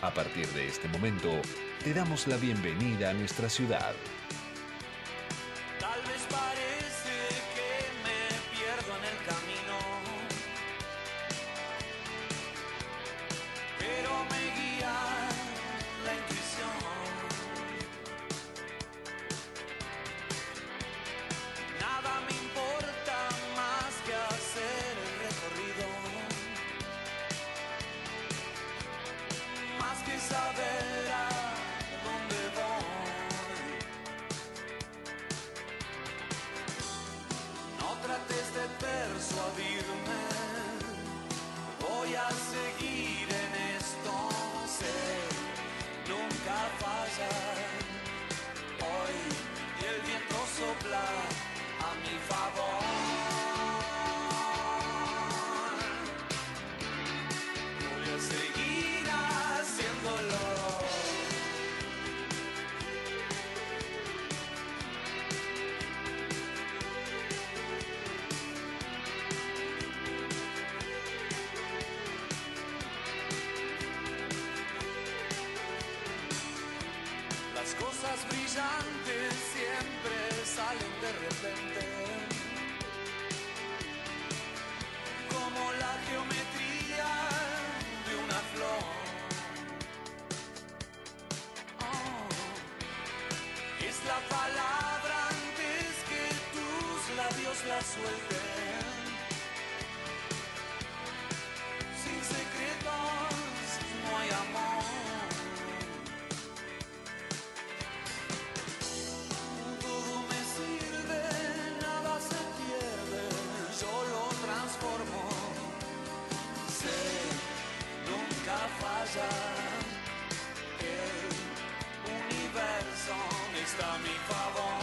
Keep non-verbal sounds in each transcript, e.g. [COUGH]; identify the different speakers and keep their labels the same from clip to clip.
Speaker 1: A partir de este momento, te damos la bienvenida a nuestra ciudad.
Speaker 2: Tal vez parece que me pierdo en el camino, pero me guía la intuición. Nada me importa más que hacer el recorrido, más que saber a dónde voy. No trates de persuadirme, voy a seguir en esto, no sé, nunca falla. Hoy y el viento sopla a mi favor. Voy a seguir haciéndolo. Las cosas brillantes siempre salen de repente. Como la geometría de una flor. Oh, Es la palabra antes que tus labios la suelten. Sin secretos no hay amor. Todo me sirve, nada se pierde, yo lo transformo. Sé, nunca falla. El universo está a mi favor.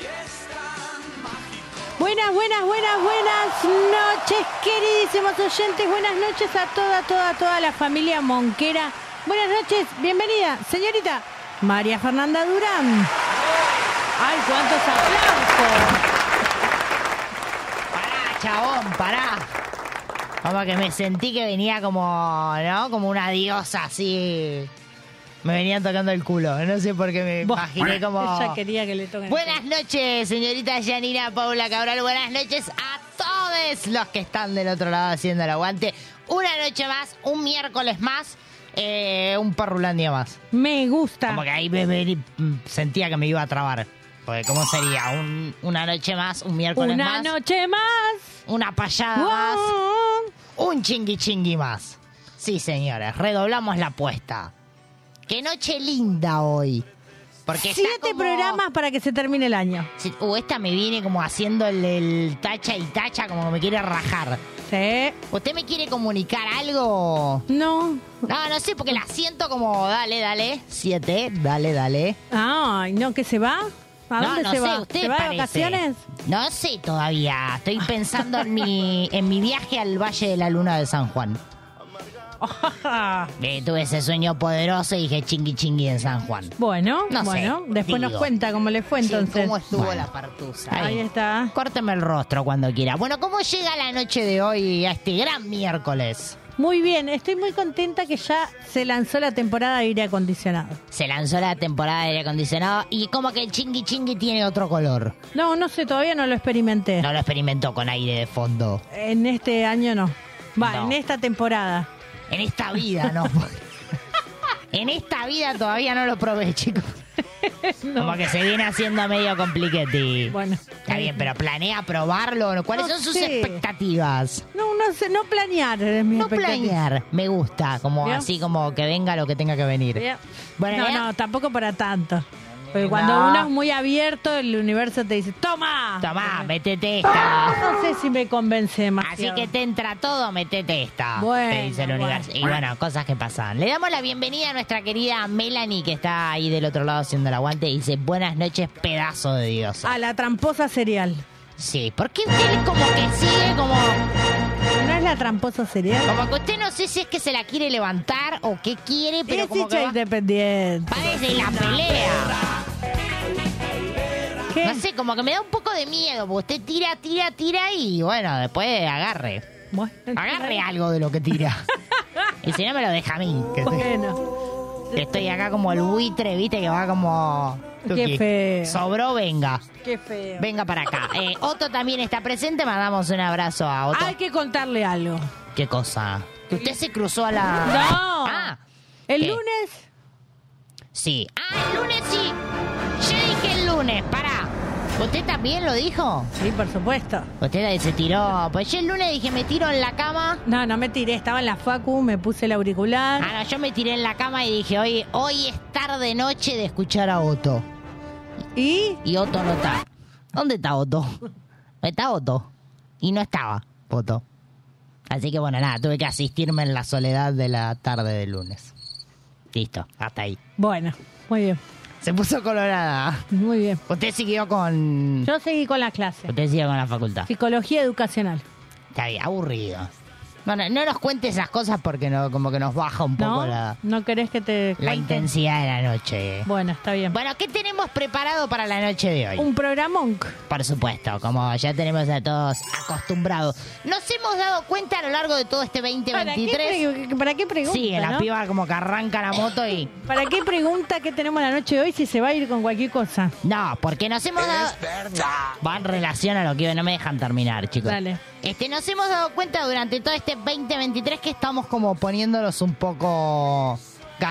Speaker 2: Y es tan mágico.
Speaker 3: Buenas, buenas, buenas, buenas noches, queridísimos oyentes. Buenas noches a toda, toda, toda la familia Monquera. Buenas noches, bienvenida, señorita María Fernanda Durán. ¡Ay, cuántos aplausos!
Speaker 4: Pará, chabón, pará. Como que me sentí que venía como, ¿no? Como una diosa así. Me venían tocando el culo. No sé por qué me imaginé como.
Speaker 3: Ella quería que le toquen.
Speaker 4: Buenas noches, señorita Janina Paula Cabral. Buenas noches a todos los que están del otro lado haciendo el aguante. Una noche más, un miércoles más, eh, un perrulandia más.
Speaker 3: Me gusta.
Speaker 4: Como que ahí me, me- mm, sentía que me iba a trabar. Porque, ¿cómo sería? Un- una noche más, un miércoles
Speaker 3: Una
Speaker 4: más,
Speaker 3: noche más.
Speaker 4: una payada más, un chingui chingui más. Sí, señores, redoblamos la apuesta. Qué noche linda hoy. Porque está
Speaker 3: Siete
Speaker 4: como-
Speaker 3: programas para que se termine el año.
Speaker 4: Sí, uh, esta me viene como haciendo el, el tacha y tacha, como que me quiere rajar.
Speaker 3: Sí.
Speaker 4: ¿Usted me quiere comunicar algo?
Speaker 3: No.
Speaker 4: No, no sé, porque la siento como, dale, dale. Siete, dale, dale.
Speaker 3: Ay, no, ¿qué se va? ¿A
Speaker 4: No,
Speaker 3: dónde
Speaker 4: no
Speaker 3: se
Speaker 4: sé,
Speaker 3: va?
Speaker 4: usted
Speaker 3: ¿Se va de
Speaker 4: parece.
Speaker 3: vacaciones?
Speaker 4: No sé todavía. Estoy pensando
Speaker 3: [LAUGHS]
Speaker 4: en mi, en mi viaje al Valle de la Luna de San Juan. Eh, tuve ese sueño poderoso y dije chingui chingui en San Juan.
Speaker 3: Bueno,
Speaker 4: No sé,
Speaker 3: bueno, después nos
Speaker 4: digo.
Speaker 3: cuenta cómo le fue entonces.
Speaker 4: ¿Cómo estuvo
Speaker 3: Bueno,
Speaker 4: la partusa?
Speaker 3: Ahí está.
Speaker 4: Córteme el rostro cuando quiera. Bueno, ¿cómo llega la noche de hoy a este gran miércoles?
Speaker 3: Muy bien, estoy muy contenta que ya se lanzó la temporada de aire acondicionado.
Speaker 4: Se lanzó la temporada de aire acondicionado y como que el chingui chingui tiene otro color.
Speaker 3: No, no sé, todavía no lo experimenté.
Speaker 4: No lo experimentó con aire de fondo.
Speaker 3: En este año no. Va,
Speaker 4: No.
Speaker 3: en esta temporada.
Speaker 4: En esta vida,
Speaker 3: [LAUGHS]
Speaker 4: ¿no? en esta vida todavía no lo probé,
Speaker 3: [LAUGHS]
Speaker 4: chicos. Como que se viene haciendo medio compliquete.
Speaker 3: Bueno.
Speaker 4: Está bien, pero planea probarlo. ¿no? ¿Cuáles
Speaker 3: No
Speaker 4: son sus
Speaker 3: sé.
Speaker 4: expectativas?
Speaker 3: No, no sé, no planear es mi
Speaker 4: No
Speaker 3: expectativa.
Speaker 4: planear. Me gusta, como
Speaker 3: Bien.
Speaker 4: así como que venga lo que tenga que venir.
Speaker 3: Bien.
Speaker 4: Bueno,
Speaker 3: no,
Speaker 4: ¿eh?
Speaker 3: no, tampoco para tanto. Porque cuando
Speaker 4: No.
Speaker 3: uno es muy abierto, el universo te dice, ¡toma!
Speaker 4: Tomá, metete esta.
Speaker 3: No sé si me convence
Speaker 4: Así
Speaker 3: demasiado.
Speaker 4: que te entra todo, metete esta.
Speaker 3: Bueno,
Speaker 4: Ah, te dice el
Speaker 3: bueno.
Speaker 4: universo. Y bueno, cosas que pasan. Le damos la bienvenida a nuestra querida Melanie, que está ahí del otro lado haciendo el aguante. Y dice, buenas noches, pedazo de Dios.
Speaker 3: A la tramposa cereal.
Speaker 4: Sí, porque usted como que sigue como...
Speaker 3: ¿No es la tramposa cereal?
Speaker 4: Como que usted no sé si es que se la quiere levantar o qué quiere, pero
Speaker 3: Es
Speaker 4: como que
Speaker 3: chicha
Speaker 4: va,
Speaker 3: independiente.
Speaker 4: va desde la pelea.
Speaker 3: ¿Qué?
Speaker 4: No sé, como que me da un poco de miedo, porque usted tira, tira, tira y bueno, después agarre.
Speaker 3: Bueno.
Speaker 4: Agarre algo de lo que tira.
Speaker 3: [LAUGHS]
Speaker 4: Y si no me lo deja a mí. que estoy-
Speaker 3: Bueno,
Speaker 4: que estoy acá como el buitre, viste, que va como...
Speaker 3: Qué
Speaker 4: Tuki.
Speaker 3: feo.
Speaker 4: Sobró, venga.
Speaker 3: qué feo.
Speaker 4: Venga para acá. Eh, Otto también está presente, mandamos un abrazo a Otto.
Speaker 3: Hay que contarle algo.
Speaker 4: ¿Qué cosa? Que usted se cruzó a la...
Speaker 3: No.
Speaker 4: Ah,
Speaker 3: El
Speaker 4: ¿Qué?
Speaker 3: lunes,
Speaker 4: Sí. Ah, el lunes sí. Yo dije el lunes, pará. ¿Usted también lo dijo?
Speaker 3: sí, por supuesto.
Speaker 4: Usted se tiró. Pues yo el lunes dije, me tiro en la cama.
Speaker 3: No, no me tiré, estaba en la facu, me puse el auricular.
Speaker 4: Ah, no, yo me tiré en la cama y dije, hoy, hoy es tarde noche de escuchar a Otto.
Speaker 3: Y
Speaker 4: Y Otto no está. ¿Dónde está Otto? No está Otto. Y no estaba Otto. Así que bueno, nada, tuve que asistirme en la soledad de la tarde del lunes. Listo, hasta ahí.
Speaker 3: bueno, muy bien,
Speaker 4: Se puso colorada.
Speaker 3: muy bien.
Speaker 4: Usted siguió con...
Speaker 3: Yo seguí con la clase.
Speaker 4: Usted siguió con la facultad.
Speaker 3: Psicología educacional.
Speaker 4: Está bien, aburrido. Bueno, no nos cuente esas cosas porque no, como que nos baja un poco
Speaker 3: ¿No?
Speaker 4: la,
Speaker 3: ¿No querés que te
Speaker 4: la
Speaker 3: cuente?
Speaker 4: intensidad de la noche.
Speaker 3: Bueno, está bien.
Speaker 4: Bueno, ¿qué tenemos preparado para la noche de hoy?
Speaker 3: Un programón.
Speaker 4: Por supuesto, como ya tenemos a todos acostumbrados. Nos hemos dado cuenta a lo largo de todo este
Speaker 3: ¿Para qué,
Speaker 4: 2023.
Speaker 3: pre- ¿Para qué pregunta?
Speaker 4: Sí, la
Speaker 3: no?
Speaker 4: piba como que arranca la moto y...
Speaker 3: [LAUGHS] ¿Para qué pregunta que tenemos la noche de hoy si se va a ir con cualquier cosa?
Speaker 4: No, porque nos hemos dado... Va en relación a lo que no me dejan terminar, chicos.
Speaker 3: Dale.
Speaker 4: Este, nos hemos dado cuenta durante todo este 2023 que estamos como poniéndolos un poco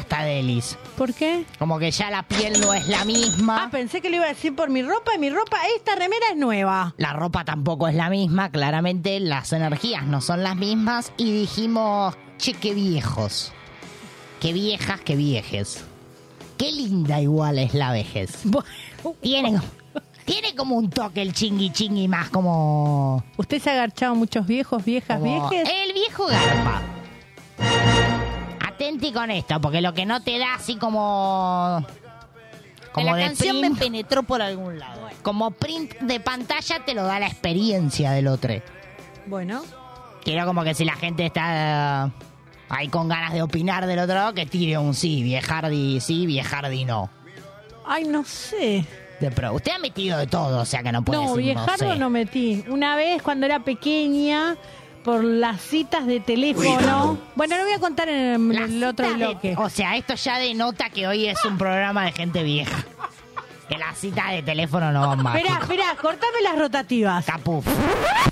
Speaker 4: gastadelis.
Speaker 3: ¿Por qué?
Speaker 4: Como que ya la piel no es la
Speaker 3: Ah,
Speaker 4: misma.
Speaker 3: pensé que lo iba a decir por mi ropa y mi ropa, esta remera es nueva.
Speaker 4: La ropa tampoco es la misma, claramente las energías no son las mismas y dijimos, che, qué viejos. Qué viejas, qué viejes. Qué linda igual es la vejez.
Speaker 3: [LAUGHS] Bueno,
Speaker 4: Tiene, tiene como un toque el chingui chingui más como...
Speaker 3: ¿Usted se ha agarchado muchos viejos, viejas,
Speaker 4: como "Eh,
Speaker 3: viejes?
Speaker 4: El viejo garpa. Atenti con esto, porque lo que no te da así como... Como
Speaker 3: la
Speaker 4: de
Speaker 3: canción
Speaker 4: print-
Speaker 3: me penetró por algún lado.
Speaker 4: como print de pantalla te lo da la experiencia del otro.
Speaker 3: Bueno,
Speaker 4: Quiero como que si la gente está eh, ahí con ganas de opinar del otro lado, que tire un sí, viejardi sí, viejardi no.
Speaker 3: ay, no sé.
Speaker 4: De pro. Usted ha metido de todo, o sea que no puede
Speaker 3: no,
Speaker 4: decir
Speaker 3: viejardo
Speaker 4: no,
Speaker 3: no,
Speaker 4: sé.
Speaker 3: metí. Una vez cuando era pequeña, por las citas de teléfono. Bueno, lo voy a contar en el,
Speaker 4: Las
Speaker 3: el otro
Speaker 4: citas de-
Speaker 3: bloque.
Speaker 4: o sea, esto ya denota que hoy es un programa de gente vieja. Que las citas de teléfono no van más.
Speaker 3: Esperá,
Speaker 4: chicos.
Speaker 3: esperá, cortame las rotativas.
Speaker 4: Capuf.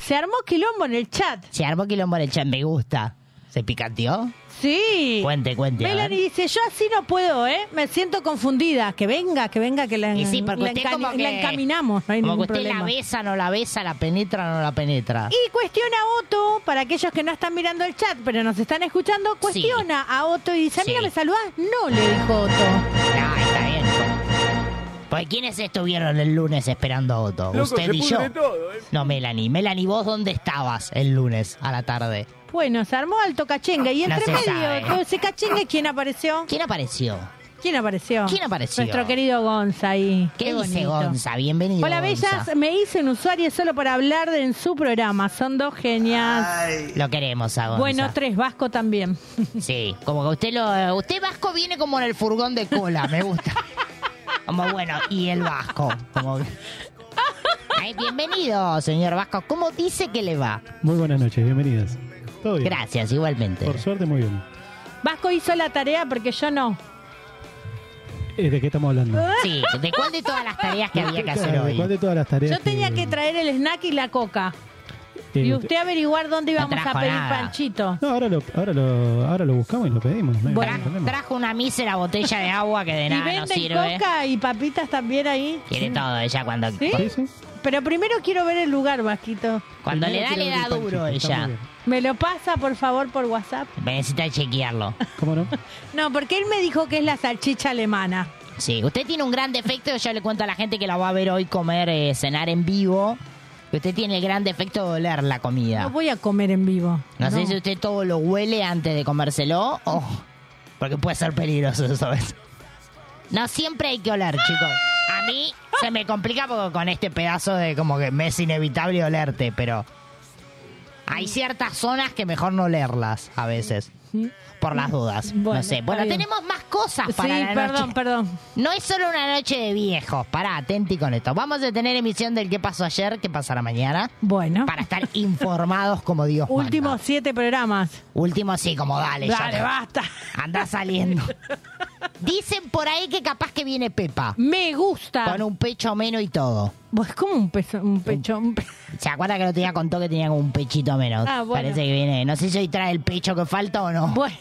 Speaker 3: Se armó quilombo en el chat.
Speaker 4: Se armó quilombo en el chat, me gusta. ¿Se picanteó?
Speaker 3: Sí.
Speaker 4: Cuente, cuente. a ver.
Speaker 3: Melanie dice, yo así no puedo, ¿eh? Me siento confundida. Que venga, que venga, que la,
Speaker 4: Y sí, porque
Speaker 3: la
Speaker 4: usted
Speaker 3: encami-
Speaker 4: como que-
Speaker 3: la encaminamos. No hay
Speaker 4: Como que
Speaker 3: ningún
Speaker 4: usted
Speaker 3: problema.
Speaker 4: la besa, no la besa, la penetra, no la penetra.
Speaker 3: Y cuestiona a Otto, para aquellos que no están mirando el chat, pero nos están escuchando, cuestiona a Otto y dice, mira,
Speaker 4: Sí.
Speaker 3: ¿me saludás? No, le dijo Otto.
Speaker 4: No, está bien. Pues ¿quiénes estuvieron el lunes esperando a Otto? Usted y yo. No, Melanie. Melanie, ¿vos dónde estabas el lunes a la tarde?
Speaker 3: Bueno, se armó alto cachengue y
Speaker 4: No
Speaker 3: entre
Speaker 4: se sabe.
Speaker 3: medio todo ese cachengue, ¿quién apareció?
Speaker 4: ¿eh? ¿Quién apareció?
Speaker 3: ¿Quién apareció?
Speaker 4: ¿Quién apareció?
Speaker 3: Nuestro querido Gonza ahí.
Speaker 4: ¿Qué, dice
Speaker 3: bonito.
Speaker 4: Gonza? Bienvenido.
Speaker 3: Hola,
Speaker 4: Gonza.
Speaker 3: bellas. Me hice un usuario solo para hablar de- en su programa. Son dos genias.
Speaker 4: Lo queremos a Gonza.
Speaker 3: Bueno, tres Vasco también. [LAUGHS]
Speaker 4: Sí, como que usted lo. eh, Usted vasco viene como en el furgón de cola, me gusta. Como bueno, y el vasco. Como... que- Ay, bienvenido, señor vasco. ¿Cómo dice que le va?
Speaker 5: Muy buenas noches, bienvenidas. Todo bien.
Speaker 4: Gracias, igualmente.
Speaker 5: Por suerte, muy bien.
Speaker 3: Vasco hizo la tarea porque yo no. [LAUGHS]
Speaker 5: Eh, ¿De qué estamos hablando?
Speaker 3: Ah.
Speaker 4: Sí, ¿de cuál de todas las tareas que había que hacer
Speaker 5: Claro,
Speaker 4: hoy?
Speaker 5: ¿Cuál de todas las tareas?
Speaker 3: Yo tenía que traer el snack y la coca.
Speaker 5: que-
Speaker 3: Y usted averiguar dónde íbamos a
Speaker 4: trajo
Speaker 3: pedir
Speaker 4: nada.
Speaker 3: panchito.
Speaker 5: No, ahora lo, ahora, lo, ahora lo buscamos y lo pedimos. No hay
Speaker 4: Tra-
Speaker 5: ningún problema.
Speaker 4: trajo una mísera botella de agua que de
Speaker 3: Y
Speaker 4: nada no
Speaker 3: venden
Speaker 4: sirve.
Speaker 3: coca y papitas también ahí.
Speaker 4: Quiere todo ella cuando,
Speaker 3: ¿Sí?
Speaker 5: Sí, sí.
Speaker 3: Pero primero quiero ver el lugar, Vasquito.
Speaker 4: cuando le da,
Speaker 5: Primero
Speaker 4: le
Speaker 5: quiero
Speaker 4: da
Speaker 5: abrir
Speaker 4: duro
Speaker 5: panchito, está
Speaker 4: ella.
Speaker 5: muy bien.
Speaker 3: ¿Me lo pasa, por favor, por WhatsApp?
Speaker 4: Necesita chequearlo.
Speaker 5: ¿Cómo no?
Speaker 3: No, porque él me dijo que es la salchicha alemana.
Speaker 4: Sí, usted tiene un gran defecto, yo le cuento a la gente que la va a ver hoy comer, eh, cenar en vivo. que Usted tiene el gran defecto de oler la comida.
Speaker 3: No voy a comer en vivo.
Speaker 4: No, sé si usted todo lo huele antes de comérselo o... Porque puede ser peligroso eso, ¿sabes? No siempre hay que oler, chicos. A mí se me complica porque con este pedazo de como que me es inevitable olerte, pero... Hay ciertas zonas que mejor no olerlas a veces. Por las dudas.
Speaker 3: Bueno,
Speaker 4: no sé.
Speaker 3: está
Speaker 4: Bueno,
Speaker 3: bien.
Speaker 4: tenemos más cosas para
Speaker 3: sí,
Speaker 4: la
Speaker 3: perdón,
Speaker 4: noche.
Speaker 3: perdón.
Speaker 4: No es solo una noche de viejos. Pará, atenti con esto. Vamos a tener emisión del qué pasó ayer, qué pasará mañana.
Speaker 3: Bueno,
Speaker 4: Para estar informados como Dios manda.
Speaker 3: últimos siete programas.
Speaker 4: Último sí, como dale. ya
Speaker 3: Dale,
Speaker 4: te-
Speaker 3: basta. [LAUGHS]
Speaker 4: Andá saliendo. Dicen por ahí que capaz que viene Pepa.
Speaker 3: Me gusta.
Speaker 4: Con un pecho menos y todo.
Speaker 3: Vos como un, peso, un pecho. un pe-
Speaker 4: ¿Se acuerda que lo tenía contó que tenía como un pechito menos?
Speaker 3: Ah, bueno.
Speaker 4: Parece que viene. No sé si hoy trae el pecho que falta o no.
Speaker 3: Bueno.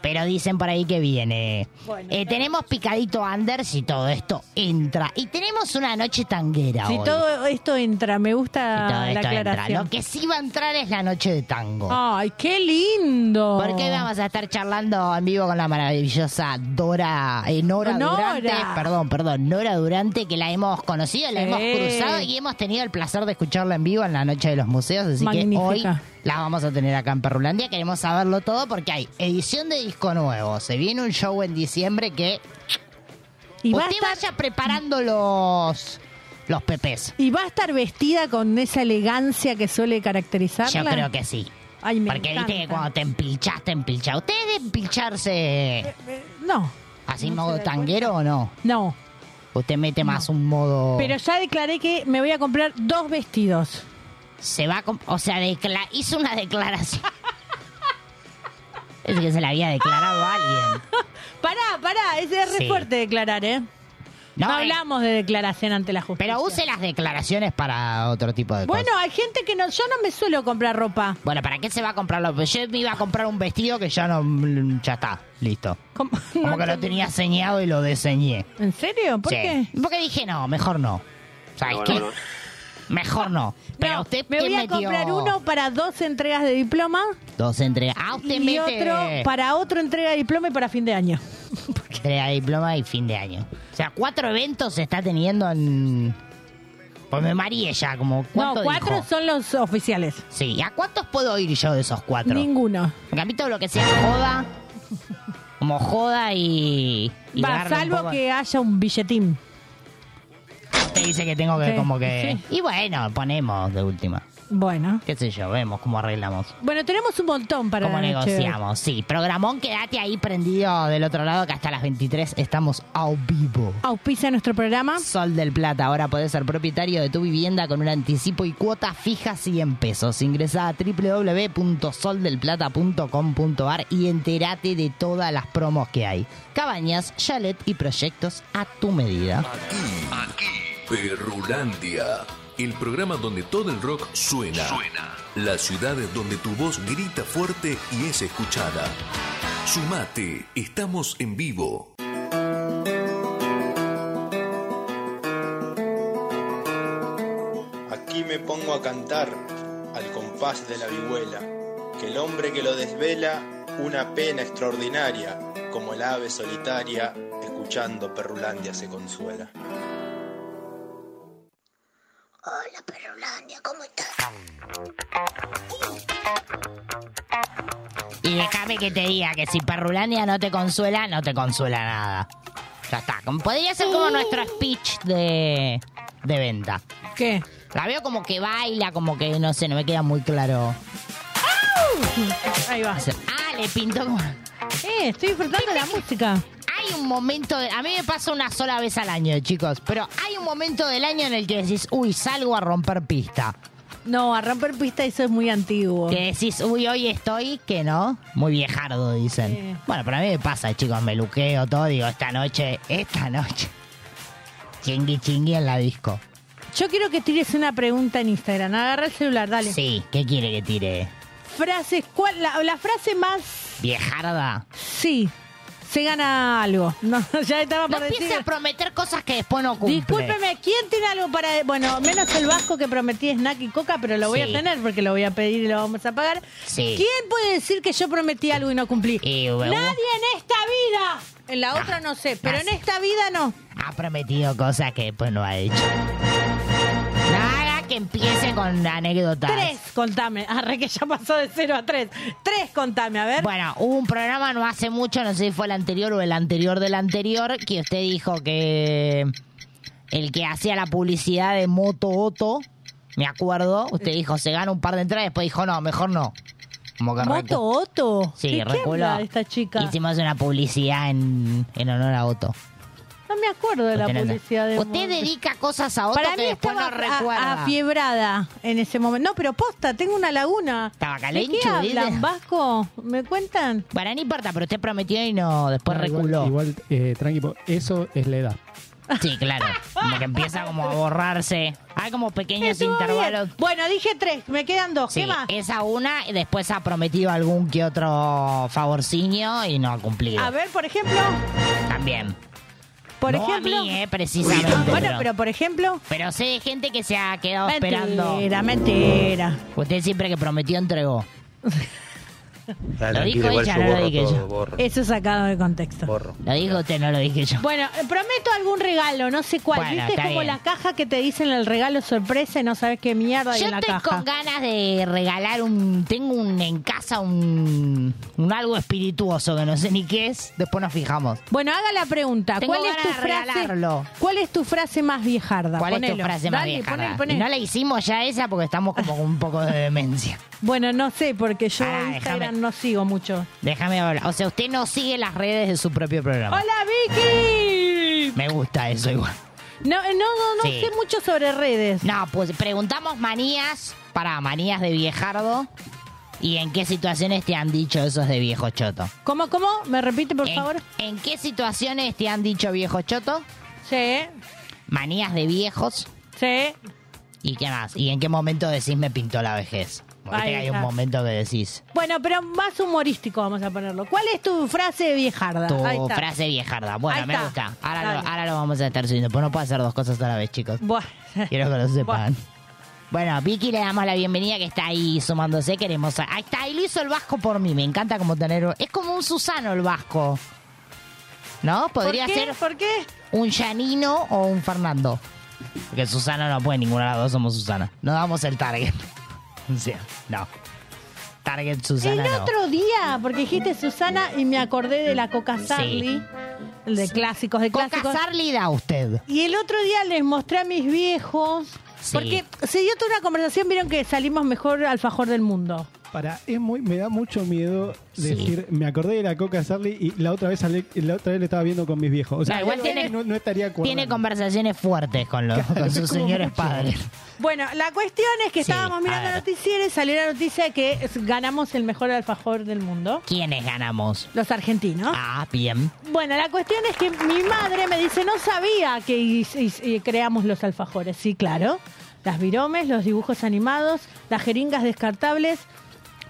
Speaker 4: Pero dicen por ahí que viene.
Speaker 3: Bueno,
Speaker 4: Eh, tenemos picadito Anders y todo esto entra. Y tenemos una noche tanguera
Speaker 3: Si
Speaker 4: hoy.
Speaker 3: todo esto entra, me
Speaker 4: Si
Speaker 3: gusta
Speaker 4: todo
Speaker 3: la
Speaker 4: esto entra.
Speaker 3: aclaración. Ah,
Speaker 4: Lo que sí va a entrar es la noche de tango.
Speaker 3: Ay, qué lindo.
Speaker 4: Porque vamos a estar charlando en vivo con la maravillosa Dora, eh, Nora,
Speaker 3: Nora.
Speaker 4: Durante, perdón, perdón, Nora Durante, que la hemos conocido, la
Speaker 3: Sí.
Speaker 4: hemos cruzado y hemos tenido el placer de escucharla en vivo en la noche de los museos, así que
Speaker 3: Magnífica.
Speaker 4: hoy la vamos a tener acá en Perrulandia, queremos saberlo todo porque hay edición de disco nuevo, se viene un show en diciembre que
Speaker 3: Y va, a
Speaker 4: usted
Speaker 3: estar,
Speaker 4: vaya preparando los, los pepes.
Speaker 3: y va a estar vestida con esa elegancia que suele caracterizarla.
Speaker 4: Yo creo que sí.
Speaker 3: Ay, me
Speaker 4: Porque viste que
Speaker 3: encanta.
Speaker 4: cuando te empilchás, te empilchás. ¿Usted es de empilcharse
Speaker 3: Eh, No,
Speaker 4: así
Speaker 3: no se
Speaker 4: modo
Speaker 3: da
Speaker 4: tanguero o no?
Speaker 3: no.
Speaker 4: Usted mete más un modo.
Speaker 3: Pero ya declaré que me voy a comprar dos vestidos.
Speaker 4: Se va. a com- O sea, decla- hizo una declaración. es que se la había declarado a alguien.
Speaker 3: [LAUGHS] Ah. Pará, pará, es, es re
Speaker 4: Sí.
Speaker 3: fuerte declarar, ¿eh? No,
Speaker 4: eh,
Speaker 3: hablamos de declaración ante la justicia.
Speaker 4: Pero use las declaraciones para otro tipo de
Speaker 3: Bueno,
Speaker 4: cosas.
Speaker 3: hay gente que no, yo no me suelo comprar ropa.
Speaker 4: Bueno, ¿para qué se va a comprarlo? Pues yo me iba a comprar un vestido que ya no. Ya está, listo.
Speaker 3: Como,
Speaker 4: Como
Speaker 3: no
Speaker 4: que lo
Speaker 3: entendí.
Speaker 4: tenía ceñado y lo deseñé.
Speaker 3: ¿En serio? ¿Por
Speaker 4: Sí.
Speaker 3: qué?
Speaker 4: Porque dije, no, mejor no. ¿Sabes qué? Mejor no. Pero
Speaker 3: No,
Speaker 4: usted
Speaker 3: me
Speaker 4: ¿quién
Speaker 3: voy a
Speaker 4: metió
Speaker 3: comprar uno para dos entregas de diploma
Speaker 4: Dos entregas. Ah, usted
Speaker 3: y
Speaker 4: mete.
Speaker 3: otro para otra entrega de diploma y para fin de año.
Speaker 4: entrega de diploma y fin de año. O sea, cuatro eventos se está teniendo en... Pues me mareé ya, como
Speaker 3: No,
Speaker 4: ¿cuánto
Speaker 3: cuatro
Speaker 4: dijo?
Speaker 3: son los oficiales.
Speaker 4: Sí, ¿y ¿a cuántos puedo ir yo de esos cuatro?
Speaker 3: Ninguno.
Speaker 4: Porque a mí todo lo que sea joda, como joda y... y
Speaker 3: Va,
Speaker 4: darle un
Speaker 3: salvo
Speaker 4: poco-
Speaker 3: que haya un billetín.
Speaker 4: Te dice que tengo que
Speaker 3: Sí,
Speaker 4: como que... Y bueno, ponemos de última.
Speaker 3: Bueno.
Speaker 4: Qué sé yo, vemos cómo arreglamos.
Speaker 3: Bueno, tenemos un montón para
Speaker 4: ¿Cómo
Speaker 3: la noche.
Speaker 4: negociamos? Sí, programón, quédate ahí prendido del otro lado que hasta las 23 estamos a vivo.
Speaker 3: Auspicia nuestro programa.
Speaker 4: Sol del Plata, ahora podés ser propietario de tu vivienda con un anticipo y cuotas fijas 100 pesos. Ingresá a www.soldelplata.com.ar y entérate de todas las promos que hay. Cabañas, chalet y proyectos a tu medida.
Speaker 1: Perrulandia.
Speaker 6: El programa donde todo el rock suena.
Speaker 1: Suena.
Speaker 6: Las ciudades donde tu voz grita fuerte y es escuchada. Sumate, estamos en vivo.
Speaker 7: Aquí me pongo a cantar al compás de la vihuela, que el hombre que lo desvela una pena extraordinaria, como el ave solitaria escuchando Perrulandia se consuela.
Speaker 8: Hola, Perrolandia, ¿cómo estás?
Speaker 4: Y déjame que te diga que si Perrulandia no te consuela, no te consuela nada. Ya está. como- Podría ser como nuestro speech de, de venta.
Speaker 3: ¿Qué?
Speaker 4: La veo como que baila, como que no sé, no me queda muy claro.
Speaker 3: Ahí va.
Speaker 4: Ah, le pintó como...
Speaker 3: Eh, estoy disfrutando de la música.
Speaker 4: Hay un momento, de- a mí me pasa una sola vez al año, chicos, pero hay un momento del año en el que decís, uy, salgo a romper pista.
Speaker 3: No, a romper pista eso es muy antiguo.
Speaker 4: Que decís, uy, hoy estoy, que no, muy viejardo, dicen.
Speaker 3: Sí.
Speaker 4: Bueno, pero a mí me pasa, chicos, me luqueo todo, digo, esta noche, esta noche. Chingui chingui en la disco.
Speaker 3: Yo quiero que tires una pregunta en Instagram. Agarra el celular, dale.
Speaker 4: Sí, ¿qué quiere que tire?
Speaker 3: Frases, ¿cuál? La, la frase más
Speaker 4: ¿Viejarda?
Speaker 3: sí. Se gana algo. [LAUGHS] No, ya estaba
Speaker 4: No
Speaker 3: por decir.
Speaker 4: empiece a prometer cosas que después no cumple.
Speaker 3: Discúlpeme, ¿quién tiene algo para.? Bueno, menos el vasco que prometí snack y coca, pero lo voy
Speaker 4: Sí.
Speaker 3: a tener porque lo voy a pedir y lo vamos a pagar.
Speaker 4: Sí.
Speaker 3: ¿Quién puede decir que yo prometí algo y no cumplí?
Speaker 4: Y, bueno,
Speaker 3: Nadie en esta vida. En la otra no sé, pero en
Speaker 4: así.
Speaker 3: esta vida no.
Speaker 4: Ha prometido cosas que después no ha hecho. Nada que empiece con anécdotas.
Speaker 3: Tres, contame. Arre que ya pasó de cero a tres. Tres, contame, a ver.
Speaker 4: Bueno, hubo un programa no hace mucho, no sé si fue el anterior o el anterior del anterior, que usted dijo que el que hacía la publicidad de Moto Oto, me acuerdo, usted dijo, se gana un par de entradas, después dijo, no, mejor no. Como que
Speaker 3: Moto
Speaker 4: recu-
Speaker 3: Otto.
Speaker 4: Sí,
Speaker 3: ¿De qué
Speaker 4: reculo.
Speaker 3: habla esta chica?
Speaker 4: Hicimos una publicidad en, en honor a Otto.
Speaker 3: No me acuerdo de la
Speaker 4: Usted no-
Speaker 3: publicidad de Moto.
Speaker 4: Usted dedica cosas a Otto
Speaker 3: Para
Speaker 4: que
Speaker 3: mí
Speaker 4: después
Speaker 3: estaba
Speaker 4: no recuerda.
Speaker 3: a- afiebrada en ese momento. No, pero posta, tengo una laguna.
Speaker 4: Estaba
Speaker 3: ¿De qué
Speaker 4: calencho,
Speaker 3: hablan,
Speaker 4: dice.
Speaker 3: Vasco? ¿Me cuentan?
Speaker 4: Bueno, no importa, pero usted prometió y no, después
Speaker 5: No, igual-
Speaker 4: reculó.
Speaker 5: Igual, eh, tranqui, po- eso es la edad.
Speaker 4: Sí, claro. Como que empieza como a borrarse. Hay Ah, como pequeños
Speaker 3: Estuvo bien.
Speaker 4: intervalos.
Speaker 3: Bueno, dije tres, me quedan dos.
Speaker 4: Sí,
Speaker 3: ¿Qué más?
Speaker 4: esa una y después ha prometido algún que otro favorciño y no ha cumplido.
Speaker 3: A ver, por ejemplo.
Speaker 4: También.
Speaker 3: Por
Speaker 4: no
Speaker 3: ejemplo.
Speaker 4: a mí, eh, precisamente.
Speaker 3: Bueno,
Speaker 4: pero,
Speaker 3: pero por ejemplo.
Speaker 4: pero sé de gente que se ha quedado esperando.
Speaker 3: Mentira, mentira.
Speaker 4: Usted siempre que prometió entregó. lo
Speaker 7: Tranquilo,
Speaker 4: dijo
Speaker 7: igual
Speaker 4: ella,
Speaker 7: yo
Speaker 4: no lo
Speaker 7: borro
Speaker 4: dije
Speaker 7: todo,
Speaker 4: yo.
Speaker 7: borro,
Speaker 3: Eso sacado de contexto.
Speaker 7: borro.
Speaker 4: Lo dijo usted, no lo dije yo.
Speaker 3: Bueno, eh, prometo algún regalo, no sé cuál.
Speaker 4: Bueno,
Speaker 3: ¿Viste
Speaker 4: está
Speaker 3: como
Speaker 4: bien.
Speaker 3: la caja que te dicen el regalo sorpresa y no sabes qué mierda hay
Speaker 4: Yo
Speaker 3: en la
Speaker 4: estoy
Speaker 3: caja?
Speaker 4: con ganas de regalar un. Tengo un en casa un, un algo espirituoso que no sé ni qué es. Después nos fijamos.
Speaker 3: Bueno, haga la pregunta.
Speaker 4: Tengo
Speaker 3: ¿Cuál es
Speaker 4: ganas
Speaker 3: tu
Speaker 4: de regalarlo.
Speaker 3: frase? ¿Cuál es tu frase más viejarda?
Speaker 4: ¿Cuál es tu
Speaker 3: Ponelo.
Speaker 4: frase más
Speaker 3: Dale,
Speaker 4: vieja?
Speaker 3: poné,
Speaker 4: Y
Speaker 3: poné.
Speaker 4: No la hicimos ya esa porque estamos como con un poco de demencia.
Speaker 3: Bueno, no sé porque yo
Speaker 4: Pará,
Speaker 3: Instagram
Speaker 4: Ah, déjame.
Speaker 3: no sigo mucho.
Speaker 4: Déjame hablar. O sea, usted no sigue las redes de su propio programa.
Speaker 3: Hola Vicky.
Speaker 4: Me gusta eso igual.
Speaker 3: No, eh, no, no, no
Speaker 4: Sí.
Speaker 3: sé mucho sobre redes.
Speaker 4: No, pues preguntamos manías para manías de viejardo y en qué situaciones te han dicho esos de viejo choto.
Speaker 3: ¿Cómo, cómo? ¿Me repite por
Speaker 4: en,
Speaker 3: favor?
Speaker 4: ¿En qué situaciones te han dicho viejo choto?
Speaker 3: Sí,
Speaker 4: Manías de viejos.
Speaker 3: sí.
Speaker 4: ¿Y qué más? ¿Y en qué momento decís me pintó la vejez? Porque
Speaker 3: Ahí
Speaker 4: hay
Speaker 3: está.
Speaker 4: un momento que decís
Speaker 3: Bueno, pero más humorístico vamos a ponerlo. ¿Cuál es tu frase viejarda?
Speaker 4: tu
Speaker 3: Ahí está.
Speaker 4: frase viejarda. Bueno,
Speaker 3: Ahí
Speaker 4: me
Speaker 3: está.
Speaker 4: gusta. Ahora
Speaker 3: Dale.
Speaker 4: lo, ahora lo vamos a estar subiendo. Pues no puedo hacer dos cosas a la vez, chicos.
Speaker 3: Buah.
Speaker 4: Quiero que lo sepan. Bueno, Vicky le damos la bienvenida que está ahí sumándose. Queremos. Ahí está, ahí lo hizo el Vasco por mí. Me encanta como tener. Es como un Susano el Vasco. ¿No?
Speaker 3: ¿Por
Speaker 4: Podría
Speaker 3: qué?
Speaker 4: ser
Speaker 3: ¿Por qué?
Speaker 4: un Yanino o un Fernando. Porque Susana no puede ninguna de las dos, somos Susana. No damos el target. [LAUGHS] O sea, no. Target Susana.
Speaker 3: el
Speaker 4: no.
Speaker 3: otro día, porque dijiste Susana y me acordé de la Coca Sarli, el de clásicos, de
Speaker 4: Coca
Speaker 3: clásicos.
Speaker 4: Sarli da usted.
Speaker 3: Y el otro día les mostré a mis viejos,
Speaker 4: Sí.
Speaker 3: porque se dio toda una conversación, vieron que salimos mejor alfajor del mundo.
Speaker 5: Para, es muy, me da mucho miedo
Speaker 4: Sí.
Speaker 5: decir, me acordé de la coca Sarli y la otra vez salí- la otra vez lo estaba viendo con mis viejos. O sea,
Speaker 4: No, igual
Speaker 5: algo
Speaker 4: tiene-
Speaker 5: que no, no estaría acordando.
Speaker 4: [LAUGHS] Tiene conversaciones fuertes con, los, con sus señores padres.
Speaker 3: Bueno, la cuestión es que
Speaker 4: Sí,
Speaker 3: estábamos
Speaker 4: a
Speaker 3: mirando
Speaker 4: ver.
Speaker 3: noticiero y salió la noticia de que es- ganamos el mejor alfajor del mundo,
Speaker 4: ¿Quiénes ganamos?
Speaker 3: los argentinos.
Speaker 4: Ah, bien.
Speaker 3: Bueno, la cuestión es que mi madre me dice, no sabía que his- his- eh, creamos los alfajores. Sí, claro. Las viromes, los dibujos animados, las jeringas descartables.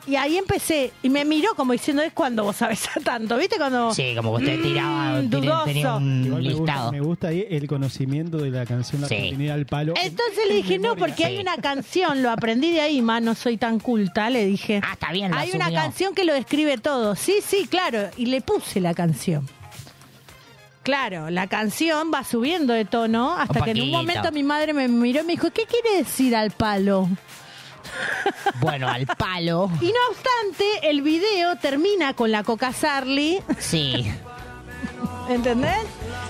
Speaker 3: Y ahí empecé. Y me miró como diciendo, es cuando vos sabés [LAUGHS] a tanto. ¿Viste? Cuando...
Speaker 4: Sí, como que usted tiraba,
Speaker 3: Mm,
Speaker 4: tenía- tenía
Speaker 3: dudoso.
Speaker 4: un
Speaker 5: Igual me gusta,
Speaker 4: listado.
Speaker 5: me gusta ahí el conocimiento de la canción La
Speaker 4: Sí.
Speaker 5: Argentina al palo.
Speaker 3: Entonces le dije, no, porque hay
Speaker 4: Sí.
Speaker 3: una canción, lo aprendí de ahí, ma, no soy tan culta, le dije.
Speaker 4: Ah, está bien, lo
Speaker 3: Hay una
Speaker 4: asumió.
Speaker 3: canción que lo describe todo. Sí, sí, claro. Y le puse la canción. Claro, la canción va subiendo de tono hasta
Speaker 4: Un
Speaker 3: que en un
Speaker 4: poquito.
Speaker 3: momento mi madre me miró y me dijo, ¿qué quiere decir al palo?
Speaker 4: Bueno, al palo.
Speaker 3: Y no obstante, el video termina con la Coca Sarli,
Speaker 4: Sí.
Speaker 3: ¿entendés?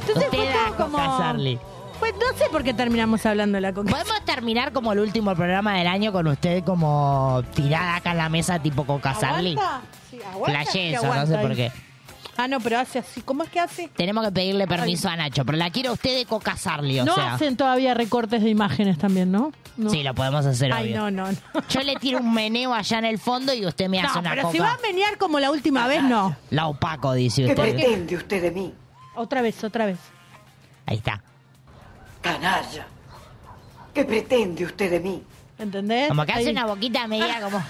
Speaker 3: Entonces
Speaker 4: Usted
Speaker 3: fue
Speaker 4: da
Speaker 3: todo como...
Speaker 4: Coca Sarli.
Speaker 3: Pues no sé por qué terminamos hablando de la Coca
Speaker 4: Podemos terminar como el último programa del año con usted como tirada acá en la mesa tipo Coca Sarli.
Speaker 3: ¿Aguanta? Sí, aguanta,
Speaker 4: Flashé
Speaker 3: sí,
Speaker 4: eso,
Speaker 3: aguanta
Speaker 4: no sé
Speaker 3: ahí.
Speaker 4: por qué.
Speaker 3: Ah, no, pero hace así. ¿Cómo es que hace?
Speaker 4: Tenemos que pedirle permiso a Nacho, pero la quiero a usted de Coca Sarli, o
Speaker 3: no
Speaker 4: sea.
Speaker 3: hacen todavía recortes de imágenes también, ¿no? No.
Speaker 4: Sí, lo podemos hacer
Speaker 3: Ay, no,
Speaker 4: obvio.
Speaker 3: no, no.
Speaker 4: Yo le tiro un meneo allá en el fondo y usted me hace
Speaker 3: No,
Speaker 4: una
Speaker 3: pero
Speaker 4: coca.
Speaker 3: si va a menear como la última vez, no.
Speaker 4: La opaco, dice usted.
Speaker 9: pretende usted de mí,
Speaker 3: Otra vez, otra vez.
Speaker 4: Ahí está.
Speaker 9: canalla? ¿Qué pretende usted de mí?
Speaker 3: ¿Entendés?
Speaker 4: Como que hace
Speaker 3: Ahí.
Speaker 4: una boquita media como.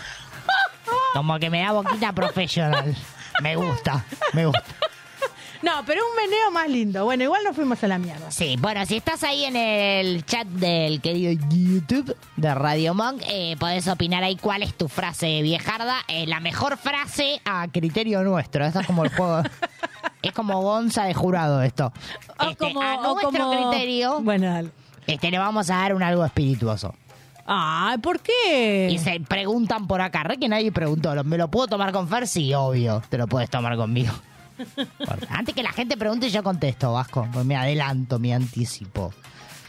Speaker 4: Como que me da boquita profesional. Me gusta, me gusta.
Speaker 3: [LAUGHS] No, pero un meneo más lindo. Bueno, igual nos fuimos a la mierda.
Speaker 4: Sí, bueno, si estás ahí en el chat del querido YouTube de Radio Monk, eh, podés opinar ahí cuál es tu ah, frase viejarda. Eh, la mejor frase a criterio nuestro. Eso es como el juego. Es como Gonza de jurado esto.
Speaker 3: O
Speaker 4: Este,
Speaker 3: como,
Speaker 4: a
Speaker 3: o
Speaker 4: nuestro
Speaker 3: como-
Speaker 4: criterio,
Speaker 3: Bueno, dale.
Speaker 4: este, le vamos a dar un algo espirituoso.
Speaker 3: Ah, ¿por qué?
Speaker 4: Y se preguntan por acá. Re que nadie preguntó. ¿lo- ¿Me lo puedo tomar con Fer? Sí, obvio. Te lo puedes tomar
Speaker 3: [LAUGHS]
Speaker 4: conmigo. Por- Antes que la gente pregunte, yo contesto, Vasco. Pues me adelanto, me anticipo.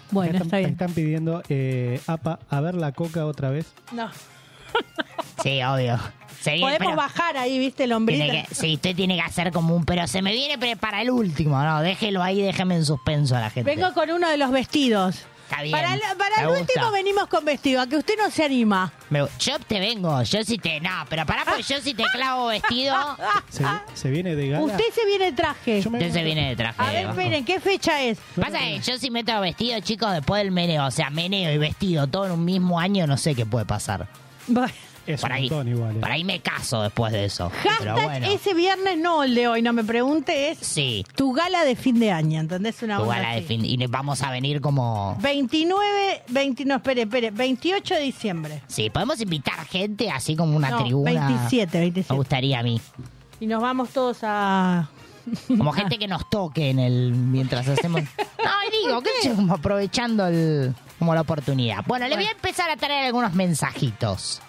Speaker 3: Bueno,
Speaker 5: están,
Speaker 3: está bien.
Speaker 5: están pidiendo, eh, APA, a ver la coca otra vez.
Speaker 3: No.
Speaker 4: Sí, obvio. Sería-
Speaker 3: Podemos
Speaker 4: pero-
Speaker 3: bajar ahí, viste, el
Speaker 4: Tiene
Speaker 3: hombrita.
Speaker 4: que- sí, usted tiene que hacer como un, pero se me viene pre- para el último, no, déjelo ahí, déjeme en suspenso a la gente.
Speaker 3: Vengo con uno de los vestidos.
Speaker 4: Está bien.
Speaker 3: Para el, para
Speaker 4: me
Speaker 3: el
Speaker 4: gusta.
Speaker 3: último venimos con vestido, a que usted no se anima.
Speaker 4: Me- yo te vengo, yo sí te, no, pero pará, porque
Speaker 3: Ah.
Speaker 4: yo sí te clavo vestido,
Speaker 5: Se, se viene de gala.
Speaker 3: Usted se viene de traje.
Speaker 5: Yo me-
Speaker 4: entonces viene de traje.
Speaker 3: A ver,
Speaker 4: Vasco.
Speaker 3: esperen, ¿qué fecha es?
Speaker 4: Pasa que yo si meto vestido, chicos, después del meneo, o sea, meneo y vestido todo en un mismo año, no sé qué puede pasar.
Speaker 3: Bueno,
Speaker 5: Es
Speaker 4: por
Speaker 5: un
Speaker 4: ahí.
Speaker 5: montón igual. eh.
Speaker 4: Por ahí me caso después de eso. Pero
Speaker 3: [LAUGHS] Hashtag
Speaker 4: bueno,
Speaker 3: ese viernes, no el de hoy, no me pregunte, es
Speaker 4: sí,
Speaker 3: tu gala de fin de año, ¿entendés? Una
Speaker 4: tu
Speaker 3: onda
Speaker 4: gala de
Speaker 3: así.
Speaker 4: fin- y vamos a venir como
Speaker 3: 29, 20, no, espere, espere, 28 de diciembre.
Speaker 4: Sí, podemos invitar gente así como una
Speaker 3: No,
Speaker 4: tribuna.
Speaker 3: 27, 27.
Speaker 4: Me gustaría a mí.
Speaker 3: Y nos vamos todos a...
Speaker 4: Como gente
Speaker 3: [LAUGHS]
Speaker 4: que nos toque en el mientras hacemos. No, y digo, qué sé yo, como aprovechando el, como la oportunidad. Bueno, le voy a empezar a traer algunos mensajitos.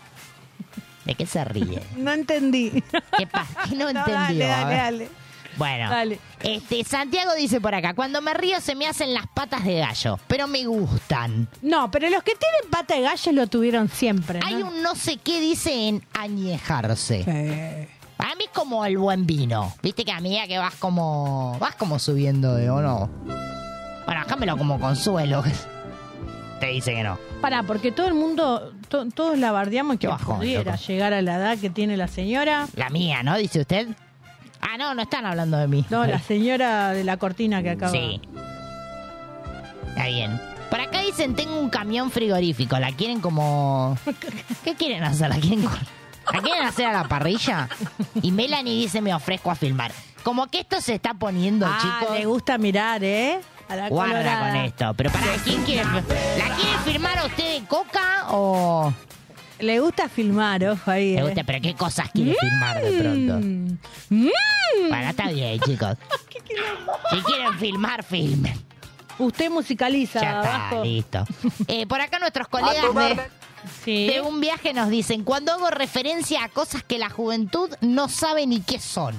Speaker 4: ¿De qué
Speaker 3: [LAUGHS]
Speaker 4: se ríe?
Speaker 3: No entendí.
Speaker 4: ¿Qué pasa? ¿Qué
Speaker 3: [LAUGHS]
Speaker 4: no
Speaker 3: No,
Speaker 4: entendió?
Speaker 3: dale,
Speaker 4: A
Speaker 3: dale,
Speaker 4: ver.
Speaker 3: dale.
Speaker 4: Bueno,
Speaker 3: Dale.
Speaker 4: este Santiago dice por acá, cuando me río se me hacen las patas de gallo, pero me gustan.
Speaker 3: No, pero los que tienen pata de gallo lo tuvieron siempre. ¿no?
Speaker 4: Hay un no sé qué dice en añejarse.
Speaker 3: Sí.
Speaker 4: Para mí es como el buen vino. Viste que a medida que vas como. vas como subiendo de o no. Bueno, déjamelo como consuelo. [LAUGHS] Te dice que no.
Speaker 3: Pará, porque todo el mundo, to- todos la bardeamos que
Speaker 4: Qué bajón,
Speaker 3: pudiera
Speaker 4: loco.
Speaker 3: llegar a la edad que tiene la señora.
Speaker 4: La mía, ¿no? Dice usted. Ah, no, no están hablando de mí. [LAUGHS]
Speaker 3: No, la señora de la cortina Ah, que acaba.
Speaker 4: Sí. Está bien. Por acá dicen, tengo un camión frigorífico. ¿La
Speaker 3: [LAUGHS]
Speaker 4: quieren como...? ¿Qué quieren hacer? ¿La quieren, con- ¿La quieren hacer a la parrilla? Y Melanie dice, me ofrezco a filmar. Como que esto se está poniendo,
Speaker 3: ah,
Speaker 4: chicos.
Speaker 3: le gusta mirar, ¿eh? A la
Speaker 4: Guarda
Speaker 3: colorada.
Speaker 4: con esto. Pero para quién quiere. ¿La quiere firmar a usted de coca o.?
Speaker 3: Le gusta filmar, ojo ahí.
Speaker 4: Me
Speaker 3: ¿eh?
Speaker 4: gusta, pero ¿qué cosas quiere filmar de pronto?
Speaker 3: Mm. Mm.
Speaker 4: Bueno, está bien, chicos. Si quieren filmar, filmen.
Speaker 3: Usted musicaliza,
Speaker 4: Ya está,
Speaker 3: Vasco.
Speaker 4: listo. Eh, por acá nuestros colegas de,
Speaker 3: Sí.
Speaker 4: de un viaje nos dicen, cuando hago referencia a cosas que la juventud no sabe ni qué son.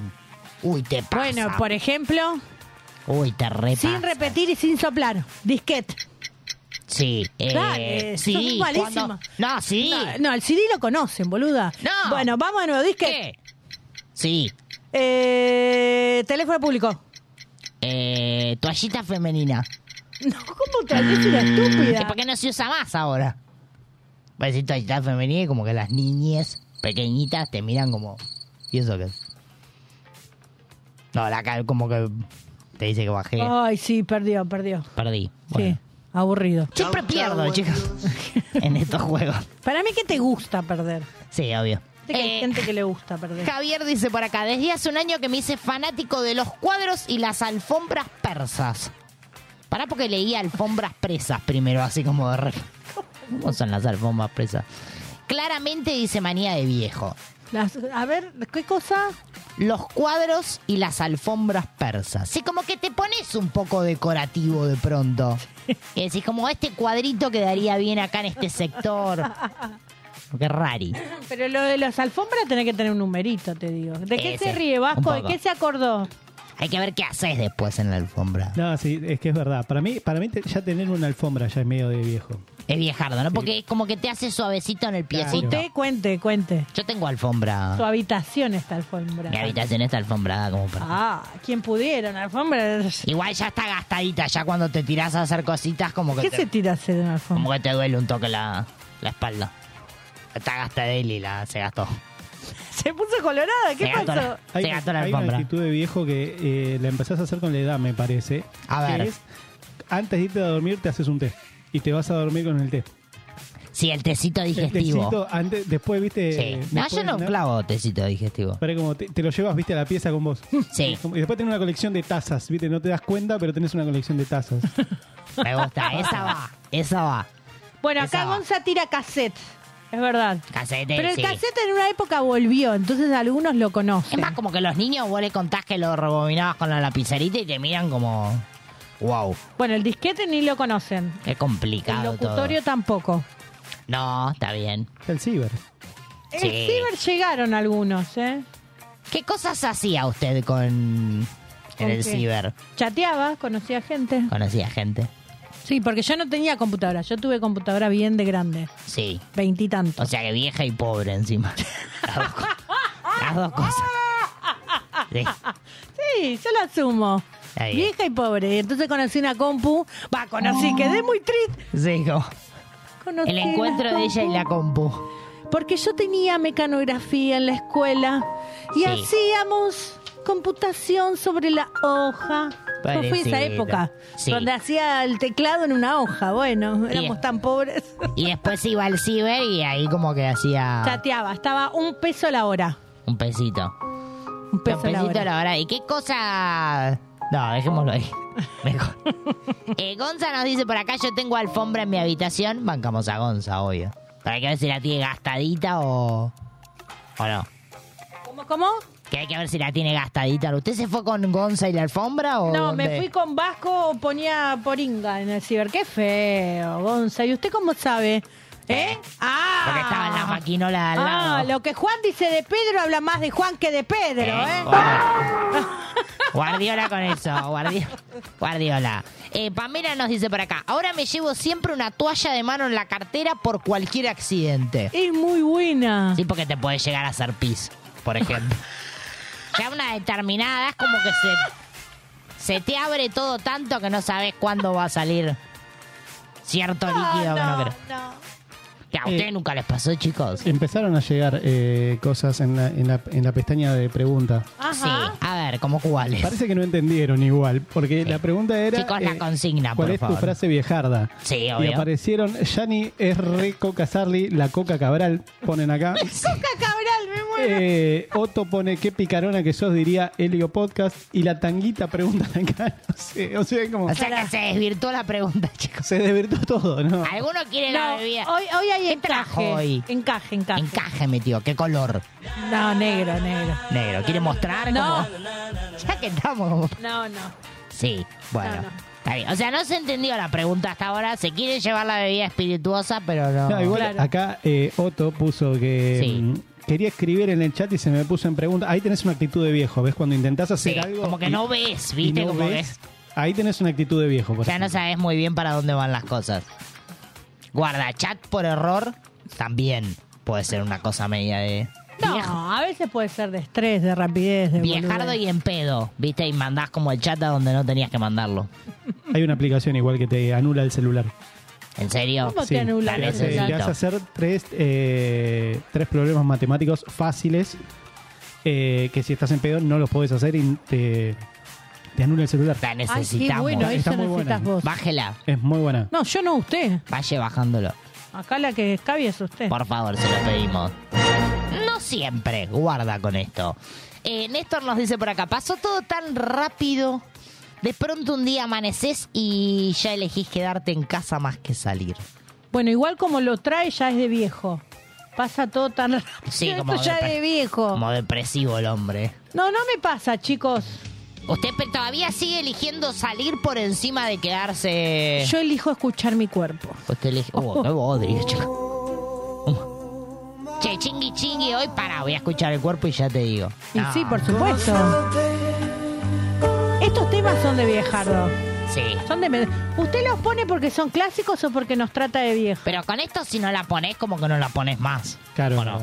Speaker 4: Uy, te pasa.
Speaker 3: Bueno, por ejemplo,
Speaker 4: Uy, te repasa.
Speaker 3: sin repetir y sin soplar. Disquete.
Speaker 4: Sí. eh,
Speaker 3: Dale, sos
Speaker 4: sí.
Speaker 3: malísima.
Speaker 4: cuando- No, sí.
Speaker 3: No, no, el CD lo conocen, boluda.
Speaker 4: No.
Speaker 3: Bueno, vamos de nuevo. Disquete.
Speaker 4: ¿Qué? Sí.
Speaker 3: Eh, teléfono público.
Speaker 4: Eh, toallita femenina.
Speaker 3: No, ¿cómo te haces una estúpida?
Speaker 4: Sí, ¿Por qué no se usa más ahora? Voy a decir toallita femenina y como que las niñas pequeñitas te miran como... ¿Y eso qué es? No, la cara como que te dice que bajé.
Speaker 3: Ay, sí, perdió, perdió.
Speaker 4: Perdí. Bueno,
Speaker 3: Sí, aburrido.
Speaker 4: Siempre pierdo, chicos, [LAUGHS] en estos juegos.
Speaker 3: Para mí que te gusta perder.
Speaker 4: Sí, obvio.
Speaker 3: Viste que hay
Speaker 4: Eh,
Speaker 3: gente que le gusta perder.
Speaker 4: Javier dice por acá, desde hace un año que me hice fanático de los cuadros y las alfombras persas. Pará porque leía alfombras presas primero, así como de... re- ¿Cómo son las alfombras presas? Claramente dice manía de viejo.
Speaker 3: Las- a ver, ¿qué cosa?
Speaker 4: Los cuadros y las alfombras persas. Sí, como que te pones un poco decorativo de pronto. Y decís, como este cuadrito quedaría bien acá en este sector. Qué rari.
Speaker 3: [LAUGHS] Pero lo de las alfombras tenés que tener un numerito, te digo. ¿De qué
Speaker 4: Ese,
Speaker 3: se ríe,
Speaker 4: un
Speaker 3: Vasco?
Speaker 4: poco.
Speaker 3: ¿De qué se acordó?
Speaker 4: Hay que ver qué haces después en la alfombra.
Speaker 5: No, sí, es que es verdad. Para mí, para mí te- ya tener una alfombra ya es medio de viejo.
Speaker 4: Es viejardo, ¿no? Porque es como que te hace suavecito en el piecito.
Speaker 3: Usted cuente, cuente.
Speaker 4: Yo tengo alfombra.
Speaker 3: Su habitación está alfombra.
Speaker 4: Mi habitación está alfombrada como para...
Speaker 3: Ah, quien pudiera, una alfombra.
Speaker 4: Igual ya está gastadita, ya cuando te tirás a hacer cositas como que
Speaker 3: ¿Qué
Speaker 4: te,
Speaker 3: se tira a hacer una alfombra? [LAUGHS]
Speaker 4: como que te duele un toque la, la espalda. Está gastadela y la se gastó.
Speaker 3: Se puso colorada, ¿qué
Speaker 4: se gastó
Speaker 3: pasó?
Speaker 4: la, se gastó la
Speaker 5: hay una
Speaker 4: alfombra.
Speaker 5: actitud de viejo que eh, la empezás a hacer con la edad, me parece.
Speaker 4: A
Speaker 5: que
Speaker 4: ver.
Speaker 5: es, antes de irte a dormir, te haces un té. Y te vas a dormir con el té.
Speaker 4: Sí, el tecito
Speaker 5: El
Speaker 4: digestivo.
Speaker 5: tecito, antes, después, viste. eh,
Speaker 4: Sí. No,
Speaker 5: después
Speaker 4: yo no
Speaker 5: de cenar,
Speaker 4: clavo tecito digestivo.
Speaker 5: pero como te, te lo llevas, viste, a la pieza con vos.
Speaker 4: [LAUGHS] Sí,
Speaker 5: Y después tenés una colección de tazas, viste, no te das cuenta, pero tenés una colección de tazas.
Speaker 3: [LAUGHS]
Speaker 4: me gusta. [LAUGHS] Esa va, esa va.
Speaker 3: Bueno,
Speaker 4: Esa
Speaker 3: acá
Speaker 4: va.
Speaker 3: Gonza tira cassette. Es verdad.
Speaker 4: Casete,
Speaker 3: Pero el
Speaker 4: sí.
Speaker 3: cassette en una época volvió, entonces algunos lo
Speaker 4: Es
Speaker 3: conocen.
Speaker 4: más, como que los niños vos le contás que lo rebobinabas con la lapicerita y te miran como. ¡Wow!
Speaker 3: Bueno, el disquete ni lo conocen.
Speaker 4: ¡Qué complicado
Speaker 3: El
Speaker 4: todo!
Speaker 3: locutorio tampoco.
Speaker 4: No, está bien.
Speaker 5: El ciber.
Speaker 3: El
Speaker 4: Sí.
Speaker 3: ciber llegaron algunos, ¿eh?
Speaker 4: ¿Qué cosas hacía usted con. en
Speaker 3: ¿Con
Speaker 4: el
Speaker 3: qué?
Speaker 4: ciber?
Speaker 3: Chateaba, conocía gente.
Speaker 4: ¿Conocía gente?
Speaker 3: Sí, porque yo no tenía computadora. Yo tuve computadora bien de grande.
Speaker 4: Sí.
Speaker 3: Veintitantos.
Speaker 4: O sea que vieja y pobre encima. [LAUGHS] Las dos, co- las dos cosas. Sí.
Speaker 3: Sí, yo la asumo.
Speaker 4: Está bien. Oh.
Speaker 3: Vieja y pobre. Y Entonces conocí una compu. Va, conocí, quedé muy triste.
Speaker 4: Sí, como
Speaker 3: Conocí
Speaker 4: El
Speaker 3: una
Speaker 4: encuentro de ella y la compu.
Speaker 3: Porque yo tenía mecanografía en la escuela y
Speaker 4: Sí.
Speaker 3: hacíamos computación sobre la hoja. Yo fui a esa
Speaker 4: Pobrecita.
Speaker 3: época,
Speaker 4: Sí.
Speaker 3: donde hacía el teclado en una hoja. Bueno,
Speaker 4: Bien.
Speaker 3: éramos tan pobres.
Speaker 4: Y después iba al ciber y ahí como que hacía
Speaker 3: Chateaba, estaba un peso la hora.
Speaker 4: un pesito.
Speaker 3: Un peso,
Speaker 4: Un
Speaker 3: la
Speaker 4: pesito
Speaker 3: hora.
Speaker 4: a la hora. ¿Y qué cosa...? No, dejémoslo [LAUGHS] ahí. Mejor. Eh, Gonza nos dice por acá, yo tengo alfombra en mi habitación. Bancamos a Gonza, obvio. Para que a ver si la tiene gastadita o... O no.
Speaker 3: ¿Cómo, cómo?
Speaker 4: Que hay que ver si la tiene gastadita. ¿Usted se fue con Gonza y la alfombra o
Speaker 3: No, me
Speaker 4: dónde?
Speaker 3: fui con Vasco, ponía poringa en el ciber. Qué feo, Gonza. ¿Y usted cómo sabe? ¿Eh? Ah.
Speaker 4: Porque estaba en la maquinola de al lado.
Speaker 3: Ah, lo que Juan dice de Pedro habla más de Juan que de Pedro, ¿eh?
Speaker 4: [LAUGHS] Guardiola con eso, guardi- Guardiola. Eh, Pamela nos dice por acá, ahora me llevo siempre una toalla de mano en la cartera por cualquier accidente.
Speaker 3: Es muy buena.
Speaker 4: Sí, porque te puede llegar a hacer pis, por ejemplo. ya una determinada es como que se, se te abre todo tanto que no sabes cuándo va a salir cierto líquido que no creo. Que a
Speaker 5: Eh.
Speaker 4: ustedes nunca les pasó, chicos.
Speaker 5: Empezaron a llegar eh, cosas en la, en, la, en la pestaña de preguntas.
Speaker 4: Sí,
Speaker 3: Ajá.
Speaker 4: a ver, ¿cómo cuáles?
Speaker 5: Parece que no entendieron igual, porque la pregunta era...
Speaker 4: Chicos, la
Speaker 5: eh,
Speaker 4: consigna,
Speaker 5: ¿Cuál
Speaker 4: por
Speaker 5: es
Speaker 4: favor.
Speaker 5: tu frase viejarda?
Speaker 4: Sí,
Speaker 5: Y
Speaker 4: obvio.
Speaker 5: aparecieron Yanni es re Coca Sarli, la Coca Cabral, ponen
Speaker 4: [LAUGHS]
Speaker 5: acá.
Speaker 3: Coca Cabral, me muero.
Speaker 5: Eh, Otto pone qué picarona que sos, diría Helio Podcast. Y la tanguita pregunta acá, [LAUGHS] no sé, o sea, como
Speaker 4: O sea que se desvirtuó la pregunta, [LAUGHS]
Speaker 5: [LAUGHS]
Speaker 4: chicos.
Speaker 5: se desvirtó todo, ¿no?
Speaker 4: ¿Alguno quiere la
Speaker 3: No,
Speaker 4: bebida?
Speaker 3: hoy, hoy hay
Speaker 4: ¿Qué trajo
Speaker 3: encaje.
Speaker 4: hoy?
Speaker 3: Encaje, encaje.
Speaker 4: Encaje, mi tío. ¿Qué color?
Speaker 3: No, negro, negro.
Speaker 4: Negro. ¿Quiere mostrar?
Speaker 3: No.
Speaker 4: cómo? Ya que estamos.
Speaker 3: No, no.
Speaker 4: Sí, bueno.
Speaker 3: No, no.
Speaker 4: Está bien. O sea, no se entendió la pregunta hasta ahora. Se quiere llevar la bebida espirituosa, pero no.
Speaker 5: No, igual
Speaker 3: Claro.
Speaker 5: acá eh, Otto puso que
Speaker 4: Sí.
Speaker 5: mm, quería escribir en el chat y se me puso en pregunta. Ahí tenés una actitud de viejo, ¿ves? Cuando intentás hacer
Speaker 4: Sí,
Speaker 5: algo.
Speaker 4: como que
Speaker 5: y-
Speaker 4: no ves,
Speaker 5: y
Speaker 4: ¿viste?
Speaker 5: no
Speaker 4: como
Speaker 5: ves,
Speaker 4: que-
Speaker 5: Ahí tenés una actitud de viejo. por
Speaker 4: O sea, no
Speaker 5: ejemplo.
Speaker 4: sabes muy bien para dónde van las cosas. Guarda, chat por error también puede ser una cosa media de.
Speaker 3: No,
Speaker 4: Viejo-
Speaker 3: a veces puede ser de estrés, de rapidez, de
Speaker 4: Viejardo
Speaker 3: boludez.
Speaker 4: y en pedo, ¿viste? Y mandás como el chat a donde no tenías que mandarlo.
Speaker 5: Hay una aplicación igual que te anula el celular.
Speaker 4: ¿En serio?
Speaker 3: ¿Cómo te anula el
Speaker 4: tal vez
Speaker 5: Te
Speaker 4: necesito.
Speaker 5: vas
Speaker 3: celular?
Speaker 5: a hacer tres, eh, tres problemas matemáticos fáciles eh, que si estás en pedo no los podés hacer y te, te anula el celular.
Speaker 4: La
Speaker 3: Ay, qué
Speaker 4: necesitamos.
Speaker 3: bueno,
Speaker 5: Está
Speaker 3: eso
Speaker 5: muy buena.
Speaker 3: necesitas vos.
Speaker 4: Bájela.
Speaker 5: Es muy buena.
Speaker 3: No, yo no usted.
Speaker 4: Vaya bajándolo.
Speaker 3: Acá la que escabia es usted.
Speaker 4: Por favor, se lo pedimos. No siempre. Guarda con esto. Eh, Néstor nos dice por acá, pasó todo tan rápido. De pronto un día amaneces y ya elegís quedarte en casa más que salir.
Speaker 3: Bueno, igual como lo trae ya es de viejo. Pasa todo tan rápido. [LAUGHS]
Speaker 4: Sí,
Speaker 3: Esto
Speaker 4: como
Speaker 3: ya
Speaker 4: depre-
Speaker 3: de viejo.
Speaker 4: Como depresivo el hombre.
Speaker 3: No, no me pasa, chicos.
Speaker 4: Usted pe- todavía sigue eligiendo salir por encima de quedarse...
Speaker 3: Yo elijo escuchar mi cuerpo.
Speaker 4: Usted elige... Oh, qué bodrio, chico. Che, chingui chingui, hoy para, voy a escuchar el cuerpo y ya te digo.
Speaker 3: Y
Speaker 4: No,
Speaker 3: sí, por supuesto. Estos temas son de viejardo.
Speaker 4: Sí.
Speaker 3: Son de med- ¿Usted los pone porque son clásicos o porque nos trata de viejo?
Speaker 4: Pero con esto si no la pones, como que no la pones más.
Speaker 5: Claro.
Speaker 4: ¿O no?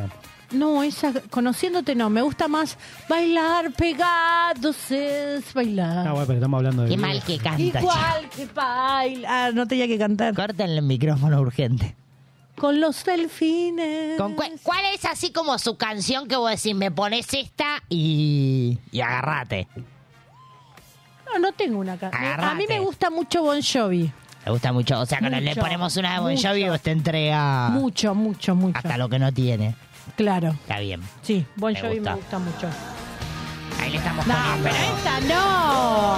Speaker 3: No, esa, conociéndote no, me gusta más bailar pegados es
Speaker 5: Ah,
Speaker 3: bailar.
Speaker 5: bueno, pero estamos hablando de.
Speaker 4: Qué mal que canta, chico.
Speaker 3: Igual que bailar. No tenía que cantar.
Speaker 4: Córtenle el micrófono urgente.
Speaker 3: Con los delfines.
Speaker 4: ¿Con cu- ¿Cuál es así como su canción que vos decís, me pones esta y, y agarrate?
Speaker 3: No, no tengo una canción. A mí
Speaker 4: Agarrate.
Speaker 3: me gusta mucho Bon Jovi.
Speaker 4: Me gusta mucho. O sea, cuando le
Speaker 3: Mucho,
Speaker 4: ponemos una de Bon Jovi,
Speaker 3: mucho.
Speaker 4: vos te entrega
Speaker 3: Mucho, mucho, mucho.
Speaker 4: hasta lo que no tiene.
Speaker 3: Claro.
Speaker 4: Está bien.
Speaker 3: Sí, Bon
Speaker 4: Me
Speaker 3: Jovi
Speaker 4: gusta.
Speaker 3: me gusta mucho.
Speaker 4: Ahí le estamos
Speaker 3: No,
Speaker 4: poniendo.
Speaker 3: pero esta no.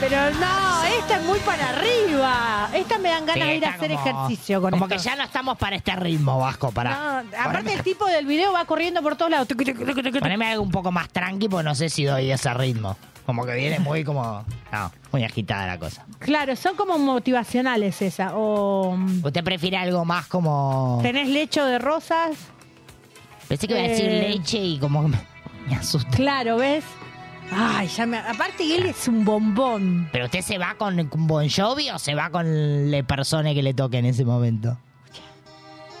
Speaker 3: Pero no, esta es muy para arriba. Esta me dan ganas de ir a
Speaker 4: Esta
Speaker 3: hacer
Speaker 4: como-
Speaker 3: ejercicio con
Speaker 4: Como
Speaker 3: esto.
Speaker 4: que ya no estamos para este ritmo, Vasco, para.
Speaker 3: No, aparte el tipo del video va corriendo por todos lados. Tuc, tuc, tuc, tuc, tuc.
Speaker 4: Poneme algo un poco más tranqui, porque no sé si doy ese ritmo. Como que viene muy como. No, muy agitada la cosa.
Speaker 3: Claro, son como motivacionales esa. O mm,
Speaker 4: ¿Usted prefiere algo más como.?
Speaker 3: tenés lecho de rosas.
Speaker 4: Pensé que iba a decir
Speaker 3: Eh.
Speaker 4: leche y como. que Me, me asusta.
Speaker 3: Claro, ¿ves? Ay, ya me... Aparte él es un bombón.
Speaker 4: ¿Pero usted se va con Bon Jovi o se va con le persone que le toque en ese momento?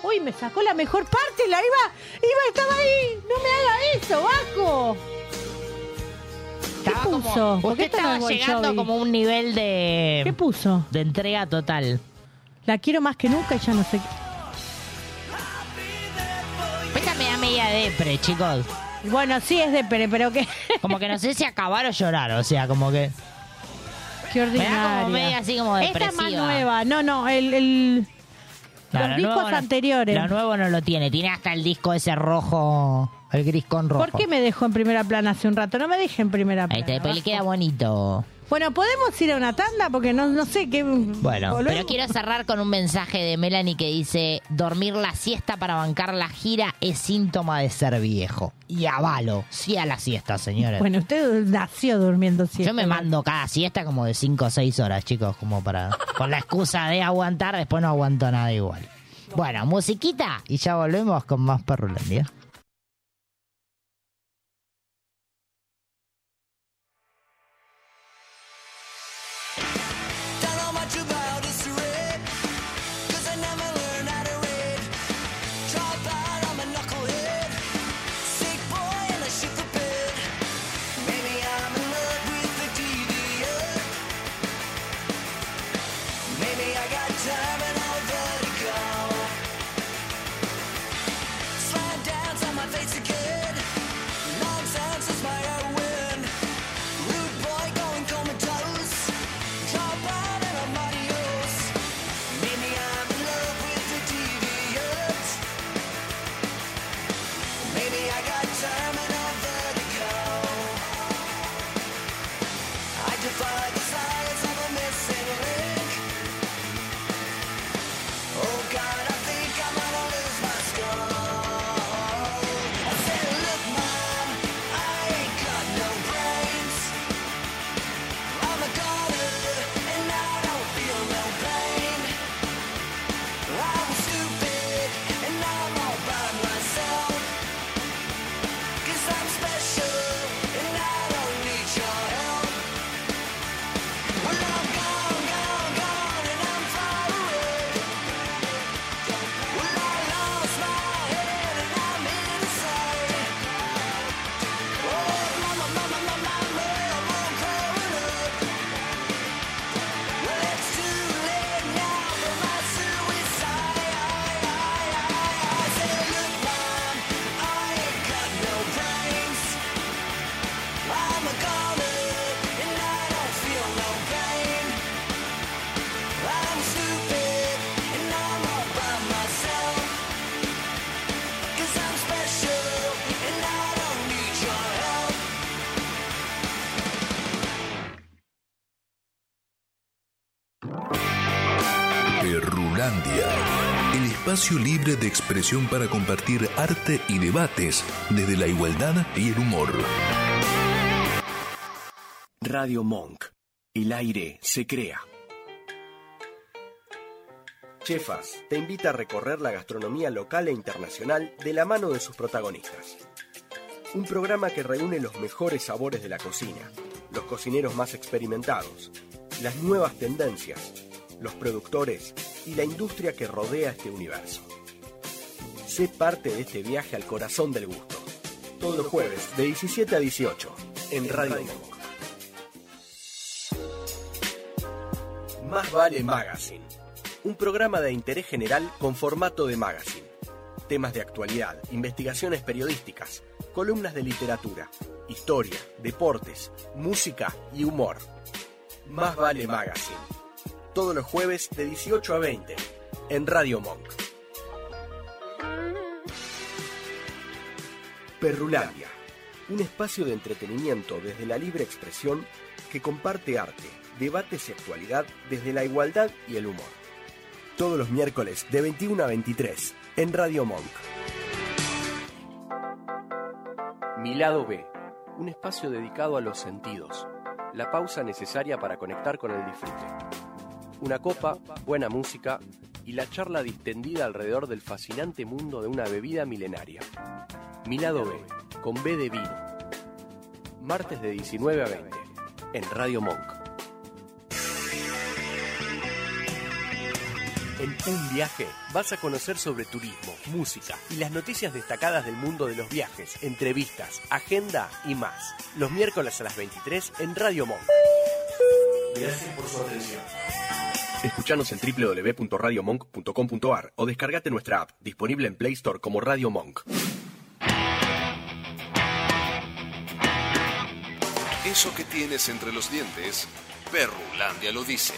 Speaker 3: Uy, me sacó la mejor parte, la iba, iba, estaba ahí. No me haga eso, Vasco. ¿Qué
Speaker 4: Estaba como-
Speaker 3: puso? ¿Por
Speaker 4: usted
Speaker 3: qué esto no
Speaker 4: estaba
Speaker 3: es Bon
Speaker 4: llegando
Speaker 3: Jovi?
Speaker 4: como a un nivel de.
Speaker 3: ¿Qué puso?
Speaker 4: de entrega total.
Speaker 3: La quiero más que nunca y ya no sé. qué-
Speaker 4: Esta me da media depre, chicos.
Speaker 3: Bueno, sí es de Pere, pero qué,
Speaker 4: Como que no sé si acabar o llorar, o sea, como que.
Speaker 3: qué ordinaria.
Speaker 4: media así como
Speaker 3: Esta es más
Speaker 4: depresiva.
Speaker 3: nueva. No, no, el, el-
Speaker 4: No,
Speaker 3: los
Speaker 4: lo
Speaker 3: discos
Speaker 4: nuevo no-
Speaker 3: anteriores.
Speaker 4: Lo nuevo no lo tiene, tiene hasta el disco ese rojo, el gris con rojo.
Speaker 3: ¿Por qué me dejó en primera plana hace un rato? No me dejé en primera
Speaker 4: Ahí
Speaker 3: plana.
Speaker 4: está, después le
Speaker 3: Vasco.
Speaker 4: queda bonito.
Speaker 3: Bueno, ¿podemos ir a una tanda? Porque no, no sé qué...
Speaker 4: Bueno,
Speaker 3: volvemos.
Speaker 4: pero quiero cerrar con un mensaje de Melanie que dice: Dormir la siesta para bancar la gira es síntoma de ser viejo. Y avalo, sí a la siesta, señores.
Speaker 3: Bueno, usted nació durmiendo siempre.
Speaker 4: Yo me mando cada siesta como de 5 o 6 horas, chicos, como para. Con la excusa de aguantar, después no aguanto nada igual. Bueno, musiquita y ya volvemos con más Perrulandia.
Speaker 2: Don't know much about this rap, 'cause I never learned how to rap. Drive by, I'm a knucklehead, sick boy, and I shit the bed. Maybe I'm in love with the deviant. Maybe I got time and all that to go. Slide downs on my face again. Long sounds is my outwind. Rude boy going comatose. Drop out and I'm adios. Maybe I'm in love with the deviant. Maybe I got time enough to go. I defy the science of a missing link. Oh God, I think I'm gonna lose my skull. I said, look, mom, I ain't got no brains. I'm a daughter, and I don't feel no pain. I was stupid, and I'm all by myself. Cause I'm special, and I don't need your help. Well, I'm gone, gone, gone, and I'm far away. Well, I lost my head, and I'm insane. Oh, mama, mama, mama, mama, I'm growing up. Well, it's too late now for my suicide. I said, look, mom, I ain't got no brains. I'm a goner and I don't feel no pain. I'm stupid and I'm all by myself. 'Cause I'm special and I don't need your help.
Speaker 6: Perrulandia, el espacio libre de expresión para compartir arte y debates desde la igualdad y el humor.
Speaker 10: Radio Monk. El aire se crea.
Speaker 11: Chefas te invita a recorrer la gastronomía local e internacional de la mano de sus protagonistas. Un programa que reúne los mejores sabores de la cocina, los cocineros más experimentados, las nuevas tendencias, los productores y la industria que rodea este universo. Sé parte de este viaje al corazón del gusto. Todos los jueves de 17 a 18 en Radio Monk. Más vale Magazine. Un programa de interés general con formato de magazine. Temas de actualidad, investigaciones periodísticas, columnas de literatura, historia, deportes, música y humor. Más vale magazine. Todos los jueves de 18 a 20 en Radio Monk. Perrulandia. un espacio de entretenimiento desde la libre expresión que comparte arte, debates y actualidad desde la igualdad y el humor. Todos los miércoles de 21 a 23 en Radio Monk. Mi lado B, un espacio dedicado a los sentidos, la pausa necesaria para conectar con el disfrute. Una copa, buena música y la charla distendida alrededor del fascinante mundo de una bebida milenaria. Mi lado B, con B de vino. Martes de 19 a 20, en Radio Monk. En un viaje vas a conocer sobre turismo, música y las noticias destacadas del mundo de los viajes, entrevistas, agenda y más. Los miércoles a las 23 en Radio Monk. Gracias por su atención. Escuchanos en www.radiomonk.com.ar o descargate nuestra app, disponible en Play Store como Radio Monk.
Speaker 1: Eso que tienes entre los dientes, Perrulandia lo dice.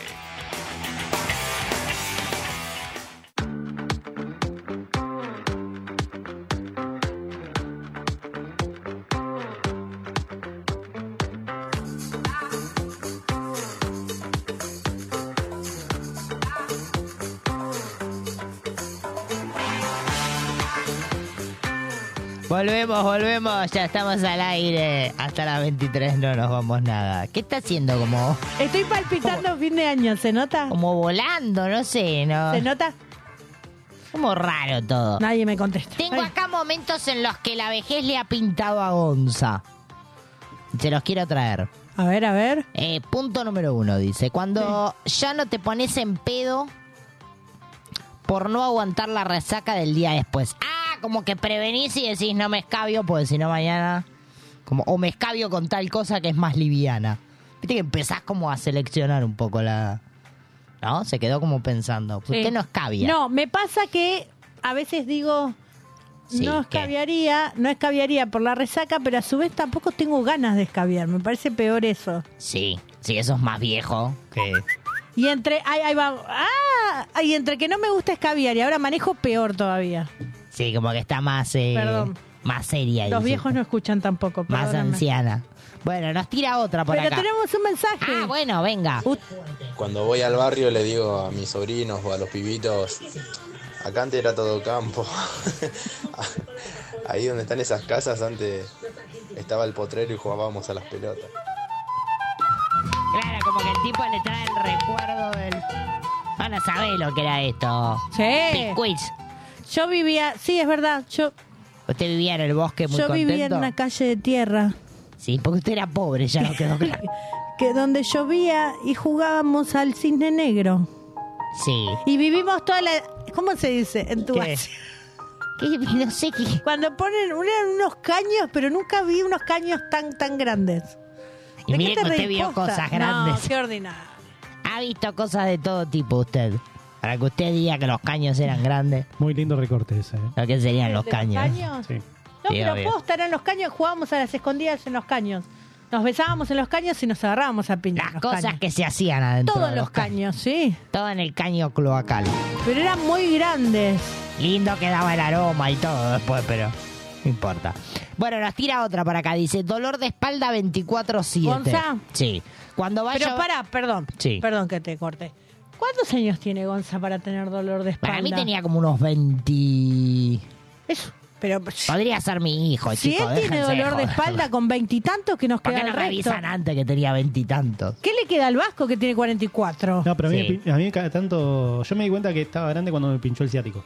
Speaker 4: Volvemos, volvemos, ya estamos al aire. Hasta las 23 no nos vamos nada. ¿Qué está haciendo como
Speaker 3: Estoy palpitando fin de año, ¿se nota?
Speaker 4: Como volando, no sé, ¿no?
Speaker 3: ¿Se nota?
Speaker 4: Como raro todo.
Speaker 3: Nadie me contesta.
Speaker 4: Tengo acá momentos en los que la vejez le ha pintado a Gonza. Se los quiero traer. Eh,
Speaker 3: A ver, a ver.
Speaker 4: punto número uno, dice. Cuando ya no te pones en pedo por no aguantar la resaca del día después. Ah, como que prevenís y decís no me escabio, porque si no mañana... Como, o me escabio con tal cosa que es más liviana. Viste que empezás como a seleccionar un poco la... ¿No? Se quedó como pensando. ¿Por
Speaker 3: Sí.
Speaker 4: qué no escabia?
Speaker 3: No, me pasa que a veces digo,
Speaker 4: Sí,
Speaker 3: no
Speaker 4: ¿qué?
Speaker 3: escabiaría, no escabiaría por la resaca, pero a su vez tampoco tengo ganas de escabiar. Me parece peor eso.
Speaker 4: Sí, sí, eso es más viejo que...
Speaker 3: Y entre, ay, ahí va, ah, y entre que no me gusta escabiar y ahora manejo peor todavía.
Speaker 4: Sí, como que está más... eh,
Speaker 3: Perdón.
Speaker 4: Más seria.
Speaker 3: Los
Speaker 4: dice.
Speaker 3: viejos no escuchan tampoco.
Speaker 4: Más
Speaker 3: perdóname.
Speaker 4: anciana. Bueno, nos tira otra por
Speaker 3: Pero
Speaker 4: acá.
Speaker 3: tenemos un mensaje.
Speaker 4: Ah, bueno, venga.
Speaker 12: Cuando voy al barrio le digo a mis sobrinos o a los pibitos, acá antes era todo campo. [LAUGHS] Ahí donde están esas casas antes estaba el potrero y jugábamos a las pelotas.
Speaker 4: Claro, como que el tipo le trae el recuerdo del... Van a saber lo que era esto.
Speaker 3: Sí. Yo vivía, sí, es verdad, yo,
Speaker 4: Usted vivía en el bosque muy
Speaker 3: yo
Speaker 4: contento.
Speaker 3: vivía en una calle de tierra.
Speaker 4: Sí, porque usted era pobre, ya nos quedó
Speaker 3: [LAUGHS]
Speaker 4: claro.
Speaker 3: que donde llovía y jugábamos al cisne negro.
Speaker 4: Sí.
Speaker 3: Y vivimos toda la... ¿Cómo se dice? En tu
Speaker 4: ¿Qué? No sé qué. [LAUGHS]
Speaker 3: Cuando ponen eran unos caños, pero nunca vi unos caños tan tan grandes.
Speaker 4: Y
Speaker 3: ¿De qué
Speaker 4: mire
Speaker 3: te
Speaker 4: que usted
Speaker 3: reís,
Speaker 4: vio
Speaker 3: posta?
Speaker 4: cosas grandes.
Speaker 3: No, qué ordinario.
Speaker 4: Ha visto cosas de todo tipo usted. Para que usted diga que los caños eran grandes.
Speaker 5: Muy lindo recorte ese. ¿eh?
Speaker 4: Lo que serían los
Speaker 3: ¿De los
Speaker 4: caños.
Speaker 3: caños?
Speaker 5: Sí.
Speaker 3: No,
Speaker 4: Sí,
Speaker 3: pero
Speaker 4: obvio.
Speaker 3: posta, eran los caños, jugábamos a las escondidas en los caños. Nos besábamos en los caños y nos agarrábamos a piña. Las
Speaker 4: Cosas que se hacían adentro.
Speaker 3: Todos
Speaker 4: de
Speaker 3: los caños, sí.
Speaker 4: Todo en el caño cloacal.
Speaker 3: Pero eran muy grandes.
Speaker 4: Lindo quedaba el aroma y todo después, pero no importa. Bueno, nos tira otra para acá. Dice, dolor de espalda 24-7.
Speaker 3: Gonza.
Speaker 4: este, Sí. Cuando vaya...
Speaker 3: Pero pará, perdón.
Speaker 4: Sí.
Speaker 3: Perdón que te corté. ¿Cuántos años tiene Gonza para tener dolor de espalda?
Speaker 4: Para mí tenía como unos 20...
Speaker 3: Pero...
Speaker 4: Podría ser mi hijo,
Speaker 3: Si
Speaker 4: chicos,
Speaker 3: él tiene
Speaker 4: déjense de
Speaker 3: dolor de
Speaker 4: joder.
Speaker 3: espalda con veintitantos que nos
Speaker 4: ¿Por
Speaker 3: queda
Speaker 4: qué
Speaker 3: el
Speaker 4: no
Speaker 3: resto?
Speaker 4: revisan antes que tenía veintitantos?
Speaker 3: ¿Qué le queda al Vasco que tiene 44?
Speaker 5: No, pero a mí, me pin- a mí cada tanto. Yo me di cuenta que estaba grande cuando me pinchó el ciático.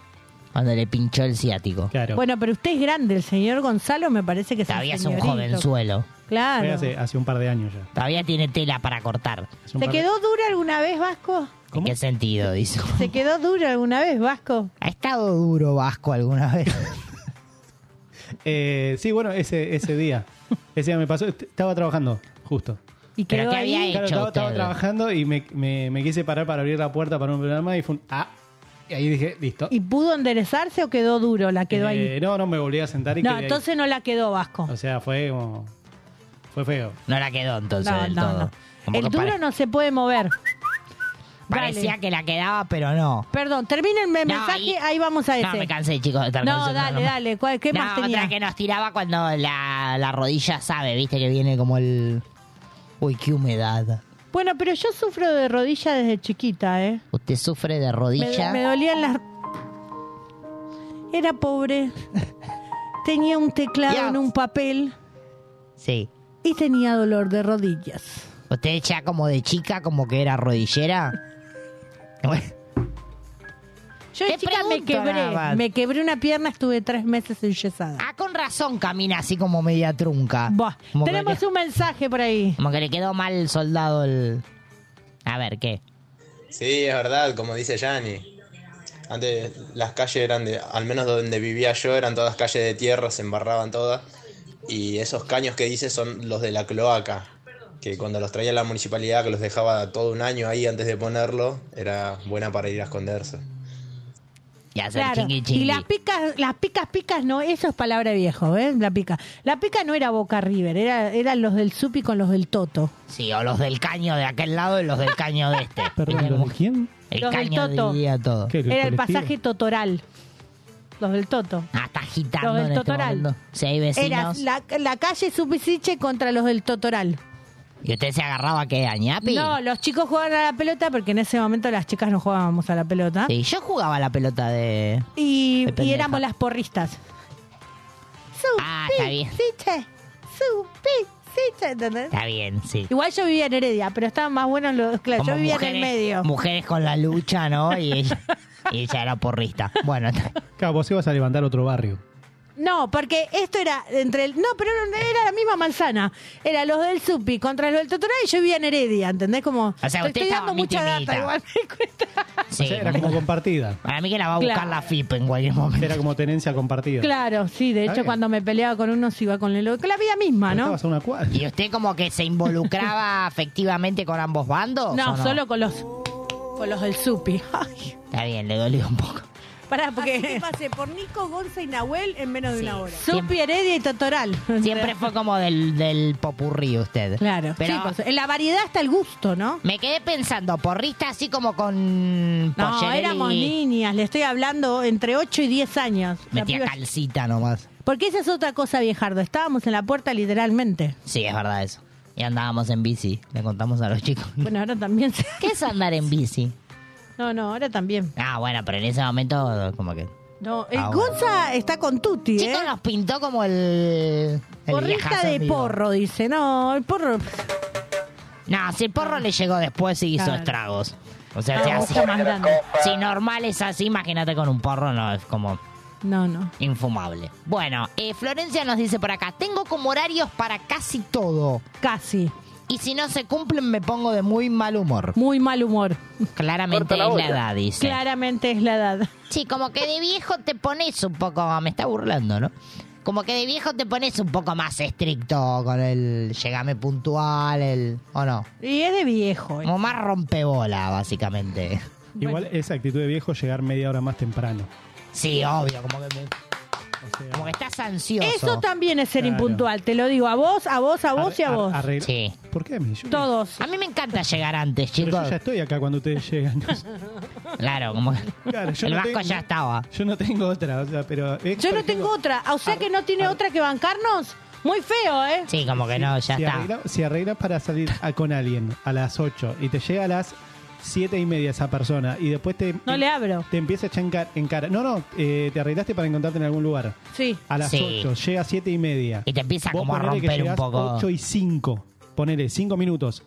Speaker 4: Cuando le pinchó el ciático.
Speaker 5: Claro.
Speaker 3: Bueno, pero usted es grande, el señor Gonzalo me parece que es
Speaker 4: Todavía
Speaker 3: un
Speaker 4: es un
Speaker 3: señorito.
Speaker 4: jovenzuelo.
Speaker 5: Fue
Speaker 3: Claro.
Speaker 5: hace,
Speaker 3: ¿Te
Speaker 5: hace un par de años ya.
Speaker 4: Todavía tiene tela para cortar.
Speaker 3: quedó dura alguna vez, Vasco?
Speaker 4: ¿En qué sentido, dice?
Speaker 3: ¿Te quedó dura alguna vez, Vasco?
Speaker 4: ¿Ha estado duro Vasco alguna vez?
Speaker 5: Eh, sí, bueno, ese, ese
Speaker 4: [LAUGHS]
Speaker 5: día. Ese día me pasó. est- Estaba trabajando, justo.
Speaker 3: ¿Y
Speaker 4: ¿Pero quedó qué había ahí? hecho
Speaker 5: Claro, estaba, estaba
Speaker 4: usted?
Speaker 5: trabajando y me, me- me quise parar para abrir la puerta para un programa y fue un. Ah. Y ahí dije, listo.
Speaker 3: ¿Y pudo enderezarse o quedó duro? La
Speaker 5: Eh,
Speaker 3: quedó ahí.
Speaker 5: No, no, me volví a sentar y quedé
Speaker 3: No,
Speaker 5: ahí.
Speaker 3: entonces no la quedó Vasco.
Speaker 5: O sea, fue como. Fue feo.
Speaker 4: No la quedó entonces
Speaker 3: No,
Speaker 4: del
Speaker 3: no,
Speaker 4: todo.
Speaker 3: no.
Speaker 4: Como
Speaker 3: El
Speaker 4: que pare-
Speaker 3: duro no se puede mover.
Speaker 4: Parecía que la quedaba, pero no.
Speaker 3: Perdón, terminen el mensaje, ahí vamos a ese.
Speaker 4: No, me cansé, chicos. de estar
Speaker 3: No,
Speaker 4: concentrado
Speaker 3: dale,
Speaker 4: nomás.
Speaker 3: dale. ¿cuál- ¿Qué
Speaker 4: No,
Speaker 3: más
Speaker 4: otra
Speaker 3: tenía?
Speaker 4: que nos tiraba cuando la, la rodilla sabe, viste que viene como el... Uy, qué humedad.
Speaker 3: Bueno, pero yo sufro de rodilla desde chiquita, ¿eh?
Speaker 4: Usted sufre de rodilla.
Speaker 3: Me, me dolían las. Era pobre. Tenía un teclado en un papel
Speaker 4: Sí.
Speaker 3: y tenía dolor de rodillas.
Speaker 4: Usted ya como de chica, como que era rodillera.
Speaker 3: Yo de chica me
Speaker 4: pregunto nada
Speaker 3: quebré.
Speaker 4: más.
Speaker 3: Me quebré una pierna, estuve tres meses enyesada.
Speaker 4: Ah, con razón camina así como media trunca. Como que
Speaker 3: Tenemos un mensaje por ahí.
Speaker 4: Como que le quedó mal soldado el. A ver, ¿qué?
Speaker 12: Sí, es verdad, como dice Yanni. Antes las calles eran de, al menos donde vivía yo, eran todas calles de tierra, se embarraban todas. Y esos caños que dice son los de la cloaca, que cuando los traía la municipalidad, que los dejaba todo un año ahí antes de ponerlo, era buena para ir a esconderse.
Speaker 4: Ya
Speaker 3: Claro, Y las picas, las picas, picas no, eso es palabra de viejo, ¿ves? La pica. La pica no era Boca River, era, eran los del Supi con los del Toto.
Speaker 4: Sí, o los del caño de aquel lado y los del caño de este.
Speaker 5: [LAUGHS] Perdón, ¿los de quién?
Speaker 4: El
Speaker 3: Los del
Speaker 4: caño
Speaker 3: Toto.
Speaker 4: dividía todo.
Speaker 3: Era el pasaje totoral. Los del Toto.
Speaker 4: Ah, está agitando
Speaker 3: Los del
Speaker 4: en este
Speaker 3: Totoral.
Speaker 4: momento. Sí, hay
Speaker 3: Era
Speaker 4: vecinos.
Speaker 3: la, la calle Supisiche contra los del Totoral.
Speaker 4: ¿Y usted se agarraba qué? ¿A ñapi?
Speaker 3: No, los chicos jugaban a la pelota porque en ese momento las chicas no jugábamos a la pelota.
Speaker 4: Sí, yo jugaba a la pelota de...
Speaker 3: Y,
Speaker 4: de
Speaker 3: y
Speaker 4: pendeja.
Speaker 3: éramos las porristas.
Speaker 4: Ah, está bien.
Speaker 3: Supisiche, Supisiche, ¿entendés?
Speaker 4: Está bien, sí.
Speaker 3: Igual yo vivía en Heredia, pero estaban más buenos los... Claro, yo
Speaker 4: Como
Speaker 3: vivía en
Speaker 4: mujeres-
Speaker 3: el medio.
Speaker 4: Mujeres con la lucha, ¿no? Y ella, y ella era porrista. Bueno, está-
Speaker 5: Claro, vos ibas a levantar otro barrio.
Speaker 3: No, porque esto era entre el. No, pero era la misma manzana. Era los del Supi contra los del Totoral y yo vivía en Heredia, ¿entendés? Como.
Speaker 4: O sea,
Speaker 3: te
Speaker 4: usted
Speaker 3: estoy
Speaker 4: estaba
Speaker 3: dando mucha
Speaker 4: mitimita.
Speaker 3: data igual.
Speaker 4: sí,
Speaker 5: O sea, era como compartida.
Speaker 4: Para mí que la va a buscar
Speaker 3: Claro.
Speaker 4: la FIP en cualquier momento.
Speaker 5: Era como tenencia compartida.
Speaker 3: Claro, sí, de
Speaker 5: Está
Speaker 3: hecho,
Speaker 5: bien.
Speaker 3: cuando me peleaba con unos iba con el otro. La vida misma, ¿no?
Speaker 5: Estabas a una cuadra.
Speaker 4: ¿Y usted como que se involucraba afectivamente con ambos bandos?
Speaker 3: No,
Speaker 4: o
Speaker 3: solo con [LAUGHS] los. Con los del Supi. [LAUGHS] Ay,
Speaker 4: Está bien, le dolió un poco.
Speaker 3: pará, porque. pasé por Nico, Gonza y Nahuel en menos de una hora. Supi,
Speaker 4: Siempre-
Speaker 3: Heredia y Totoral. [LAUGHS]
Speaker 4: Siempre fue como del, del popurrí usted.
Speaker 3: Claro,
Speaker 4: Pero
Speaker 3: chicos, en la variedad está el gusto, ¿no?
Speaker 4: me quedé pensando, porrista así como con...
Speaker 3: No,
Speaker 4: pollerel y-
Speaker 3: éramos niñas, le estoy hablando entre 8 y 10 años. La
Speaker 4: Metía
Speaker 3: piba-
Speaker 4: calcita nomás.
Speaker 3: Porque esa es otra cosa, viejardo. Estábamos en la puerta literalmente.
Speaker 4: Sí, es verdad eso. Y andábamos en bici, le contamos a los chicos.
Speaker 3: Bueno, ahora también. se-
Speaker 4: ¿Qué es andar en bici?
Speaker 3: No, no, ahora también.
Speaker 4: Ah, bueno, pero en ese momento como que...
Speaker 3: No, el
Speaker 4: Ah, bueno.
Speaker 3: Gonza está con Tuti, ¿eh?
Speaker 4: Chicos, nos pintó como el... el
Speaker 3: Porrista
Speaker 4: viejazo
Speaker 3: de
Speaker 4: en vivo.
Speaker 3: porro, dice. No, el porro.
Speaker 4: No, si el porro le llegó después y hizo
Speaker 3: Claro.
Speaker 4: estragos. O sea,
Speaker 3: Ah,
Speaker 4: si
Speaker 3: vos
Speaker 4: así-
Speaker 3: sos más grande.
Speaker 4: Si normal es así, imagínate con un porro, no, es como
Speaker 3: No, no.
Speaker 4: infumable. Bueno, eh, Florencia nos dice por acá, tengo como horarios para casi todo.
Speaker 3: Casi.
Speaker 4: Y si no se cumplen me pongo de muy mal humor.
Speaker 3: Muy mal humor.
Speaker 4: Claramente es la edad, dice.
Speaker 3: Claramente es la edad.
Speaker 4: Sí, como que de viejo te pones un poco, me está burlando, ¿no? Como que de viejo te pones un poco más estricto con el llegame puntual, el... ¿O no?
Speaker 3: Y es de viejo. ¿eh?
Speaker 4: Como más rompebola, básicamente.
Speaker 5: Igual esa actitud de viejo llegar media hora más temprano.
Speaker 4: Sí, obvio, como que, como que estás ansioso.
Speaker 3: Eso también es ser
Speaker 5: Claro.
Speaker 3: impuntual, te lo digo. A vos, a vos, a vos y a
Speaker 5: Ar-
Speaker 3: vos.
Speaker 5: arregla-
Speaker 4: Sí.
Speaker 5: ¿Por qué a mí? Yo,
Speaker 3: Todos.
Speaker 4: A mí me encanta llegar antes,
Speaker 5: pero yo
Speaker 4: chicos.
Speaker 5: ya estoy acá cuando ustedes llegan.
Speaker 4: Claro, como que
Speaker 5: Claro, yo
Speaker 4: el
Speaker 5: no
Speaker 4: vasco
Speaker 5: tengo-
Speaker 4: ya estaba.
Speaker 5: Yo no tengo otra, o sea, pero... es,
Speaker 3: Yo
Speaker 5: por
Speaker 3: no tengo
Speaker 5: ejemplo,
Speaker 3: otra. O sea que no tiene otra que bancarnos. Muy feo, ¿eh?
Speaker 4: Sí, como que no, ya
Speaker 5: si
Speaker 4: está.
Speaker 5: arregla- si arreglas para salir a- con alguien a las 8 y te llega a las 7 y media esa persona y después te,
Speaker 3: No le abro.
Speaker 5: te empieza a echar en cara... En cara. No, no, eh, te arreglaste para encontrarte en algún lugar.
Speaker 3: Sí.
Speaker 5: A las
Speaker 4: Sí.
Speaker 5: 8, llega a 7 y media.
Speaker 4: Y te empieza como a
Speaker 5: ponele que
Speaker 4: romper un
Speaker 5: llegás
Speaker 4: poco.
Speaker 5: 8 y 5, ponele 5 minutos.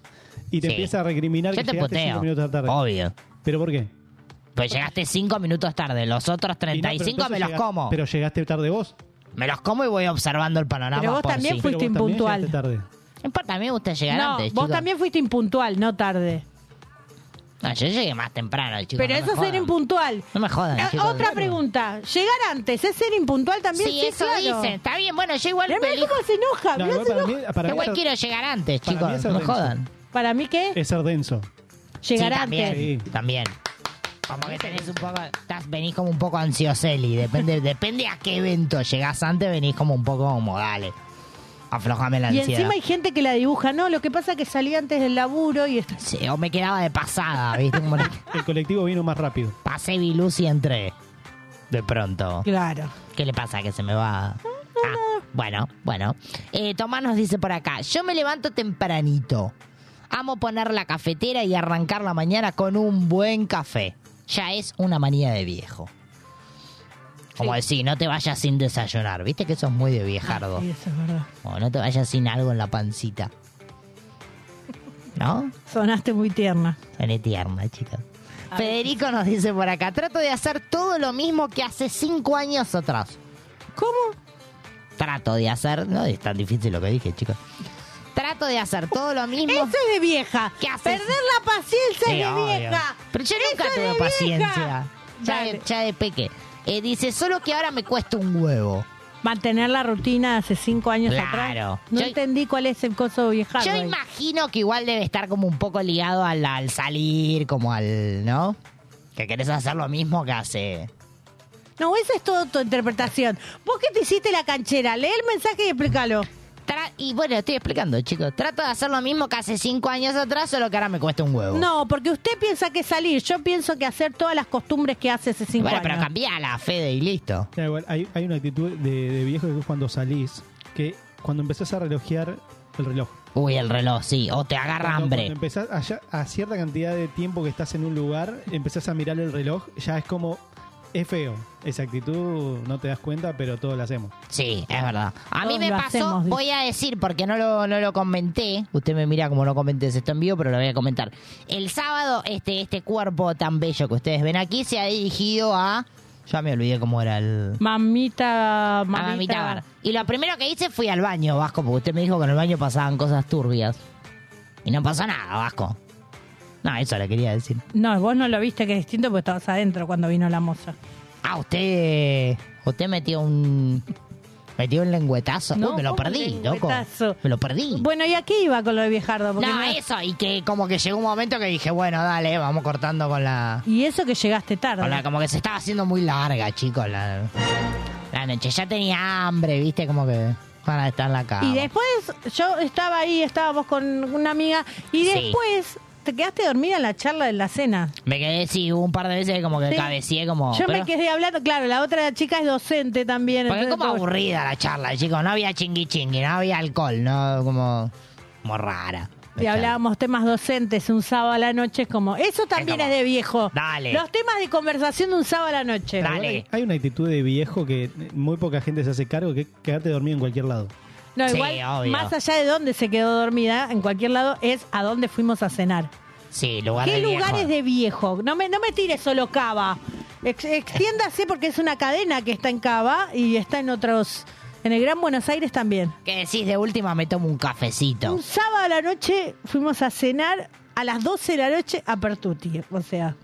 Speaker 5: Y te
Speaker 4: Sí.
Speaker 5: empieza a recriminar
Speaker 4: Yo
Speaker 5: que
Speaker 4: te
Speaker 5: llegaste 5
Speaker 4: puteo.
Speaker 5: minutos tarde.
Speaker 4: Obvio.
Speaker 5: ¿Pero por qué? [LAUGHS]
Speaker 4: Pues llegaste 5 minutos tarde. Los otros
Speaker 5: Y no, pero
Speaker 4: 35
Speaker 5: entonces
Speaker 4: me los
Speaker 5: llega-
Speaker 4: como.
Speaker 5: Pero llegaste tarde vos.
Speaker 4: Me los como y voy observando el panorama.
Speaker 3: Pero vos
Speaker 4: por
Speaker 3: también
Speaker 4: sí.
Speaker 5: Pero
Speaker 3: fuiste
Speaker 5: vos también
Speaker 3: impuntual.
Speaker 5: llegaste tarde.
Speaker 4: No importa, a mí me gusta llegar
Speaker 3: No,
Speaker 4: antes.
Speaker 3: vos
Speaker 4: chicos.
Speaker 3: también fuiste impuntual, no tarde.
Speaker 4: No, yo llegué más temprano, chicos.
Speaker 3: Pero
Speaker 4: no me
Speaker 3: eso es ser
Speaker 4: jodan.
Speaker 3: impuntual.
Speaker 4: No me jodan.
Speaker 3: Eh,
Speaker 4: chicos.
Speaker 3: Otra pregunta. Llegar antes, ¿es ser impuntual también?
Speaker 4: Sí, eso
Speaker 3: claro.
Speaker 4: dicen. Está bien, bueno, yo igual
Speaker 3: Mirá, mirá
Speaker 4: me elijo-
Speaker 3: cómo se enoja.
Speaker 5: No,
Speaker 3: mirá
Speaker 5: igual
Speaker 3: se
Speaker 5: para mí,
Speaker 3: enoja.
Speaker 5: para mí
Speaker 4: Igual
Speaker 5: es,
Speaker 4: quiero llegar antes,
Speaker 5: Para mí
Speaker 4: chicos.
Speaker 5: es
Speaker 4: No me
Speaker 5: denso.
Speaker 4: jodan.
Speaker 3: ¿Para mí qué?
Speaker 5: es ser denso.
Speaker 3: Llegar antes.
Speaker 4: sí, también,
Speaker 5: Sí.
Speaker 4: También. Como que tenés un poco, estás, venís como un poco [LAUGHS] ansioseli, depende, depende a qué evento llegás antes, venís como un poco como, dale. aflojame la
Speaker 3: Y
Speaker 4: ansiedad.
Speaker 3: encima hay gente que la dibuja. No, lo que pasa es que salí antes del laburo y esto.
Speaker 4: Sí, o me quedaba de pasada, Ah, ¿viste? Como la-
Speaker 5: [LAUGHS] El colectivo vino más rápido.
Speaker 4: Pasé Viluz y entré. De pronto.
Speaker 3: Claro.
Speaker 4: ¿Qué le pasa que se me va? Ah, bueno, bueno. Eh, Tomás nos dice por acá, yo me levanto tempranito. Amo poner la cafetera y arrancar la mañana con un buen café. Ya es una manía de viejo. Como decir, no te vayas sin desayunar. Viste que eso es muy de viejardo.
Speaker 3: Sí, eso es verdad.
Speaker 4: O no te vayas sin algo en la pancita. ¿No?
Speaker 3: Sonaste muy tierna.
Speaker 4: Soné tierna, chicos. Federico nos dice por acá, trato de hacer todo lo mismo que hace cinco años atrás.
Speaker 3: ¿Cómo?
Speaker 4: Trato de hacer, no es tan difícil lo que dije, chicos. Trato de hacer todo lo mismo. Eso
Speaker 3: es de vieja.
Speaker 4: ¿Qué haces?
Speaker 3: Perder la paciencia
Speaker 4: Sí,
Speaker 3: es de
Speaker 4: obvio.
Speaker 3: vieja.
Speaker 4: Pero yo
Speaker 3: Eso
Speaker 4: nunca
Speaker 3: es de
Speaker 4: tuve
Speaker 3: vieja.
Speaker 4: paciencia. Ya de, ya de peque. Eh, dice, solo que ahora me cuesta un huevo.
Speaker 3: Mantener la rutina de hace cinco años
Speaker 4: Claro.
Speaker 3: atrás. No
Speaker 4: Yo-
Speaker 3: entendí cuál es el coso viejardo.
Speaker 4: Yo
Speaker 3: ahí.
Speaker 4: imagino que igual debe estar como un poco ligado al, al salir, como al, ¿no? Que querés hacer lo mismo que hace.
Speaker 3: No, esa es toda tu interpretación. ¿Vos qué te hiciste la canchera? Lee el mensaje y explícalo.
Speaker 4: Tra- y bueno, estoy explicando, chicos. Trato de hacer lo mismo que hace cinco años atrás, solo que ahora me cuesta un huevo.
Speaker 3: No, porque usted piensa que salir. Yo pienso que hacer todas las costumbres que hace hace cinco
Speaker 4: Bueno, pero
Speaker 3: años.
Speaker 4: cambiala, Fede, y listo.
Speaker 5: Ya, igual, hay, hay una actitud de, de viejo que es cuando salís, que cuando empezás a relojear el reloj.
Speaker 4: Uy, el reloj, sí. O te agarra
Speaker 5: Cuando-
Speaker 4: hambre.
Speaker 5: cuando empezás a, ya- a cierta cantidad de tiempo que estás en un lugar, empezás a mirar el reloj, ya es como. Es feo. Esa actitud no te das cuenta, pero todos la hacemos.
Speaker 4: Sí, es verdad. A mí
Speaker 5: Todos
Speaker 4: me
Speaker 5: lo
Speaker 4: pasó,
Speaker 5: hacemos, dice.
Speaker 4: voy a decir, porque no lo, no lo comenté. Usted me mira como no comenté esto en vivo, pero lo voy a comentar. El sábado, este, este cuerpo tan bello que ustedes ven aquí se ha dirigido a. Ya me olvidé cómo era el.
Speaker 3: Mamita, mamita.
Speaker 4: A Mamita Bar. Y lo primero que hice fui al baño, Vasco, porque usted me dijo que en el baño pasaban cosas turbias. Y no pasó nada, Vasco. No, eso le quería decir.
Speaker 3: No, vos no lo viste que es distinto porque estabas adentro cuando vino la moza.
Speaker 4: Ah, usted. Usted metió un. Metió un lengüetazo. Uy,
Speaker 3: No,
Speaker 4: me lo
Speaker 3: ¿cómo
Speaker 4: perdí, loco.
Speaker 3: lengüetazo?
Speaker 4: Me lo perdí.
Speaker 3: Bueno, ¿y aquí iba con lo de viejardo? Porque
Speaker 4: No, eso, y que como que llegó un momento que dije, bueno, dale, Eh, vamos cortando con la...
Speaker 3: Y eso que llegaste tarde.
Speaker 4: con la- como que se estaba haciendo muy larga, chicos, la, la noche. Ya tenía hambre, viste, como que para estar en la cama.
Speaker 3: Y después yo estaba ahí, estábamos con una amiga y
Speaker 4: Sí.
Speaker 3: después te quedaste dormida en la charla de la cena.
Speaker 4: Me quedé, sí, un par de veces como que
Speaker 3: Sí.
Speaker 4: cabeceé como...
Speaker 3: yo
Speaker 4: pero-
Speaker 3: me quedé hablando, claro, la otra chica es docente también.
Speaker 4: Porque
Speaker 3: entonces
Speaker 4: como
Speaker 3: todo-
Speaker 4: aburrida la charla, chicos. No había chingui chingui, no había alcohol, no como... Como rara.
Speaker 3: Y hablábamos temas docentes un sábado a la noche, es como, eso también es, de viejo.
Speaker 4: Dale.
Speaker 3: Los temas de conversación de un sábado a la noche.
Speaker 5: Hay- Hay una actitud de viejo que muy poca gente se hace cargo, que es quedarte dormido en cualquier lado.
Speaker 3: No,
Speaker 5: Sí,
Speaker 3: igual,
Speaker 5: obvio.
Speaker 3: más allá de dónde se quedó dormida, en cualquier lado, es a dónde fuimos a cenar.
Speaker 4: Sí, lugar
Speaker 3: ¿Qué
Speaker 4: de viejo.
Speaker 3: lugares de viejo? No me, no me tire solo Cava. Ex- extiéndase porque es una cadena que está en Cava y está en otros. En el Gran Buenos Aires también.
Speaker 4: ¿Qué decís? De última me tomo un cafecito.
Speaker 3: Un sábado a la noche fuimos a cenar a las 12 de la noche a Pertuti. O sea,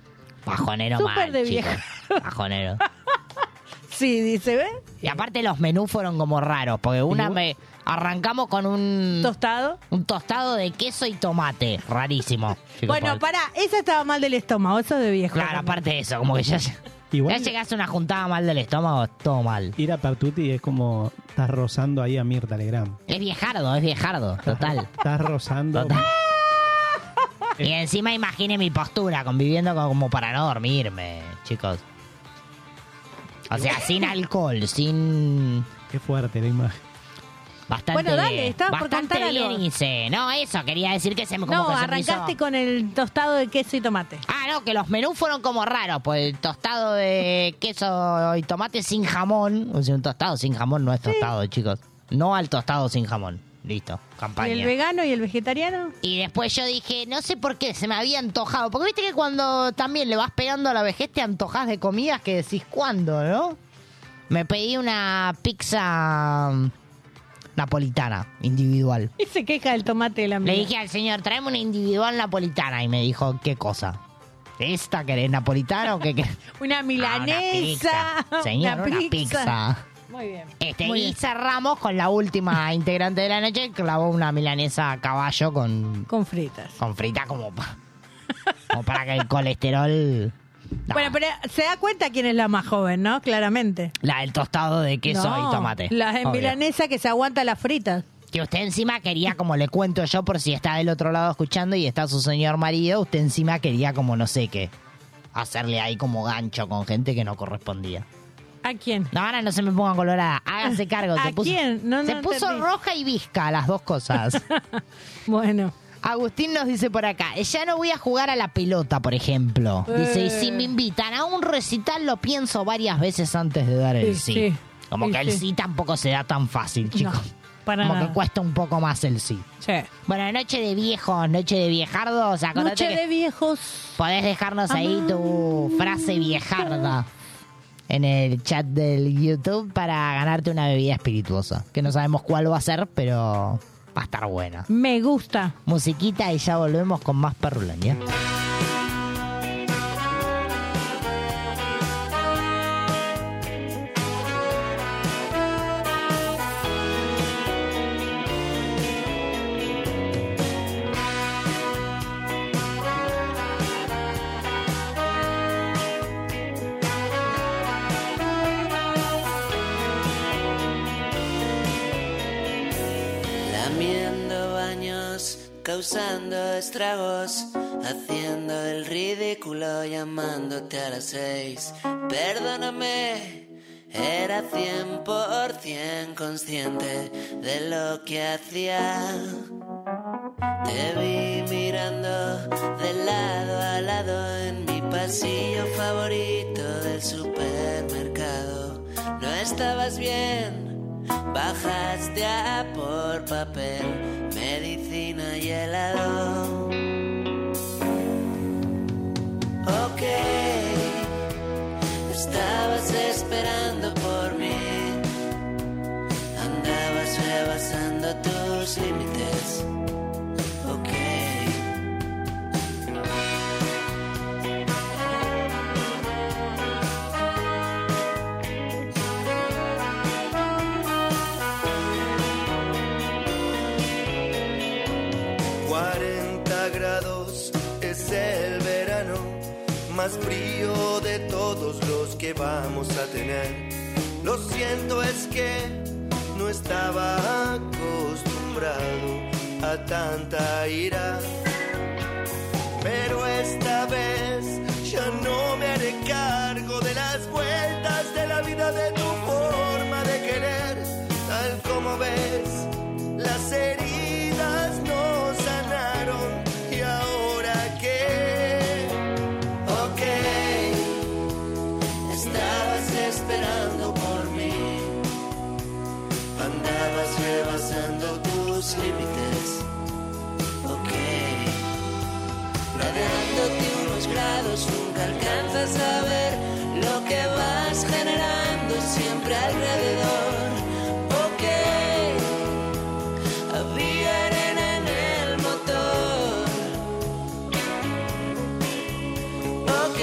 Speaker 4: Bajonero
Speaker 3: Súper
Speaker 4: mal,
Speaker 3: de
Speaker 4: chicos.
Speaker 3: vieja.
Speaker 4: Bajonero.
Speaker 3: [LAUGHS] sí, dice, ¿ves?
Speaker 4: Y aparte los menús fueron como raros, porque una me arrancamos con un
Speaker 3: tostado,
Speaker 4: un tostado de queso y tomate, rarísimo.
Speaker 3: [LAUGHS]
Speaker 4: chicos,
Speaker 3: bueno,
Speaker 4: porque-
Speaker 3: pará, esa estaba mal del estómago, eso es de viejo.
Speaker 4: Claro, aparte de eso, como que ya
Speaker 5: Igual-
Speaker 4: ya llegás a una juntada mal del estómago, todo mal.
Speaker 5: Ir a Pertuti es como estás rozando ahí a Mirta Legrand.
Speaker 4: Es viejardo, es viejardo,
Speaker 5: [LAUGHS]
Speaker 4: total.
Speaker 5: Estás rozando.
Speaker 4: Y encima imagine mi postura, conviviendo con- como para no dormirme, chicos. O sea, sin alcohol, sin...
Speaker 5: Qué fuerte la imagen.
Speaker 4: Bastante,
Speaker 3: Bueno, dale, estabas por
Speaker 4: bastante
Speaker 3: contar algo.
Speaker 4: bien hice. No, eso, quería decir que se me como
Speaker 3: No,
Speaker 4: que se me hizo-
Speaker 3: arrancaste con el tostado de queso y tomate.
Speaker 4: Ah, no, que los menús fueron como raros, pues el tostado de queso y tomate sin jamón. O sea, un tostado sin jamón no es tostado, chicos. No al tostado sin jamón. Listo,
Speaker 3: ¿Y
Speaker 4: campaña.
Speaker 3: el vegano y el vegetariano?
Speaker 4: Y después yo dije, no sé por qué, se me había antojado. Porque viste que cuando también le vas pegando a la vejez te antojas de comidas que decís cuándo, ¿no? Me pedí una pizza mm, napolitana, individual.
Speaker 3: Y [LAUGHS] se queja del tomate de la
Speaker 4: Le
Speaker 3: amiga.
Speaker 4: dije al [LAUGHS] señor, tráeme una individual napolitana. Y me dijo, ¿qué cosa? ¿Esta querés napolitana o qué [LAUGHS] querés?
Speaker 3: Una milanesa. [LAUGHS]
Speaker 4: pizza. Señor, una pizza.
Speaker 3: Muy bien.
Speaker 4: Este,
Speaker 3: Muy
Speaker 4: y
Speaker 3: bien.
Speaker 4: cerramos con la última integrante de la noche, clavó una milanesa a caballo con...
Speaker 3: Con fritas.
Speaker 4: Con fritas como, pa- como para que el colesterol...
Speaker 3: Bueno, pero se da cuenta quién es la más joven, ¿no? Claramente.
Speaker 4: La del tostado de queso
Speaker 3: No,
Speaker 4: y tomate.
Speaker 3: La
Speaker 4: obvio.
Speaker 3: milanesa que se aguanta las fritas.
Speaker 4: que usted encima quería, como le cuento yo, por si está del otro lado escuchando y está su señor marido, usted encima quería como no sé qué, hacerle ahí como gancho con gente que no correspondía.
Speaker 3: ¿A quién?
Speaker 4: No, ahora no se me ponga colorada, hágase cargo.
Speaker 3: ¿A
Speaker 4: se puso,
Speaker 3: quién? No, no
Speaker 4: se puso
Speaker 3: entendí.
Speaker 4: roja y visca, las dos cosas.
Speaker 3: [LAUGHS] bueno.
Speaker 4: Agustín nos dice por acá, ya no voy a jugar a la pelota, por ejemplo. Dice, y si
Speaker 3: Eh.
Speaker 4: me invitan a un recital lo pienso varias veces antes de dar el
Speaker 3: Sí,
Speaker 4: sí.
Speaker 3: sí.
Speaker 4: Como
Speaker 3: Sí,
Speaker 4: que el
Speaker 3: sí.
Speaker 4: sí tampoco se da tan fácil, chicos.
Speaker 3: para
Speaker 4: Como
Speaker 3: nada.
Speaker 4: que cuesta un poco más el sí. Bueno, noche de viejos, noche de viejardos, acordate
Speaker 3: Noche
Speaker 4: que
Speaker 3: de viejos.
Speaker 4: podés dejarnos ahí tu frase viejarda en el chat del YouTube para ganarte una bebida espirituosa. Que no sabemos cuál va a ser, pero va a estar buena.
Speaker 3: Me gusta.
Speaker 4: Musiquita y ya volvemos con más perrulandia.
Speaker 13: Lamiendo baños, causando estragos, haciendo el ridículo, llamándote a las seis. Perdóname, era cien por cien consciente de lo que hacía. Te vi mirando de lado a lado en mi pasillo favorito del supermercado. No estabas bien. Bajaste a por papel, medicina y helado. Ok, estabas esperando por mí. Andabas rebasando tus límites. Ok.
Speaker 2: Cuarenta grados es el verano más frío de todos los que vamos a tener. Lo siento es que no estaba acostumbrado a tanta ira. Pero esta vez ya no me haré cargo de las vueltas de la vida de tu forma de querer. Tal como ves, las heridas no sanaron. ¿Y ahora qué?
Speaker 13: Ok, estabas esperando por mí. Andabas rebasando tus límites. Ok, rodeándote unos grados, nunca alcanzas a ver lo que vas generando siempre alrededor. Ok, había arena en el motor. Ok.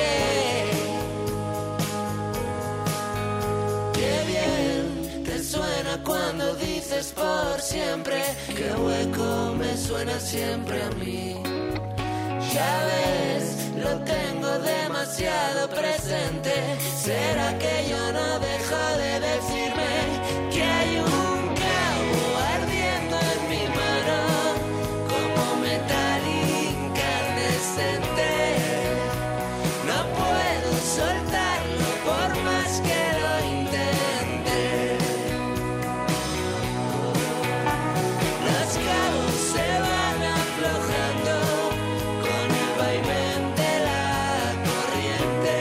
Speaker 13: Qué bien te suena cuando dices por siempre. Qué hueco me suena siempre a mí. Ya ves, lo tengo demasiado presente. ¿Será que yo no dejo de decirme que hay un cabo ardiendo en mi mano como metal incandescente? No puedo soltarlo por más que lo intente. Los cabos se van aflojando con el vaivén de la corriente.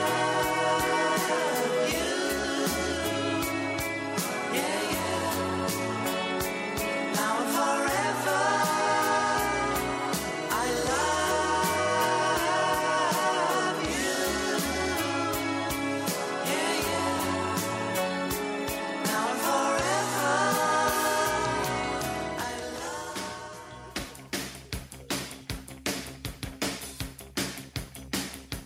Speaker 2: Now and forever, I love you. Yeah, yeah. Now and forever.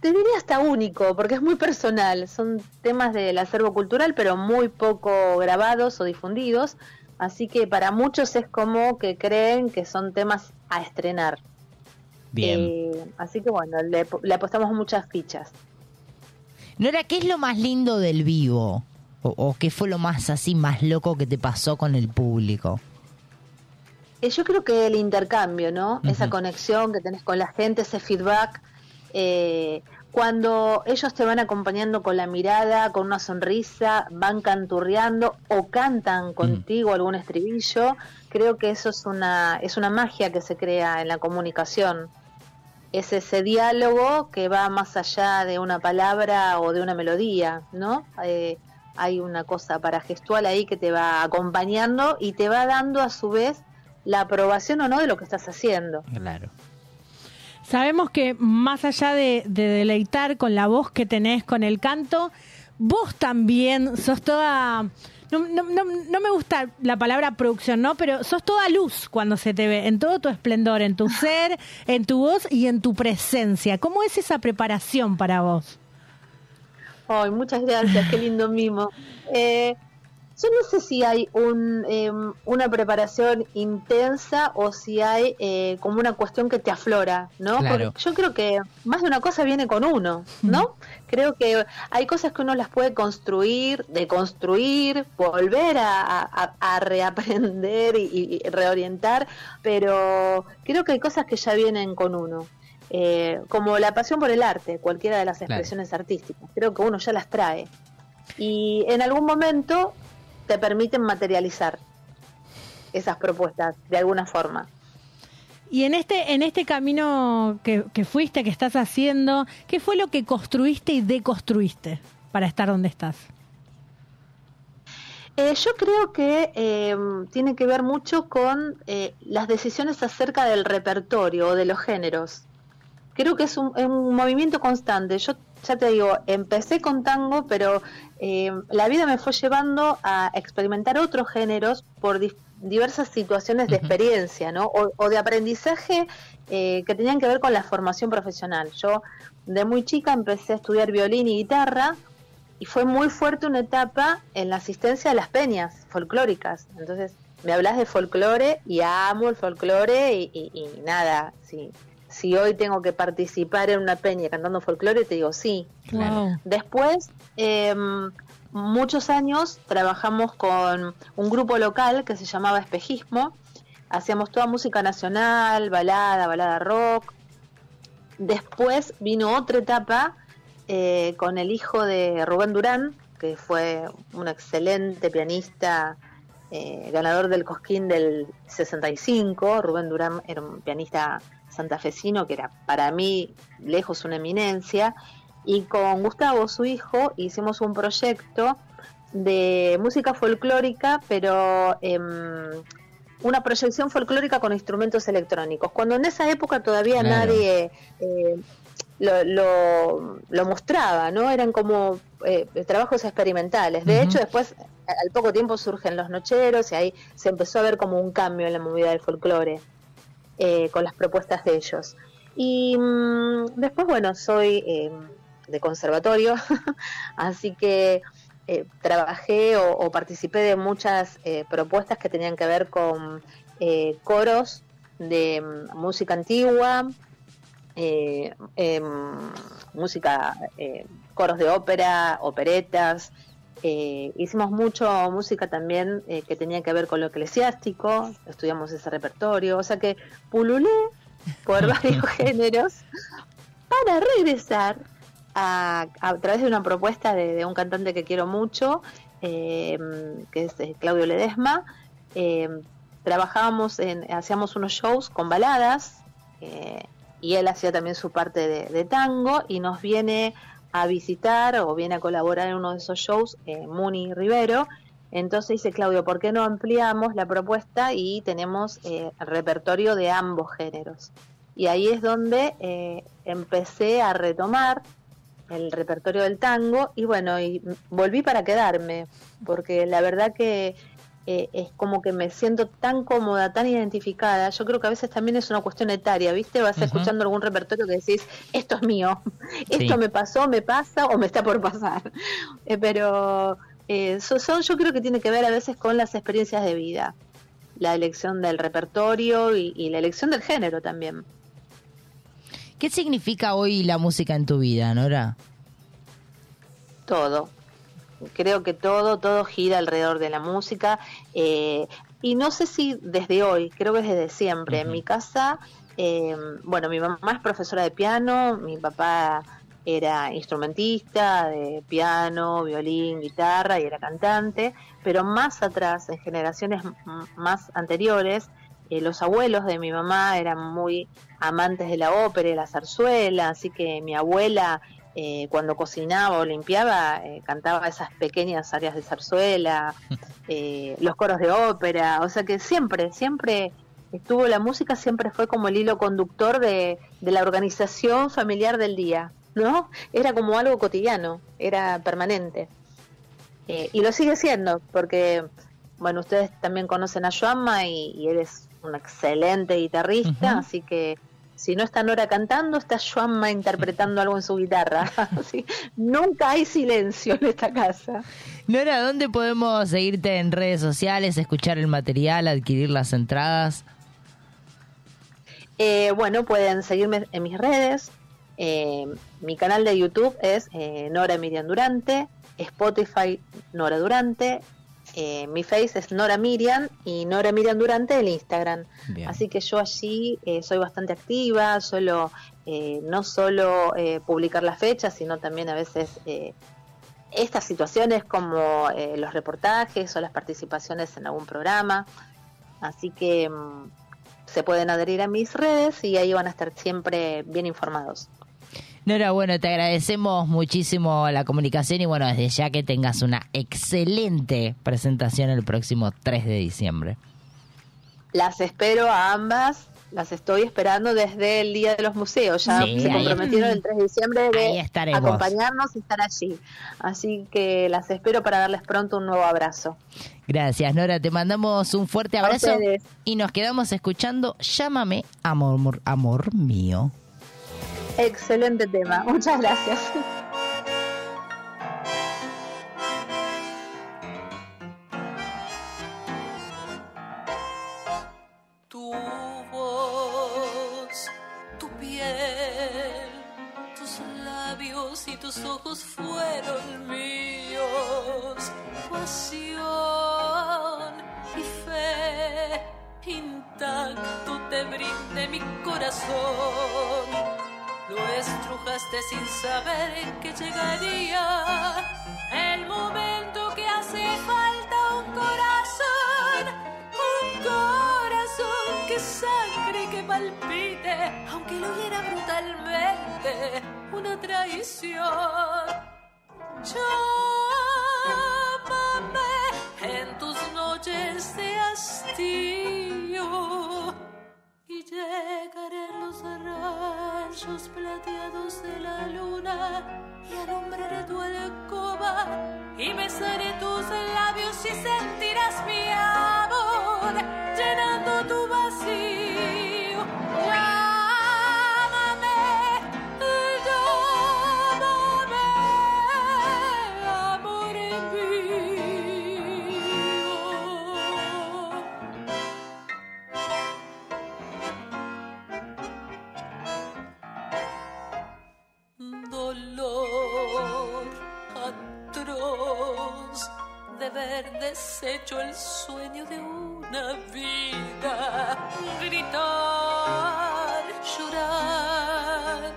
Speaker 14: te diría hasta único, porque es muy personal. Son temas del acervo cultural, pero muy poco grabados o difundidos. Así que para muchos es como que creen que son temas a estrenar.
Speaker 4: Bien.
Speaker 14: Eh, así que bueno, le, le apostamos muchas fichas.
Speaker 4: Nora, ¿qué es lo más lindo del vivo? O, o qué fue lo más así, más loco que te pasó con el público?
Speaker 14: Eh, yo creo que el intercambio, ¿no? Esa conexión que tenés con la gente, ese feedback. eh, cuando ellos te van acompañando con la mirada, con una sonrisa, van canturreando o cantan contigo algún estribillo, creo que eso es una, es una magia que se crea en la comunicación. Es ese diálogo que va más allá de una palabra o de una melodía, ¿no? Eh, hay una cosa paragestual ahí que te va acompañando y te va dando a su vez la aprobación o no de lo que estás haciendo.
Speaker 4: Claro.
Speaker 3: Sabemos que más allá de, de deleitar con la voz que tenés, con el canto, vos también sos toda... No, no- no- no me gusta la palabra producción, ¿no? Pero sos toda luz cuando se te ve, en todo tu esplendor, en tu ser, en tu voz y en tu presencia. ¿Cómo es esa preparación para vos?
Speaker 14: Ay, muchas gracias, qué lindo mimo. Eh, yo no sé si hay un, em, una preparación intensa o si hay eh, como una cuestión que te aflora, ¿no?
Speaker 4: Claro.
Speaker 14: Porque yo creo que más de una cosa viene con uno, ¿no? Creo que hay cosas que uno las puede construir, deconstruir, volver a, a- a reaprender y- y reorientar, pero creo que hay cosas que ya vienen con uno eh, como la pasión por el arte, cualquiera de las expresiones artísticas. Creo que uno ya las trae. Y en algún momento te permiten materializar esas propuestas de alguna forma.
Speaker 3: Y en este, en este camino que, que fuiste, que estás haciendo, ¿qué fue lo que construiste y deconstruiste para estar donde estás?
Speaker 14: Eh, yo creo que eh, tiene que ver mucho con eh, las decisiones acerca del repertorio o de los géneros. Creo que es un, es un movimiento constante. Yo ya te digo, empecé con tango, pero eh, la vida me fue llevando a experimentar otros géneros por dif- diversas situaciones de experiencia, ¿no? O, o de aprendizaje eh, que tenían que ver con la formación profesional. Yo de muy chica empecé a estudiar violín y guitarra, y fue muy fuerte una etapa en la asistencia a las peñas folclóricas. Entonces, me hablas de folclore y amo el folclore y, y- y nada, si, si hoy tengo que participar en una peña cantando folclore, te digo sí. Después, eh, muchos años trabajamos con un grupo local que se llamaba Espejismo. Hacíamos toda música nacional, balada, balada rock. Después vino otra etapa eh, con el hijo de Rubén Durán, que fue un excelente pianista, eh, ganador del Cosquín del 65. Rubén Durán era un pianista santafesino que era para mí lejos una eminencia. Y con Gustavo, su hijo, hicimos un proyecto de música folclórica, pero em, una proyección folclórica con instrumentos electrónicos. Cuando en esa época todavía
Speaker 4: Claro.
Speaker 14: nadie eh, lo, lo- lo mostraba, ¿no? Eran como eh, trabajos experimentales. De hecho, después, a- al poco tiempo surgen los nocheros y ahí se empezó a ver como un cambio en la movida del folclore eh, con las propuestas de ellos. Y mm, después, bueno, soy eh, de conservatorio, [LAUGHS] así que eh, trabajé o, o participé de muchas eh, propuestas que tenían que ver con eh, coros de mm, música antigua, eh, em, música, eh, coros de ópera, operetas. eh, hicimos mucho música también eh, que tenía que ver con lo eclesiástico, estudiamos ese repertorio, o sea que pululé por varios géneros, para regresar a, a través de una propuesta de, de un cantante que quiero mucho, eh, que es eh, Claudio Ledesma. eh, trabajábamos, en, hacíamos unos shows con baladas eh, y él hacía también su parte de, de tango y nos viene a visitar o viene a colaborar en uno de esos shows, eh, Muni Rivero. Entonces dice Claudio, ¿por qué no ampliamos la propuesta y tenemos eh, repertorio de ambos géneros? Y ahí es donde eh, empecé a retomar el repertorio del tango y bueno, y volví para quedarme, porque la verdad que eh, es como que me siento tan cómoda, tan identificada. Yo creo que a veces también es una cuestión etaria, ¿viste? Vas escuchando algún repertorio que decís, esto es mío, [LAUGHS] esto
Speaker 4: Sí.
Speaker 14: me pasó, me pasa o me está por pasar. [LAUGHS] Eh, pero eh, so- son- yo creo que tiene que ver a veces con las experiencias de vida, la elección del repertorio y, y la elección del género también.
Speaker 4: ¿Qué significa hoy la música en tu vida, Nora?
Speaker 14: todo. Creo que todo, todo gira alrededor de la música. eh, y no sé si desde hoy, creo que desde siempre. En mi casa, eh, bueno, mi mamá es profesora de piano, mi papá era instrumentista de piano, violín, guitarra y era cantante, pero más atrás, en generaciones m- más anteriores, eh, los abuelos de mi mamá eran muy amantes de la ópera y la zarzuela, así que mi abuela eh, cuando cocinaba o limpiaba eh, cantaba esas pequeñas áreas de zarzuela, eh, los coros de ópera, o sea que siempre, siempre estuvo la música, siempre fue como el hilo conductor de, de la organización familiar del día, ¿no? Era como algo cotidiano, era permanente. Eh, y lo sigue siendo, porque, bueno, ustedes también conocen a Joanma y, y él es un excelente guitarrista, así que si no está Nora cantando, está Joanma interpretando algo en su guitarra. [LAUGHS] Así, nunca hay silencio en esta casa.
Speaker 4: Nora, ¿dónde podemos seguirte en redes sociales, escuchar el material, adquirir las entradas?
Speaker 14: Eh, bueno, pueden seguirme en mis redes. Eh, mi canal de YouTube es eh, Nora Miriam Durante, Spotify Nora Durante, eh, mi Face es Nora Miriam y Nora Miriam Durante el Instagram.
Speaker 4: Bien.
Speaker 14: Así que yo allí eh, soy bastante activa, suelo eh, no solo eh, publicar las fechas, sino también a veces eh, estas situaciones como eh, los reportajes o las participaciones en algún programa. Así que mm, se pueden adherir a mis redes y ahí van a estar siempre bien informados.
Speaker 4: Nora, bueno, te agradecemos muchísimo la comunicación y bueno, desde ya que tengas una excelente presentación el próximo 3 de diciembre.
Speaker 14: Las espero a ambas, las estoy esperando desde el Día de los Museos. Ya
Speaker 4: Sí,
Speaker 14: se
Speaker 4: ahí-
Speaker 14: comprometieron el 3 de diciembre de
Speaker 4: estaremos.
Speaker 14: acompañarnos y estar allí. Así que las espero para darles pronto un nuevo abrazo.
Speaker 4: Gracias, Nora, te mandamos un fuerte abrazo
Speaker 14: ustedes.
Speaker 4: y nos quedamos escuchando Llámame Amor, amor, amor Mío.
Speaker 14: Excelente tema, muchas gracias.
Speaker 15: tu voz, tu piel, tus labios y tus ojos fueron míos. Pasión y fe intacto te brindé mi corazón. Lo estrujaste sin saber que llegaría el momento que hace falta un corazón. Un corazón que sangre y que palpite, aunque lo hiera brutalmente, una traición. Llámame en tus noches de hastío y llegaré a los rayos plateados de la luna y alumbraré tu alcoba y besaré tus labios y sentirás mi amor llenando tu vacío. Llámame, llámame, amor mío. dolor atroz de ver deshecho el sueño de una vida. Gritar, llorar,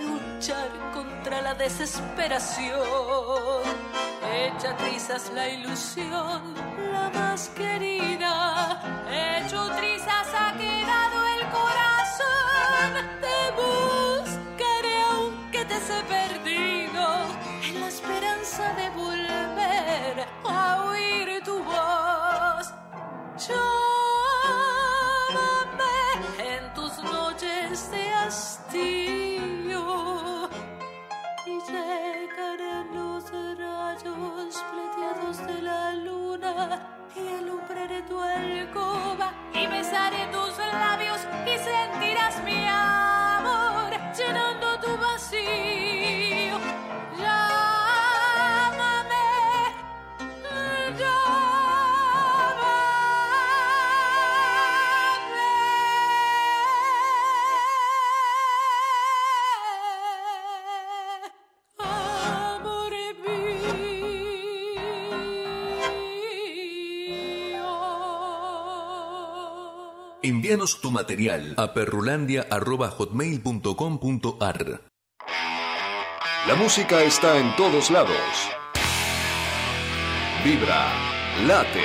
Speaker 15: luchar contra la desesperación. Hecha trizas la ilusión, la más querida. Hecho trizas ha quedado el corazón. Te buscaré aunque te he perdido, en la esperanza de volver a oír tu voz. Llámame en tus noches de hastío y llegarán los rayos plateados de la luna y alumbraré tu alcoba y besaré tus labios y sentirás mi amor llenando tu vacío. Llámame, llámame. Amor
Speaker 6: Envíanos tu material a perrulandia.hotmail.com.ar
Speaker 16: La música está en todos lados. Vibra, late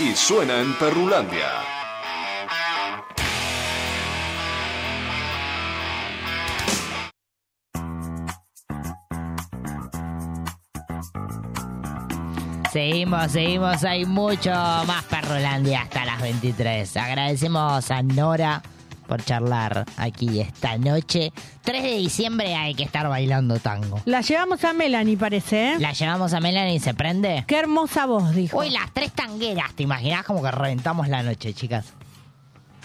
Speaker 16: y suena en Perrulandia.
Speaker 4: Seguimos, seguimos, hay mucho más Perrolandia hasta las 23. Agradecemos a Nora por charlar aquí esta noche. 3 de diciembre hay que estar bailando tango.
Speaker 3: La llevamos a Melanie, parece, ¿eh?
Speaker 4: La llevamos a Melanie y se prende.
Speaker 3: Qué hermosa voz, dijo.
Speaker 4: Uy, las tres tangueras, ¿te imaginás como que reventamos la noche, chicas?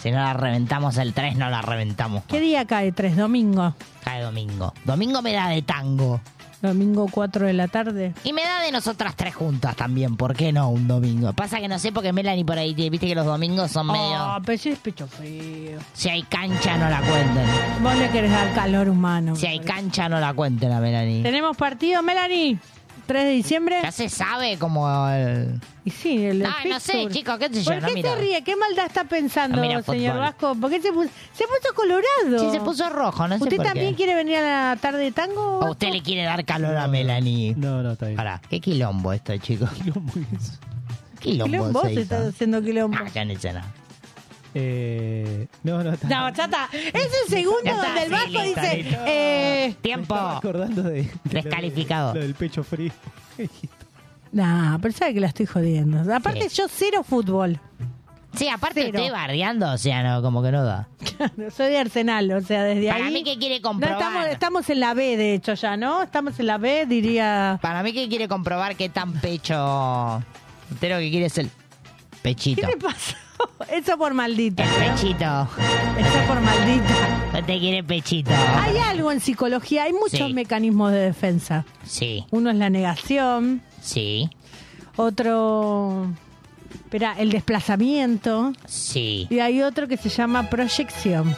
Speaker 4: Si no la reventamos el 3, no la reventamos.
Speaker 3: ¿Qué día cae? Tres, domingo.
Speaker 4: Cae domingo. Domingo me da de tango.
Speaker 3: Domingo 4 de la tarde.
Speaker 4: Y me da de nosotras tres juntas también, ¿por qué no un domingo? Pasa que no sé porque Melanie por ahí, viste que los domingos son medio...
Speaker 3: Ah, pero sí es pecho frío.
Speaker 4: Si hay cancha, no la cuenten.
Speaker 3: Vos le querés dar calor humano.
Speaker 4: Si hay cancha, no la cuenten a Melanie.
Speaker 3: Tenemos partido, Melanie. 3 de diciembre.
Speaker 4: Ya se sabe como el...
Speaker 3: Y sí, el
Speaker 4: Ah, no sé,
Speaker 3: fixture.
Speaker 4: chicos, qué sé yo,
Speaker 3: ¿Por
Speaker 4: no
Speaker 3: qué
Speaker 4: miro.
Speaker 3: se ríe? ¿Qué maldad está pensando,
Speaker 4: No miro
Speaker 3: señor
Speaker 4: fútbol.
Speaker 3: Vasco? ¿Por qué se puso, se puso colorado?
Speaker 4: Sí, se puso rojo, no sé
Speaker 3: ¿Usted
Speaker 4: por qué. Oh,
Speaker 3: también quiere venir a la tarde de tango?
Speaker 4: ¿O usted le quiere dar calor a Melanie? No, no, está bien. Pará, qué quilombo esto,
Speaker 5: [LAUGHS]
Speaker 4: chicos. Quilombo es. Quilombo,
Speaker 3: Quilombo,
Speaker 4: se
Speaker 3: se
Speaker 4: hizo.
Speaker 3: está haciendo quilombo.
Speaker 4: Ah, ya no hice nada.
Speaker 5: Eh, no, no, está.
Speaker 3: No, ya está. Es el segundo
Speaker 4: Ya está,
Speaker 3: donde el
Speaker 4: sí,
Speaker 3: Vasco
Speaker 4: listo,
Speaker 3: dice...
Speaker 4: listo.
Speaker 3: Eh,
Speaker 4: Tiempo.
Speaker 5: acordando de.
Speaker 4: Descalificado.
Speaker 5: Lo del pecho frío.
Speaker 3: Nah, pero sabe que la estoy jodiendo. Aparte, yo cero fútbol.
Speaker 4: Sí, aparte
Speaker 3: Cero. [LAUGHS]
Speaker 4: estoy bardeando, o sea, no, como que no da.
Speaker 3: Soy de Arsenal, o sea, desde ahí...
Speaker 4: Para mí que quiere
Speaker 3: No,
Speaker 4: comprobar.
Speaker 3: estamos, estamos en la B, de hecho, ya, ¿no? Estamos en la B, diría...
Speaker 4: Para mí que quiere comprobar qué tan pecho. Usted lo que quiere es el pechito.
Speaker 3: ¿Qué pasó? [LAUGHS] Eso por maldita.
Speaker 4: Pechito.
Speaker 3: Eso por maldita.
Speaker 4: Usted quiere pechito.
Speaker 3: Hay algo en psicología, hay muchos
Speaker 4: Sí.
Speaker 3: mecanismos de defensa.
Speaker 4: Sí,
Speaker 3: Uno es la negación,
Speaker 4: sí,
Speaker 3: otro... Espera, el desplazamiento.
Speaker 4: sí.
Speaker 3: Y hay otro que se llama proyección.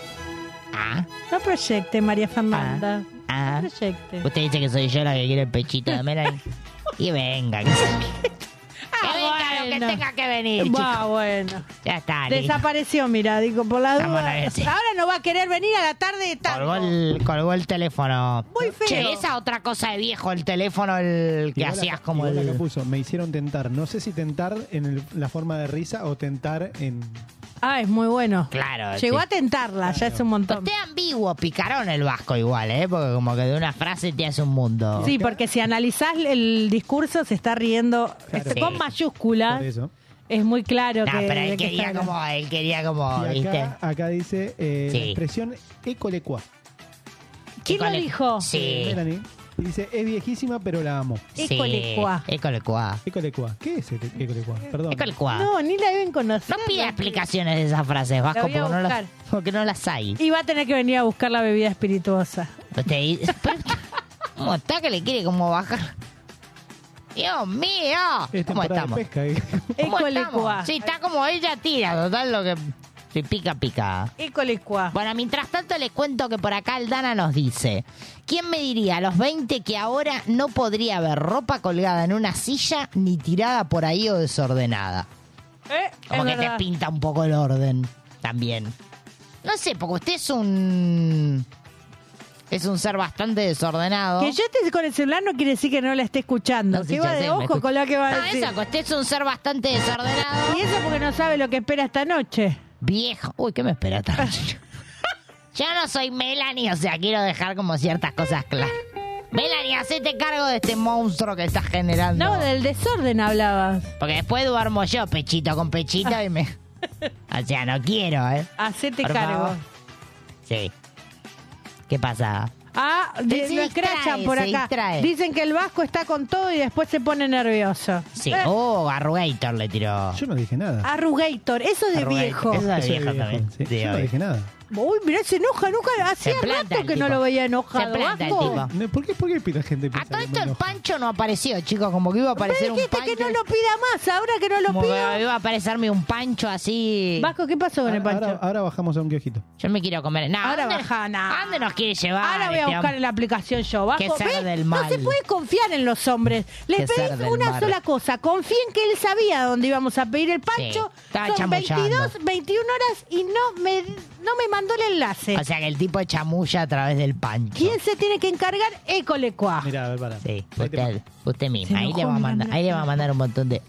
Speaker 4: Ah,
Speaker 3: No proyecte, María Fernanda.
Speaker 4: ah.
Speaker 3: No proyecte.
Speaker 4: Usted dice que soy yo la que quiere el pechito
Speaker 3: [LAUGHS]
Speaker 4: de Melanie. y venga. Que, venga lo que tenga que venir.
Speaker 3: Bueno,
Speaker 4: chico.
Speaker 3: bueno.
Speaker 4: Ya está. listo.
Speaker 3: Desapareció, mira, digo, por la
Speaker 4: Vamos a
Speaker 3: duda.
Speaker 4: ver, sí.
Speaker 3: Ahora no va a querer venir a la tarde de tango.
Speaker 4: Colgó el, colgó el teléfono.
Speaker 3: Muy feo.
Speaker 4: Che, esa otra cosa de viejo, el teléfono, el que
Speaker 5: Igual
Speaker 4: hacías
Speaker 5: acá-
Speaker 4: como
Speaker 5: igual
Speaker 4: el.
Speaker 5: acá puso, me hicieron tentar. No sé si tentar en el- la forma de risa o tentar en.
Speaker 3: Ah, es muy bueno.
Speaker 4: Claro.
Speaker 3: Llegó
Speaker 4: sí.
Speaker 3: a tentarla, ya es un montón.
Speaker 4: Usted ambiguo, picarón el vasco igual, ¿eh? Porque como que de una frase te hace un mundo.
Speaker 3: Sí, porque si analizás el discurso se está riendo
Speaker 4: Claro.
Speaker 3: este, con
Speaker 4: Sí.
Speaker 3: mayúsculas. Es muy claro
Speaker 4: No,
Speaker 3: que.
Speaker 4: pero
Speaker 3: de
Speaker 4: él
Speaker 3: qué
Speaker 4: quería
Speaker 3: está
Speaker 4: como,
Speaker 3: hablando.
Speaker 4: él quería como,
Speaker 5: y
Speaker 4: ¿viste?
Speaker 5: acá, acá dice eh,
Speaker 4: Sí.
Speaker 5: la expresión ecolecua.
Speaker 3: ¿Quién lo
Speaker 4: École-
Speaker 3: dijo?
Speaker 4: Sí.
Speaker 5: Eh, Melanie dice, es viejísima, pero la amo.
Speaker 4: Sí.
Speaker 3: Écolecua.
Speaker 4: Écolecua.
Speaker 5: Ecolecua. ¿Qué es el- ecolecua? Perdón.
Speaker 4: Écolecua. No,
Speaker 3: No, ni la deben conocer.
Speaker 4: pida explicaciones de esas frases, vasco,
Speaker 3: voy
Speaker 4: porque
Speaker 3: a
Speaker 4: no, las,
Speaker 3: buscar.
Speaker 4: porque no las hay.
Speaker 3: Y va a tener que venir a buscar la bebida espirituosa.
Speaker 4: Usted dice, pero usted- ¿cómo está que le quiere como bajar? Dios mío,
Speaker 5: Es
Speaker 4: ¿cómo
Speaker 5: temporada
Speaker 4: estamos?
Speaker 5: de pesca. eh.
Speaker 4: ¿Cómo
Speaker 3: Écolecua.
Speaker 4: estamos? Sí, está como ella tira, total, lo que... Sí, pica, pica.
Speaker 3: Écolecua.
Speaker 4: Bueno, mientras tanto les cuento que por acá Aldana nos dice, ¿quién me diría a los 20 que ahora no podría haber ropa colgada en una silla ni tirada por ahí o desordenada?
Speaker 3: Eh,
Speaker 4: Como
Speaker 3: es
Speaker 4: que
Speaker 3: verdad.
Speaker 4: te pinta un poco el orden también. No sé, porque usted es un... Es un ser bastante desordenado.
Speaker 3: Que yo esté con el celular no quiere decir que no la esté escuchando.
Speaker 4: No, sí,
Speaker 3: que va
Speaker 4: ya
Speaker 3: de
Speaker 4: sé, me
Speaker 3: ojo
Speaker 4: escucho.
Speaker 3: con la que va a
Speaker 4: No,
Speaker 3: decir.
Speaker 4: eso, que usted es un Ah, ser bastante desordenado.
Speaker 3: Y eso porque no sabe lo que espera esta noche.
Speaker 4: Viejo. Uy, ¿qué me espera esta [LAUGHS] noche? Yo no soy Melanie, o sea, quiero dejar como ciertas cosas claras. Melanie, hacete cargo de este monstruo que estás generando.
Speaker 3: No, del desorden hablabas.
Speaker 4: Porque después duermo yo, pechito con pechito, y me. O sea, no quiero, ¿eh?
Speaker 3: Ah, Hacete
Speaker 4: Por
Speaker 3: cargo.
Speaker 4: favor. Sí. ¿Qué pasa?
Speaker 3: Ah,
Speaker 4: Se
Speaker 3: de- lo
Speaker 4: distrae,
Speaker 3: escrachan por
Speaker 4: se
Speaker 3: acá.
Speaker 4: distrae.
Speaker 3: Dicen que el vasco está con todo y después se pone nervioso.
Speaker 4: Sí.
Speaker 3: Eh,
Speaker 4: Oh, Arrugator le tiró.
Speaker 5: Yo no dije nada.
Speaker 3: Arrugator, eso es de
Speaker 4: Arrugator,
Speaker 3: viejo.
Speaker 4: eso es de viejo también. de
Speaker 5: Yo no
Speaker 4: hoy.
Speaker 5: dije nada.
Speaker 3: Uy, mirá, se enoja, nunca. Hacía
Speaker 4: planta
Speaker 3: rato
Speaker 4: el
Speaker 3: que no
Speaker 4: tipo.
Speaker 3: lo veía enojado.
Speaker 4: Se planta el
Speaker 3: Vasco.
Speaker 4: tipo. Ah,
Speaker 5: No, ¿Por qué, por qué pide gente pizza?
Speaker 4: Todo esto el Pancho no apareció, chicos. Como que iba a aparecer un
Speaker 3: dijiste
Speaker 4: Pancho.
Speaker 3: que no lo pida más, ahora que no lo
Speaker 4: Como que
Speaker 3: pido.
Speaker 4: iba a aparecerme un Pancho así.
Speaker 3: Vasco, ¿qué pasó con el
Speaker 5: Ah, Ahora,
Speaker 3: pancho?
Speaker 5: ahora bajamos a un kiosquito.
Speaker 4: Yo me quiero comer. No,
Speaker 3: Ahora
Speaker 4: ¿dónde-
Speaker 3: baja, nah.
Speaker 4: ¿A dónde nos quiere llevar?
Speaker 3: Ahora voy a
Speaker 4: este
Speaker 3: buscar en la aplicación yo. Vasco,
Speaker 4: Qué ser
Speaker 3: ¿ves?
Speaker 4: del
Speaker 3: No
Speaker 4: mal.
Speaker 3: se puede confiar en los hombres.
Speaker 4: Qué
Speaker 3: Les
Speaker 4: ser
Speaker 3: pedís
Speaker 4: del
Speaker 3: una
Speaker 4: mal.
Speaker 3: sola cosa. Confíen que él sabía dónde íbamos a pedir el pancho.
Speaker 4: Sí, estaba
Speaker 3: Son
Speaker 4: chamullando.
Speaker 3: 22, 21 horas y no me, no me mandó el enlace.
Speaker 4: hombre? O sea que el tipo chamulla a través del Pancho.
Speaker 3: ¿Quién se tiene que encargar? Ecolecua.
Speaker 5: Mirá, a ver, para.
Speaker 4: Sí, usted, usted mismo.
Speaker 3: Se
Speaker 4: Ahí le
Speaker 3: enojó,
Speaker 4: va a
Speaker 3: mira,
Speaker 4: mandar,
Speaker 3: mira,
Speaker 4: ahí le va a mandar un montón de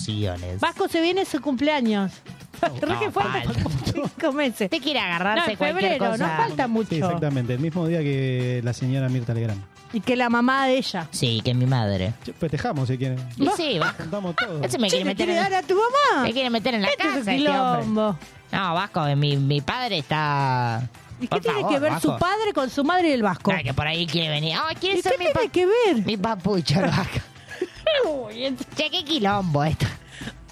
Speaker 4: opciones.
Speaker 3: Vasco se viene su cumpleaños. [LAUGHS] Re
Speaker 4: no,
Speaker 3: que falta
Speaker 4: falta.
Speaker 3: cinco meses.
Speaker 4: Usted quiere
Speaker 3: No,
Speaker 4: agarrarse
Speaker 3: en
Speaker 4: cualquier
Speaker 3: febrero,
Speaker 4: cosa.
Speaker 3: no falta mucho.
Speaker 5: Sí, exactamente. El mismo día que la señora Mirta Legrand.
Speaker 3: Y que la mamá de ella.
Speaker 4: Sí, que mi madre.
Speaker 5: Che, Festejamos si quieren.
Speaker 4: Y sí, Vasco.
Speaker 5: Juntamos todo.
Speaker 4: Él se me
Speaker 3: Che,
Speaker 4: quiere
Speaker 3: ¿le
Speaker 4: meter
Speaker 3: quiere
Speaker 4: en-
Speaker 3: dar a tu mamá?
Speaker 4: Me quiere meter en la
Speaker 3: Este es un
Speaker 4: casa este hombre.
Speaker 3: quilombo.
Speaker 4: No, Vasco, eh, mi, mi padre está...
Speaker 3: ¿Y qué tiene que ver su padre con su madre y el Vasco?
Speaker 4: que por ahí quiere venir. Ah, quiere
Speaker 3: ¿Y
Speaker 4: ser
Speaker 3: qué
Speaker 4: mi
Speaker 3: tiene que ver?
Speaker 4: Mi papucho,
Speaker 3: [LAUGHS]
Speaker 4: el Vasco. che, qué quilombo esto.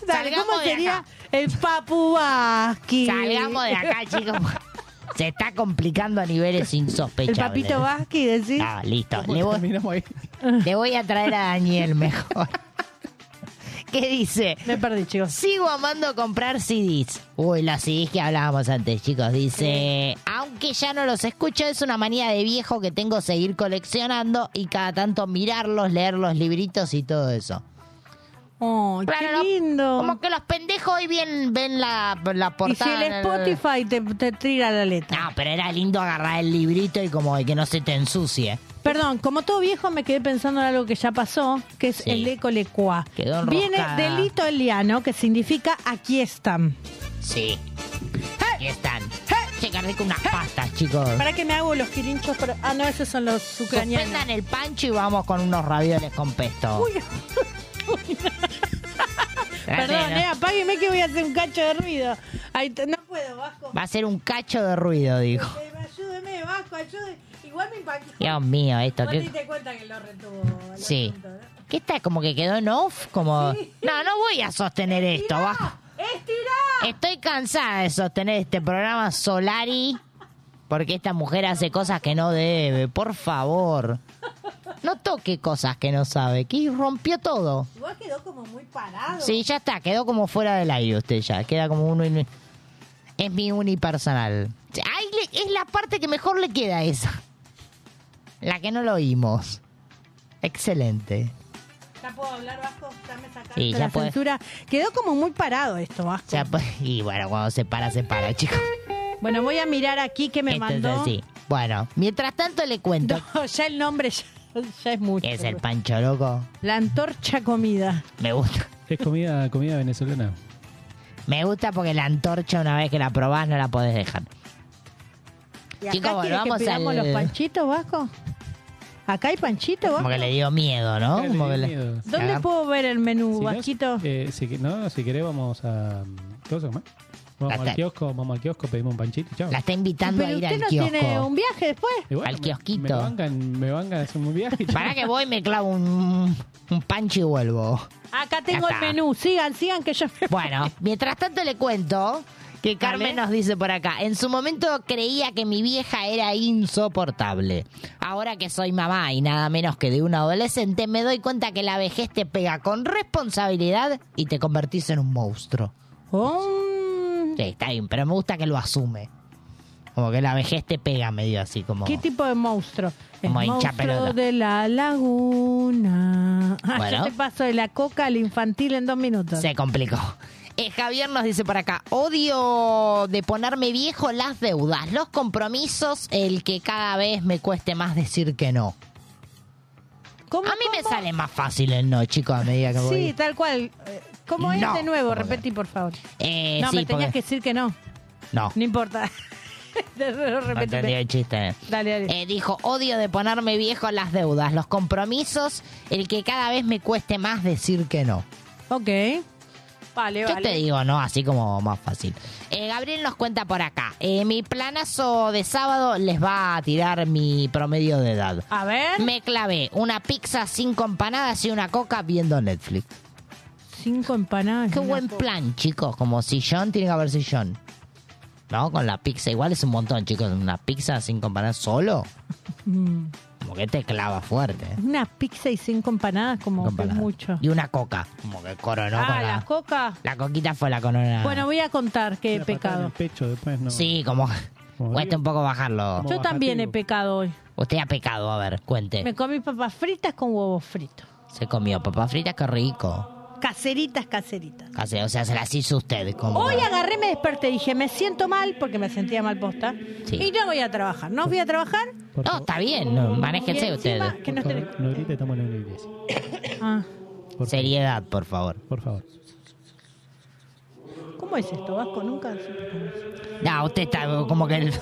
Speaker 3: Dale,
Speaker 4: Salgamos
Speaker 3: ¿Cómo
Speaker 4: de
Speaker 3: sería
Speaker 4: acá.
Speaker 3: el Papu Vasqui?
Speaker 4: Salgamos de
Speaker 3: [LAUGHS]
Speaker 4: acá, chicos. Se está complicando a niveles
Speaker 3: El
Speaker 4: insospechables.
Speaker 3: papito Vasqui, decís.
Speaker 4: Ah, listo. Le voy,
Speaker 5: Terminamos
Speaker 4: [LAUGHS]
Speaker 5: ahí.
Speaker 4: le voy a traer a Daniel mejor. [LAUGHS] ¿Qué dice?
Speaker 3: Me perdí, chicos.
Speaker 4: Sigo amando comprar CDs. Uy, las CDs que hablábamos antes, chicos. Dice, aunque ya no los escucho, es una manía de viejo que tengo seguir coleccionando y cada tanto mirarlos, leer los libritos y todo eso.
Speaker 3: Oh,
Speaker 4: Claro,
Speaker 3: qué
Speaker 4: no-
Speaker 3: lindo.
Speaker 4: Como que los pendejos hoy bien ven la, la
Speaker 3: Y si
Speaker 4: portada.
Speaker 3: el
Speaker 4: en
Speaker 3: Spotify te, te tira la letra.
Speaker 4: No, pero era lindo agarrar el librito y como de que no se te ensucie.
Speaker 3: Perdón, como todo viejo me quedé pensando en algo que ya pasó, que es
Speaker 4: Sí.
Speaker 3: el ecolecua.
Speaker 4: Quedó
Speaker 3: Viene
Speaker 4: enroscada.
Speaker 3: del italiano, que significa aquí están.
Speaker 4: Sí. Aquí están. Che, qué rico unas pastas, chicos.
Speaker 3: ¿Para que me hago los quirinchos? para- Ah, no, esos son los ucranianos.
Speaker 4: Suspendan el pancho y vamos con unos ravioles con pesto.
Speaker 3: Uy, Perdón, eh, apágueme que voy a hacer un cacho de ruido. Ahí te- no puedo, Vasco.
Speaker 4: Va a ser un cacho de ruido, dijo.
Speaker 3: Eh, Ayúdeme, Vasco, ayúdeme. Igual me impactó.
Speaker 4: Dios mío, esto.
Speaker 3: Vos te
Speaker 4: ¿qué?
Speaker 3: diste cuenta que lo retuvo. el
Speaker 4: Sí.
Speaker 3: asunto, ¿no?
Speaker 4: ¿Qué está? Como que quedó en off, como...
Speaker 3: Sí.
Speaker 4: No, no voy a sostener esto, bajo.
Speaker 3: ¡Estirá!
Speaker 4: Estoy cansada de sostener este programa Solari porque esta mujer hace cosas que no debe, por favor. No toque cosas que no sabe, que rompió todo.
Speaker 3: Igual quedó como muy parado.
Speaker 4: Sí, ya está, quedó como fuera del aire usted ya, queda como uno y... Es mi unipersonal. Ahí le- es la parte que mejor le queda a esa. La que no lo oímos. Excelente.
Speaker 3: ¿Ya puedo hablar, Vasco? Ya me sacaste
Speaker 4: Sí, ya
Speaker 3: la
Speaker 4: puede.
Speaker 3: censura. Quedó como muy parado esto, ¿ah? Vasco.
Speaker 4: O sea, pues- y bueno, cuando se para, se para, chicos.
Speaker 3: Bueno, voy a mirar aquí que me
Speaker 4: Esto es
Speaker 3: mandó.
Speaker 4: así. Bueno, mientras tanto le cuento.
Speaker 3: [LAUGHS] No, ya el nombre ya, ya es mucho.
Speaker 4: Es el pancho loco.
Speaker 3: La antorcha comida.
Speaker 4: Me gusta.
Speaker 5: Es comida, comida venezolana.
Speaker 4: Me gusta porque la antorcha, una vez que la probás, no la podés dejar.
Speaker 3: ¿Y acá
Speaker 4: Chicos,
Speaker 3: quiere que
Speaker 4: volvamos
Speaker 3: pidamos
Speaker 4: al-
Speaker 3: los panchitos, Vasco? ¿Acá hay panchito, Vasco?
Speaker 4: Como que le dio miedo, ¿no?
Speaker 5: Acá le
Speaker 4: Como
Speaker 5: dio
Speaker 4: que le-
Speaker 5: miedo.
Speaker 4: se
Speaker 3: ¿Dónde
Speaker 4: agarra-
Speaker 3: puedo ver el menú,
Speaker 5: Si no,
Speaker 3: Vasquito?
Speaker 5: eh, si que- no, si querés vamos a... ¿Qué vas a comer? Vamos
Speaker 4: Hasta-
Speaker 5: al kiosco, vamos al kiosco, pedimos un panchito y chao.
Speaker 4: La está invitando a
Speaker 3: Pero
Speaker 4: ir
Speaker 3: usted
Speaker 4: al
Speaker 3: no tiene
Speaker 4: kiosco.
Speaker 3: un viaje después.
Speaker 5: Y bueno,
Speaker 4: al
Speaker 5: me-
Speaker 4: kiosquito.
Speaker 5: Me bancan, me bancan, es un viaje. y chao.
Speaker 4: Para que voy, me clavo un, un pancho y vuelvo.
Speaker 3: Acá tengo el
Speaker 4: está.
Speaker 3: menú. Sigan, sigan que yo me...
Speaker 4: Bueno, mientras tanto le cuento que Carmen nos dice por acá, en su momento creía que mi vieja era insoportable. Ahora que soy mamá y nada menos que de un adolescente, me doy cuenta que la vejez te pega con responsabilidad y te convertís en un monstruo.
Speaker 3: Oh,
Speaker 4: Sí, está bien, pero me gusta que lo asume. Como que la vejez te pega medio así como...
Speaker 3: ¿Qué tipo de monstruo? El
Speaker 4: Como hincha
Speaker 3: monstruo
Speaker 4: pelota.
Speaker 3: de la laguna. Ah,
Speaker 4: Bueno.
Speaker 3: Yo te paso de la coca al infantil en dos minutos.
Speaker 4: Se complicó. Eh, Javier nos dice por acá, odio de ponerme viejo las deudas, los compromisos, el que cada vez me cueste más decir que no. a mí me sale más fácil el no, chicos, a medida que voy.
Speaker 3: Sí, tal cual. Eh, ¿Cómo es
Speaker 4: No.
Speaker 3: de nuevo? Repetí, por favor.
Speaker 4: Eh,
Speaker 3: no,
Speaker 4: sí,
Speaker 3: me tenías
Speaker 4: porque-
Speaker 3: que decir que no.
Speaker 4: No.
Speaker 3: No importa. [LAUGHS] Te lo
Speaker 4: No
Speaker 3: repetí.
Speaker 4: entendí el chiste. Eh, dijo, odio de ponerme viejo las deudas, los compromisos, el que cada vez me cueste más decir que no.
Speaker 3: Ok. Vale,
Speaker 4: Yo
Speaker 3: vale.
Speaker 4: te digo, ¿no? Así como más fácil. Eh, Gabriel nos cuenta por acá. eh, mi planazo de sábado les va a tirar mi promedio de edad.
Speaker 3: A ver.
Speaker 4: Me clavé una pizza, cinco empanadas y una coca viendo Netflix.
Speaker 3: Cinco empanadas.
Speaker 4: Qué buen plan, chicos. Como sillón, tiene que haber sillón. ¿No? Con la pizza. Igual es un montón, chicos. Una pizza, cinco empanadas solo.
Speaker 3: Mm.
Speaker 4: Como que te clava fuerte. ¿eh?
Speaker 3: Una pizza y cinco empanadas, como que
Speaker 4: empanadas.
Speaker 3: mucho.
Speaker 4: Y una coca. Como que coronó
Speaker 3: ah,
Speaker 4: con
Speaker 3: la
Speaker 4: la...
Speaker 3: coca.
Speaker 4: La coquita fue la corona.
Speaker 3: Bueno, voy a contar que he
Speaker 4: Una patada en
Speaker 3: pecado.
Speaker 5: el pecho después, ¿no?
Speaker 4: Sí, como... Cuesta un poco bajarlo.
Speaker 3: Yo también he pecado hoy.
Speaker 4: Usted ha pecado, a ver, cuente.
Speaker 3: Me comí papas fritas con huevos fritos.
Speaker 4: Se comió papas fritas, qué rico.
Speaker 3: Caseritas, caseritas.
Speaker 4: Casi, o sea, se las hizo usted. Como...
Speaker 3: Hoy agarré, me desperté y dije, me siento mal porque me sentía mal posta.
Speaker 4: Sí.
Speaker 3: Y no voy a trabajar. No voy a trabajar.
Speaker 4: No, está bien, no, manéjense
Speaker 3: Y
Speaker 4: ustedes.
Speaker 3: encima que no tenés-
Speaker 5: No grite, estamos en una iglesia.
Speaker 3: Ah,
Speaker 4: Seriedad, por favor.
Speaker 5: Por favor.
Speaker 3: ¿Cómo es esto? Vasco nunca.
Speaker 4: No, usted está como que... el-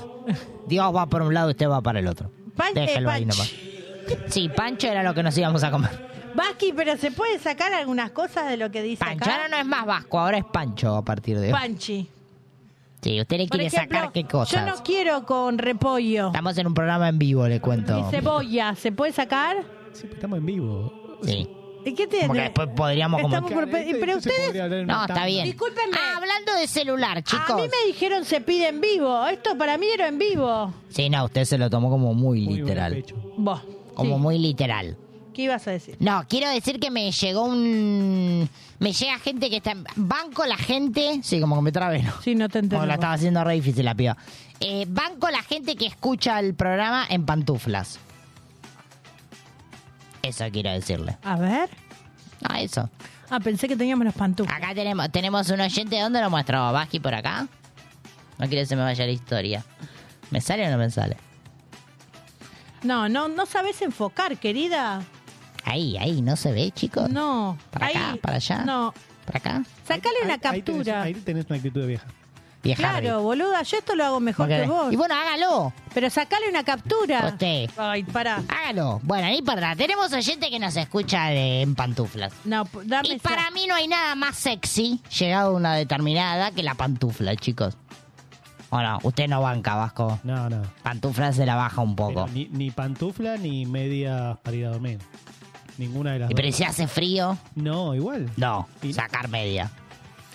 Speaker 4: Dios va por un lado, usted va para el otro.
Speaker 3: Pan- eh,
Speaker 4: Déjelo ahí
Speaker 3: Pancho.
Speaker 4: nomás. Sí, Pancho era lo que nos íbamos a comer.
Speaker 3: Vasqui, pero se puede sacar algunas cosas de lo que dice
Speaker 4: Pancho
Speaker 3: acá.
Speaker 4: ahora no es más vasco, ahora es Pancho a partir de hoy.
Speaker 3: Panchi.
Speaker 4: Sí, usted le
Speaker 3: Por
Speaker 4: quiere
Speaker 3: ejemplo,
Speaker 4: sacar qué
Speaker 3: Yo
Speaker 4: cosas.
Speaker 3: no quiero con repollo.
Speaker 4: Estamos en un programa en vivo, le cuento.
Speaker 3: Y cebolla, ¿se puede sacar?
Speaker 5: Estamos en vivo.
Speaker 4: Sí.
Speaker 3: ¿Y qué tiene?
Speaker 4: Como que después podríamos como...
Speaker 3: Estamos por-
Speaker 5: Este,
Speaker 3: pe- pero ustedes...
Speaker 4: No, está bien. Ah,
Speaker 3: Discúlpenme.
Speaker 4: hablando de celular, chicos.
Speaker 3: A mí me dijeron se pide en vivo. Esto para mí era en vivo.
Speaker 4: Sí, no, usted se lo tomó como muy, literal.
Speaker 3: Vos,
Speaker 4: Como muy literal.
Speaker 3: ¿qué ibas a decir?
Speaker 4: No, quiero decir que me llegó un... Mm, Me llega gente que está... Banco la gente... Sí, como que me trabé, ¿no?
Speaker 3: Sí, no te
Speaker 4: Como la estaba haciendo re difícil la piba. Eh, banco la gente que escucha el programa en pantuflas. Eso quiero decirle.
Speaker 3: A ver.
Speaker 4: Ah, eso.
Speaker 3: Ah, pensé que teníamos las pantuflas.
Speaker 4: Acá tenemos, tenemos un oyente. ¿Dónde lo muestro? ¿Vasqui por acá? No quiero que se me vaya la historia. ¿Me sale o no me sale?
Speaker 3: No, no, no sabes enfocar, querida.
Speaker 4: Ahí, ahí, ¿no se ve, chicos?
Speaker 3: No.
Speaker 4: ¿Para
Speaker 3: ahí-
Speaker 4: acá? ¿Para allá?
Speaker 3: No.
Speaker 4: ¿Para acá?
Speaker 3: Sacale una
Speaker 5: Ahí tenés-
Speaker 3: captura.
Speaker 5: Ahí tenés una actitud de vieja.
Speaker 4: Vieja
Speaker 3: Claro, boluda, yo esto lo hago mejor
Speaker 4: Ok.
Speaker 3: que vos.
Speaker 4: Y bueno, hágalo.
Speaker 3: Pero sacale una captura.
Speaker 4: Usted.
Speaker 3: Ay, pará.
Speaker 4: Hágalo. Bueno, ni para Tenemos oyente que nos escucha de- en pantuflas.
Speaker 3: No, p- dame
Speaker 4: Y para mí no hay nada más sexy, llegado a una determinada edad, que la pantufla, chicos. O no, usted no banca, Vasco.
Speaker 5: No, no.
Speaker 4: Pantufla se la baja un poco.
Speaker 5: Ni, ni pantufla ni medias para ir a dormir. Ninguna de las
Speaker 4: Y
Speaker 5: dos.
Speaker 4: pero ¿y si hace frío.
Speaker 5: No, igual.
Speaker 4: No, sacar media.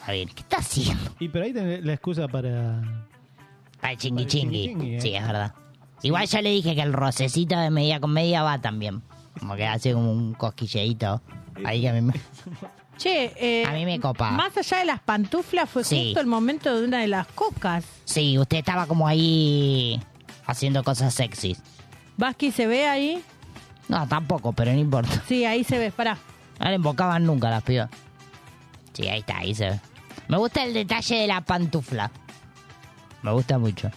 Speaker 4: A ver, ¿qué está haciendo?
Speaker 5: Y pero ahí tenés la excusa para.
Speaker 4: Para el chingui chingui.
Speaker 5: eh.
Speaker 4: Sí, es verdad. Igual yo le dije que el rocecito de media con media va también. Como que hace como un cosquilleíto. Ahí que a mí me,
Speaker 3: Che, eh,
Speaker 4: a mí me copa.
Speaker 3: más allá de las pantuflas fue
Speaker 4: Sí.
Speaker 3: justo el momento de una de las cocas.
Speaker 4: Sí, usted estaba como ahí haciendo cosas sexys.
Speaker 3: Vasqui se ve ahí.
Speaker 4: No, tampoco, pero no importa.
Speaker 3: Sí, ahí se ve, pará.
Speaker 4: No le embocaban nunca las pibas. Sí, ahí está, ahí se ve. Me gusta el detalle de la pantufla. Me gusta mucho.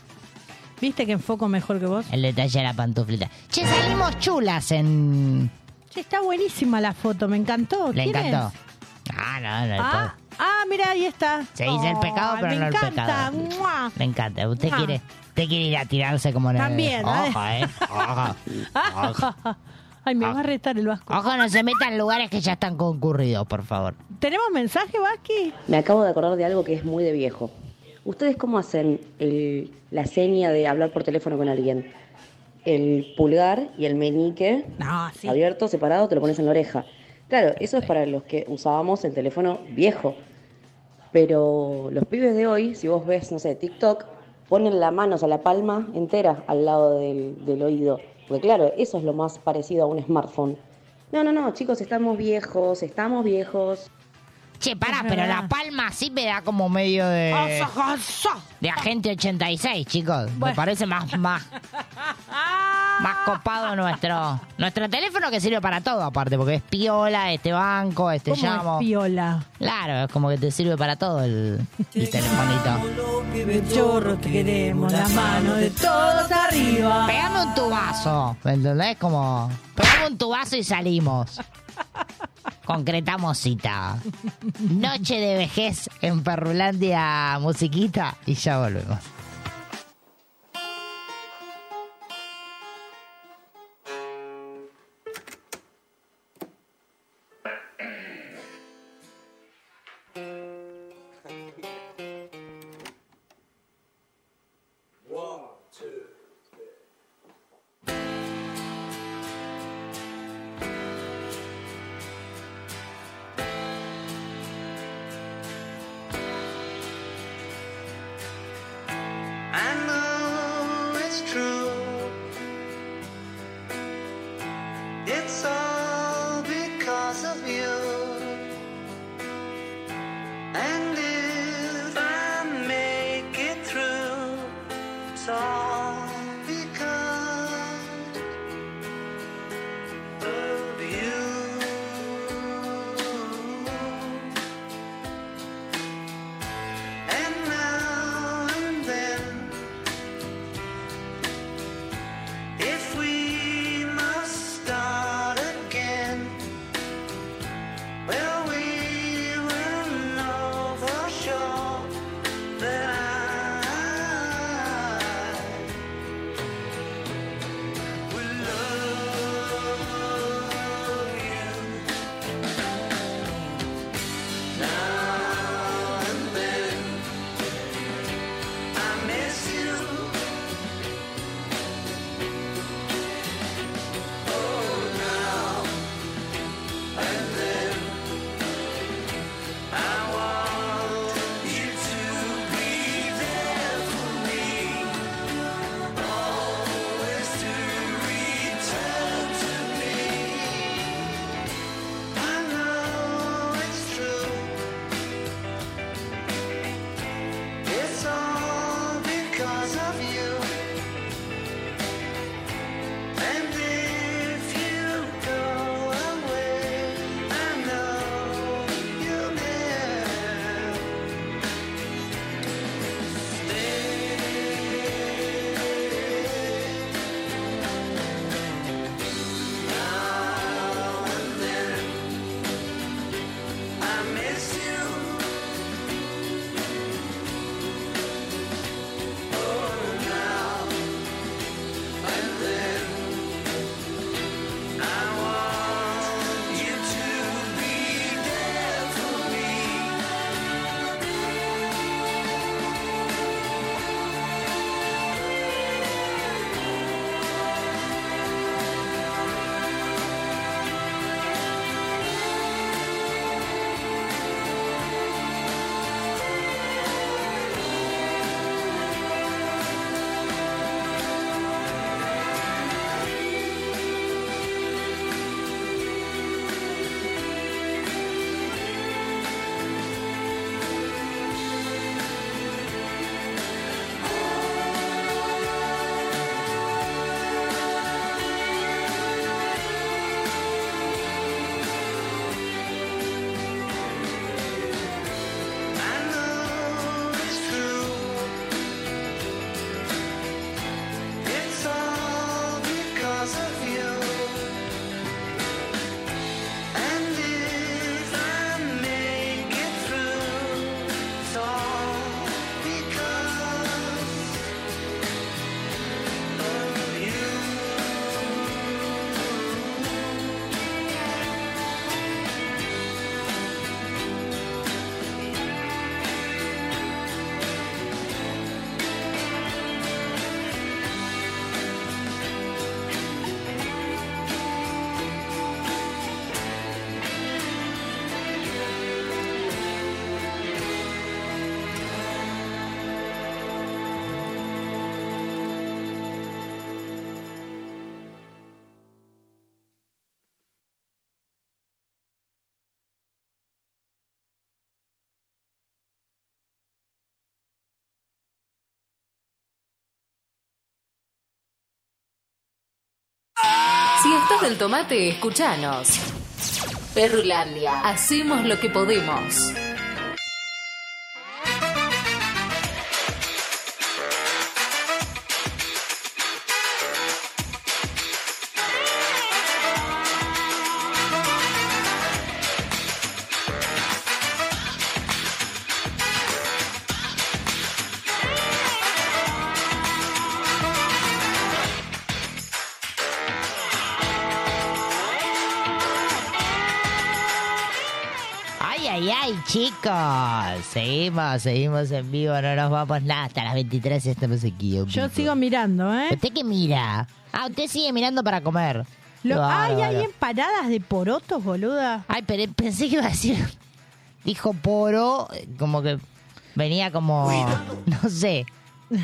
Speaker 3: ¿Viste que enfoco mejor que vos?
Speaker 4: El detalle de la pantuflita. Che, salimos chulas en...
Speaker 3: Che, está buenísima la foto, me encantó.
Speaker 4: Le
Speaker 3: ¿Quién
Speaker 4: encantó.
Speaker 3: es?
Speaker 4: Ah, no, no.
Speaker 3: Ah,
Speaker 4: todo.
Speaker 3: ah, mira, ahí está.
Speaker 4: Se dice el pecado,
Speaker 3: Ay,
Speaker 4: pero
Speaker 3: me
Speaker 4: no el
Speaker 3: encanta.
Speaker 4: pecado.
Speaker 3: ¡Mua!
Speaker 4: Me encanta. Usted
Speaker 3: Ah.
Speaker 4: quiere usted quiere ir a tirarse como en el-
Speaker 3: También,
Speaker 4: Ojo,
Speaker 3: ¿eh?
Speaker 4: eh.
Speaker 3: [LAUGHS]
Speaker 4: Ojo. Ojo.
Speaker 3: Ay, me va a retar el Vasco.
Speaker 4: Ojo, no se metan en lugares que ya están concurridos, por favor.
Speaker 3: ¿Tenemos mensaje, Vasqui?
Speaker 17: Me acabo de acordar de algo que es muy de viejo. ¿Ustedes cómo hacen el- la seña de hablar por teléfono con alguien? El pulgar y el meñique abierto, separado, te lo pones en la oreja. Claro, eso es para los que usábamos el teléfono viejo. Pero los pibes de hoy, si vos ves, no sé, TikTok, ponen la mano, o sea, la palma entera al lado del, del oído. Porque claro, eso es lo más parecido a un smartphone. No, no, no, chicos, estamos viejos, estamos viejos.
Speaker 4: Che, pará,
Speaker 17: Es
Speaker 4: pero
Speaker 17: verdad.
Speaker 4: la palma sí me da como medio de...
Speaker 3: ¡Oso, oso! [LAUGHS]
Speaker 4: De agente 86, chicos. Me parece más, más. Más copado nuestro nuestro teléfono que sirve para todo, aparte, porque es piola, este banco, este
Speaker 3: ¿Cómo es
Speaker 4: llamo.
Speaker 3: piola?
Speaker 4: Claro, es como que te sirve para todo el, el telefonito.
Speaker 3: Chorros que queremos, la mano de todos arriba.
Speaker 4: Pegame un tubazo, ¿me entendés? Como, pegame un tubazo y salimos. Concretamos cita. Noche de vejez en Perrulandia, musiquita, y ya volvemos.
Speaker 2: Oh,
Speaker 18: estás del tomate, escuchanos. Perrulandia, hacemos lo que podemos.
Speaker 4: Ay, ay, ay, chicos. Seguimos, seguimos en vivo, no nos vamos nada. Hasta las 23 estamos aquí. en
Speaker 3: Yo
Speaker 4: vivo.
Speaker 3: sigo mirando, ¿eh?
Speaker 4: ¿Usted qué mira? Ah, usted sigue mirando para comer.
Speaker 3: Lo, ay, hay
Speaker 4: bárbaro.
Speaker 3: empanadas de porotos, boluda.
Speaker 4: Ay, pero pensé que iba a decir. Dijo poro, eh, como que venía como. [LAUGHS] No sé.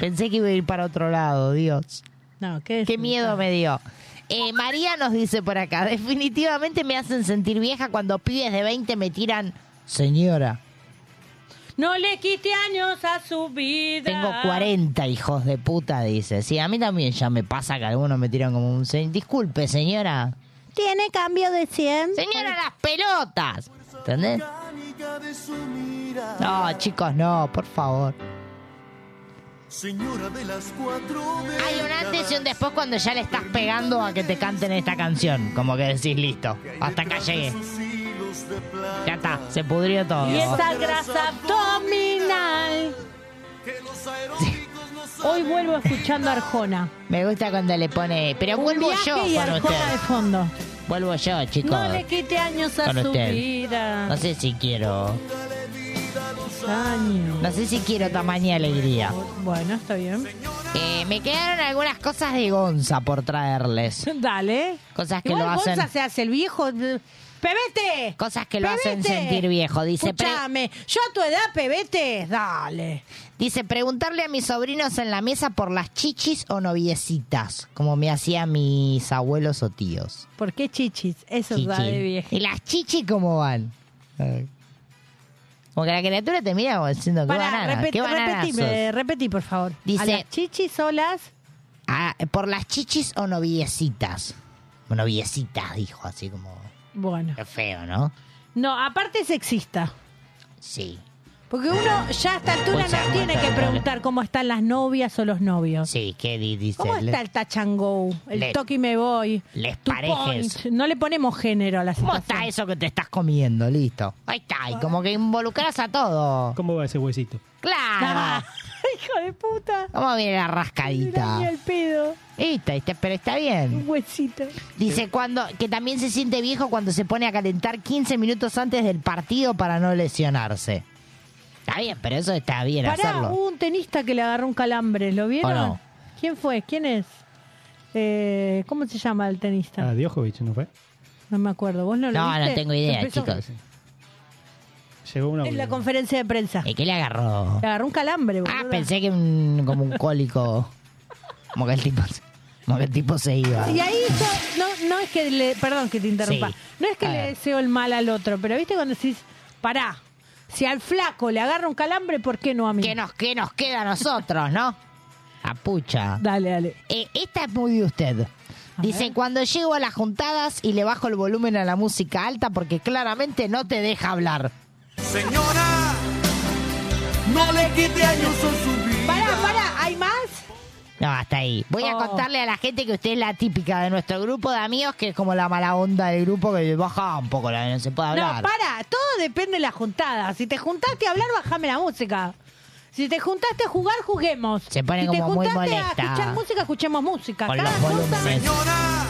Speaker 4: Pensé que iba a ir para otro lado, Dios.
Speaker 3: No, qué,
Speaker 4: miedo me dio. Eh, María nos dice por acá: definitivamente me hacen sentir vieja cuando pibes de 20 me tiran. Señora.
Speaker 3: No le quite años a su vida.
Speaker 4: Tengo 40 hijos de puta, dice. Sí, a mí también ya me pasa que algunos me tiran como un... se- Disculpe, señora.
Speaker 3: ¿Tiene cambio de 100?
Speaker 4: Señora, las pelotas. ¿Entendés?
Speaker 19: de su mirada.
Speaker 4: No, chicos, no, por favor.
Speaker 19: Señora de las cuatro
Speaker 4: Hay un antes y un después cuando ya le estás pegando a que te canten esta canción. Como que decís, listo, hasta acá llegué. Ya está, se pudrió todo.
Speaker 3: Y esa grasa abdominal. Hoy vuelvo escuchando Arjona.
Speaker 4: Me gusta cuando le pone... Pero
Speaker 3: Un
Speaker 4: vuelvo
Speaker 3: viaje
Speaker 4: yo
Speaker 3: y
Speaker 4: con
Speaker 3: Arjona
Speaker 4: usted.
Speaker 3: de fondo.
Speaker 4: Vuelvo yo, chicos.
Speaker 3: No le quite años a
Speaker 4: Con
Speaker 3: su
Speaker 4: usted.
Speaker 3: vida.
Speaker 4: No sé si quiero...
Speaker 3: Años.
Speaker 4: No sé si quiero tamaño y alegría.
Speaker 3: Bueno, está bien.
Speaker 4: Eh, me quedaron algunas cosas de Gonza por traerles.
Speaker 3: Dale.
Speaker 4: Cosas que
Speaker 3: Igual
Speaker 4: lo hacen.
Speaker 3: Gonza se hace el viejo. ¡Pebete!
Speaker 4: Cosas que lo hacen sentir viejo, dice, pre-
Speaker 3: Escuchame, yo a tu edad, pebete, dale.
Speaker 4: Dice, preguntarle a mis sobrinos en la mesa por las chichis o noviecitas, como me hacían mis abuelos o tíos.
Speaker 3: ¿Por qué chichis? Eso
Speaker 4: Chichis.
Speaker 3: es de viejo.
Speaker 4: ¿Y las chichis cómo van? Eh. Como que la criatura te mira como diciendo, qué
Speaker 3: Pará,
Speaker 4: banana,
Speaker 3: repet-
Speaker 4: qué banana
Speaker 3: repetime, repetí, por favor.
Speaker 4: Dice, Ah,
Speaker 3: ¿A las chichis o las?
Speaker 4: por las chichis o noviecitas. Noviecitas, dijo, así como...
Speaker 3: Bueno.
Speaker 4: Qué feo, ¿no?
Speaker 3: No, aparte es sexista.
Speaker 4: Sí.
Speaker 3: Porque uno ya a esta altura no
Speaker 4: Escucha,
Speaker 3: tiene
Speaker 4: aguanta,
Speaker 3: que
Speaker 4: dale.
Speaker 3: preguntar cómo están las novias o los novios.
Speaker 4: Sí, ¿qué di- dice?
Speaker 3: ¿Cómo
Speaker 4: Le-
Speaker 3: está el tachangó? El
Speaker 4: Le-
Speaker 3: toque y me voy.
Speaker 4: Les
Speaker 3: tu
Speaker 4: parejes.
Speaker 3: point? No le ponemos género a la
Speaker 4: ¿Cómo
Speaker 3: situación.
Speaker 4: está eso que te estás comiendo? Listo. Ahí está, y como que involucras a todo.
Speaker 5: ¿Cómo va ese huesito?
Speaker 4: Claro.
Speaker 3: [LAUGHS] Hijo de puta.
Speaker 4: ¿Cómo viene la
Speaker 3: Mira
Speaker 4: rascadita?
Speaker 3: ahí el pedo.
Speaker 4: Está, está, pero está bien.
Speaker 3: Un huesito.
Speaker 4: Dice cuando que también se siente viejo cuando se pone a calentar 15 minutos antes del partido para no lesionarse. Está bien, pero eso está bien
Speaker 3: Pará,
Speaker 4: hacerlo.
Speaker 3: hubo un tenista que le agarró un calambre, ¿lo vieron?
Speaker 4: ¿O no?
Speaker 3: ¿Quién fue? ¿Quién es? Eh, ¿Cómo se llama el tenista?
Speaker 5: Ah, Djokovic, ¿no fue?
Speaker 3: No me acuerdo, ¿vos no lo
Speaker 4: No,
Speaker 3: viste?
Speaker 4: no tengo idea,
Speaker 3: Empezó
Speaker 4: chicos.
Speaker 5: Llegó una...
Speaker 3: En la conferencia de prensa.
Speaker 4: ¿Y qué le agarró?
Speaker 3: Le agarró un calambre, boludo.
Speaker 4: Ah, pensé que un- como un cólico. Como que el tipo, se- como que el tipo se iba.
Speaker 3: Y ahí yo, no, no es que le, perdón que te interrumpa,
Speaker 4: Sí.
Speaker 3: no es que
Speaker 4: A
Speaker 3: le
Speaker 4: ver.
Speaker 3: deseo el mal al otro, pero viste cuando decís, pará, si al flaco le agarra un calambre, ¿por qué no a mí?
Speaker 4: ¿Qué nos, qué nos queda a nosotros, no? A pucha.
Speaker 3: Dale, dale.
Speaker 4: Eh, esta es muy de usted. Dice, cuando llego a las juntadas y le bajo el volumen a la música alta porque claramente no te deja hablar.
Speaker 19: Señora, no le quite años a su vida.
Speaker 3: Pará, pará, ¿hay más?
Speaker 4: No, hasta ahí. Voy a
Speaker 3: Oh.
Speaker 4: contarle a la gente que usted es la típica de nuestro grupo de amigos, que es como la mala onda del grupo que baja un poco, la no se puede hablar.
Speaker 3: No, para, todo depende de la juntada. Si te juntaste a hablar, bajame la música. Si te juntaste a jugar, juguemos.
Speaker 4: Se pone
Speaker 3: si te
Speaker 4: como muy
Speaker 3: juntaste
Speaker 4: molesta.
Speaker 3: a escuchar música, escuchemos música.
Speaker 4: Con
Speaker 3: Cada
Speaker 4: los
Speaker 3: cosa-
Speaker 4: volúmenes.
Speaker 19: Señora,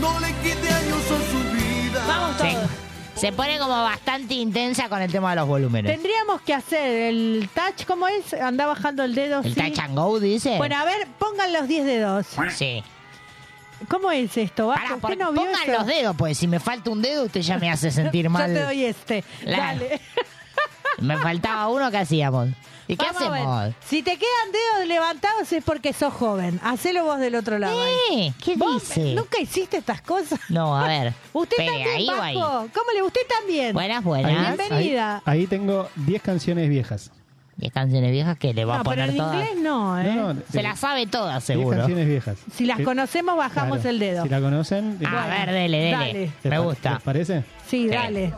Speaker 19: no le quite años a su vida.
Speaker 3: Vamos
Speaker 4: Se,
Speaker 3: todos.
Speaker 4: se pone como bastante intensa con el tema de los volúmenes.
Speaker 3: Tendríamos que hacer el touch, ¿cómo es? Andá bajando el dedo.
Speaker 4: El
Speaker 3: sí.
Speaker 4: touch and go, dice.
Speaker 3: Bueno, a ver, pongan los 10 dedos.
Speaker 4: Sí.
Speaker 3: ¿Cómo es esto? Vasco? ¿Usted
Speaker 4: Por-
Speaker 3: no vio
Speaker 4: pongan
Speaker 3: eso?
Speaker 4: los dedos, pues si me falta un dedo, usted ya me
Speaker 3: [LAUGHS]
Speaker 4: hace sentir mal.
Speaker 3: Yo te doy este.
Speaker 4: Claro.
Speaker 3: Dale.
Speaker 4: Me faltaba uno, ¿qué hacíamos? ¿Y qué
Speaker 3: Vamos a ver.
Speaker 4: hacemos?
Speaker 3: Si te quedan dedos levantados es porque sos joven. Hacelo vos del otro lado. ahí.
Speaker 4: ¿Qué
Speaker 3: ¿Vos
Speaker 4: dice?
Speaker 3: ¿Nunca hiciste estas cosas? [LAUGHS]
Speaker 4: No, a ver.
Speaker 3: Usted
Speaker 4: Espere,
Speaker 3: también,
Speaker 4: ahí o ahí.
Speaker 3: Vasco. ¿Cómo le? Usted también.
Speaker 4: Buenas,
Speaker 5: Ahí-
Speaker 4: buenas.
Speaker 5: ahí-
Speaker 3: Bienvenida.
Speaker 5: Ahí, tengo 10 canciones viejas.
Speaker 4: 10 canciones viejas que le va
Speaker 3: No,
Speaker 4: a
Speaker 3: pero
Speaker 4: poner
Speaker 3: en
Speaker 4: todas.
Speaker 3: inglés no, ¿eh?
Speaker 5: No, no,
Speaker 4: Se
Speaker 5: eh,
Speaker 4: las sabe todas,
Speaker 5: diez
Speaker 4: seguro.
Speaker 5: canciones viejas.
Speaker 3: Si las
Speaker 5: Eh,
Speaker 3: conocemos, bajamos
Speaker 5: claro,
Speaker 3: el dedo.
Speaker 5: Si la conocen.
Speaker 4: A ver, dele, dele.
Speaker 5: ¿Te
Speaker 4: Me
Speaker 5: pa-
Speaker 4: gusta.
Speaker 5: ¿Les parece?
Speaker 3: Sí, dale.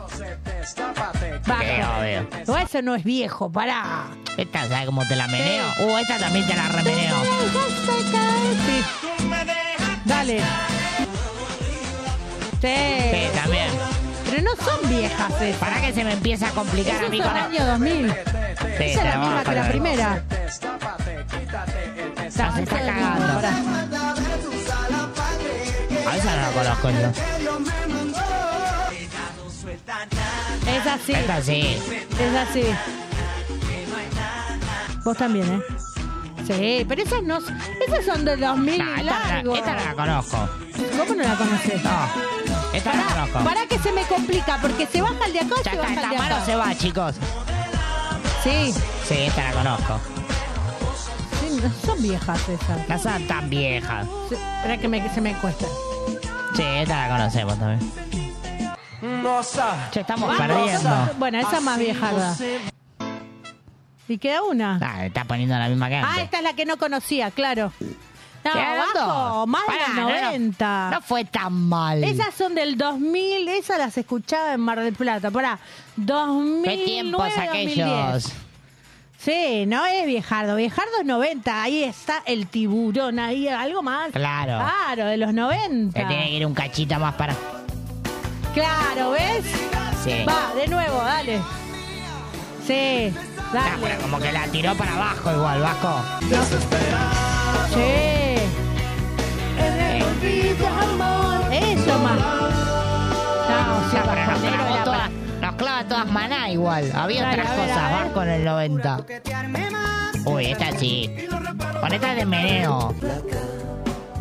Speaker 3: Baja.
Speaker 4: obvio.
Speaker 3: No, eso no es viejo, pará.
Speaker 4: Esta, ¿sabes cómo te la meneo? Uh, esta también te la remeneo.
Speaker 3: Sí. Dale.
Speaker 4: Sí,
Speaker 3: Sí.
Speaker 4: también.
Speaker 3: Pero no son viejas esas.
Speaker 4: ¿Para que se me empieza a complicar
Speaker 3: Eso
Speaker 4: a mí
Speaker 3: es
Speaker 4: con
Speaker 3: el
Speaker 4: la-
Speaker 3: año 2000.
Speaker 4: Sí,
Speaker 3: Esa es la
Speaker 4: te la
Speaker 3: misma
Speaker 4: bajo,
Speaker 3: que la
Speaker 4: la bajo.
Speaker 3: primera.
Speaker 4: Esa se está cagando. A esa no la conozco yo.
Speaker 3: Es así.
Speaker 4: Es así.
Speaker 3: Es así. Vos también, ¿eh? Sí, pero esas no. Esas son del 2000
Speaker 4: No,
Speaker 3: y
Speaker 4: esta, no
Speaker 3: largo.
Speaker 4: la- esta no la conozco.
Speaker 3: ¿Cómo no la conocés?
Speaker 4: Esta no la conozco.
Speaker 3: Para que se me complica, porque se baja el de acá o se baja el
Speaker 4: Esta
Speaker 3: de acá.
Speaker 4: mano se va, chicos.
Speaker 3: Sí.
Speaker 4: Sí, esta la conozco.
Speaker 3: Sí, no son viejas esas.
Speaker 4: No son tan viejas.
Speaker 3: Espera que, me- que se me cuesta.
Speaker 4: Sí, esta la conocemos también.
Speaker 3: Nosa.
Speaker 4: Che, estamos
Speaker 3: Vamos.
Speaker 4: perdiendo.
Speaker 3: Bueno, esa es más viejarda. Y queda una.
Speaker 4: Ah, está poniendo la misma que antes.
Speaker 3: Ah, esta es la que no conocía, claro. No,
Speaker 4: Quedaron
Speaker 3: bajo,
Speaker 4: dos.
Speaker 3: más
Speaker 4: Pará,
Speaker 3: de
Speaker 4: no, no.
Speaker 3: 90.
Speaker 4: No fue tan mal.
Speaker 3: Esas son del 2000, esas las escuchaba en Mar del Plata. Pará, 2009,
Speaker 4: Qué tiempos
Speaker 3: 2010.
Speaker 4: aquellos.
Speaker 3: Sí, no es viejardo. Viejardo es 90. Ahí está el tiburón, ahí algo más.
Speaker 4: Claro.
Speaker 3: Claro, de los 90.
Speaker 4: Se tiene que ir un cachito más para.
Speaker 3: Claro, ¿ves?
Speaker 4: Sí.
Speaker 3: Va, de nuevo, dale. Sí,
Speaker 4: Ah,
Speaker 3: dale.
Speaker 4: pero como que la tiró para abajo igual, Vasco.
Speaker 3: Sí. Eso más. No, sí,
Speaker 4: pero nos
Speaker 3: bajonero
Speaker 4: clavó
Speaker 3: era
Speaker 4: todas, nos clava todas maná igual. Había
Speaker 3: Dale,
Speaker 4: otras
Speaker 3: a ver, a
Speaker 4: cosas,
Speaker 3: ver.
Speaker 4: Vasco en el 90. Uy, esta sí. Con esta de meneo.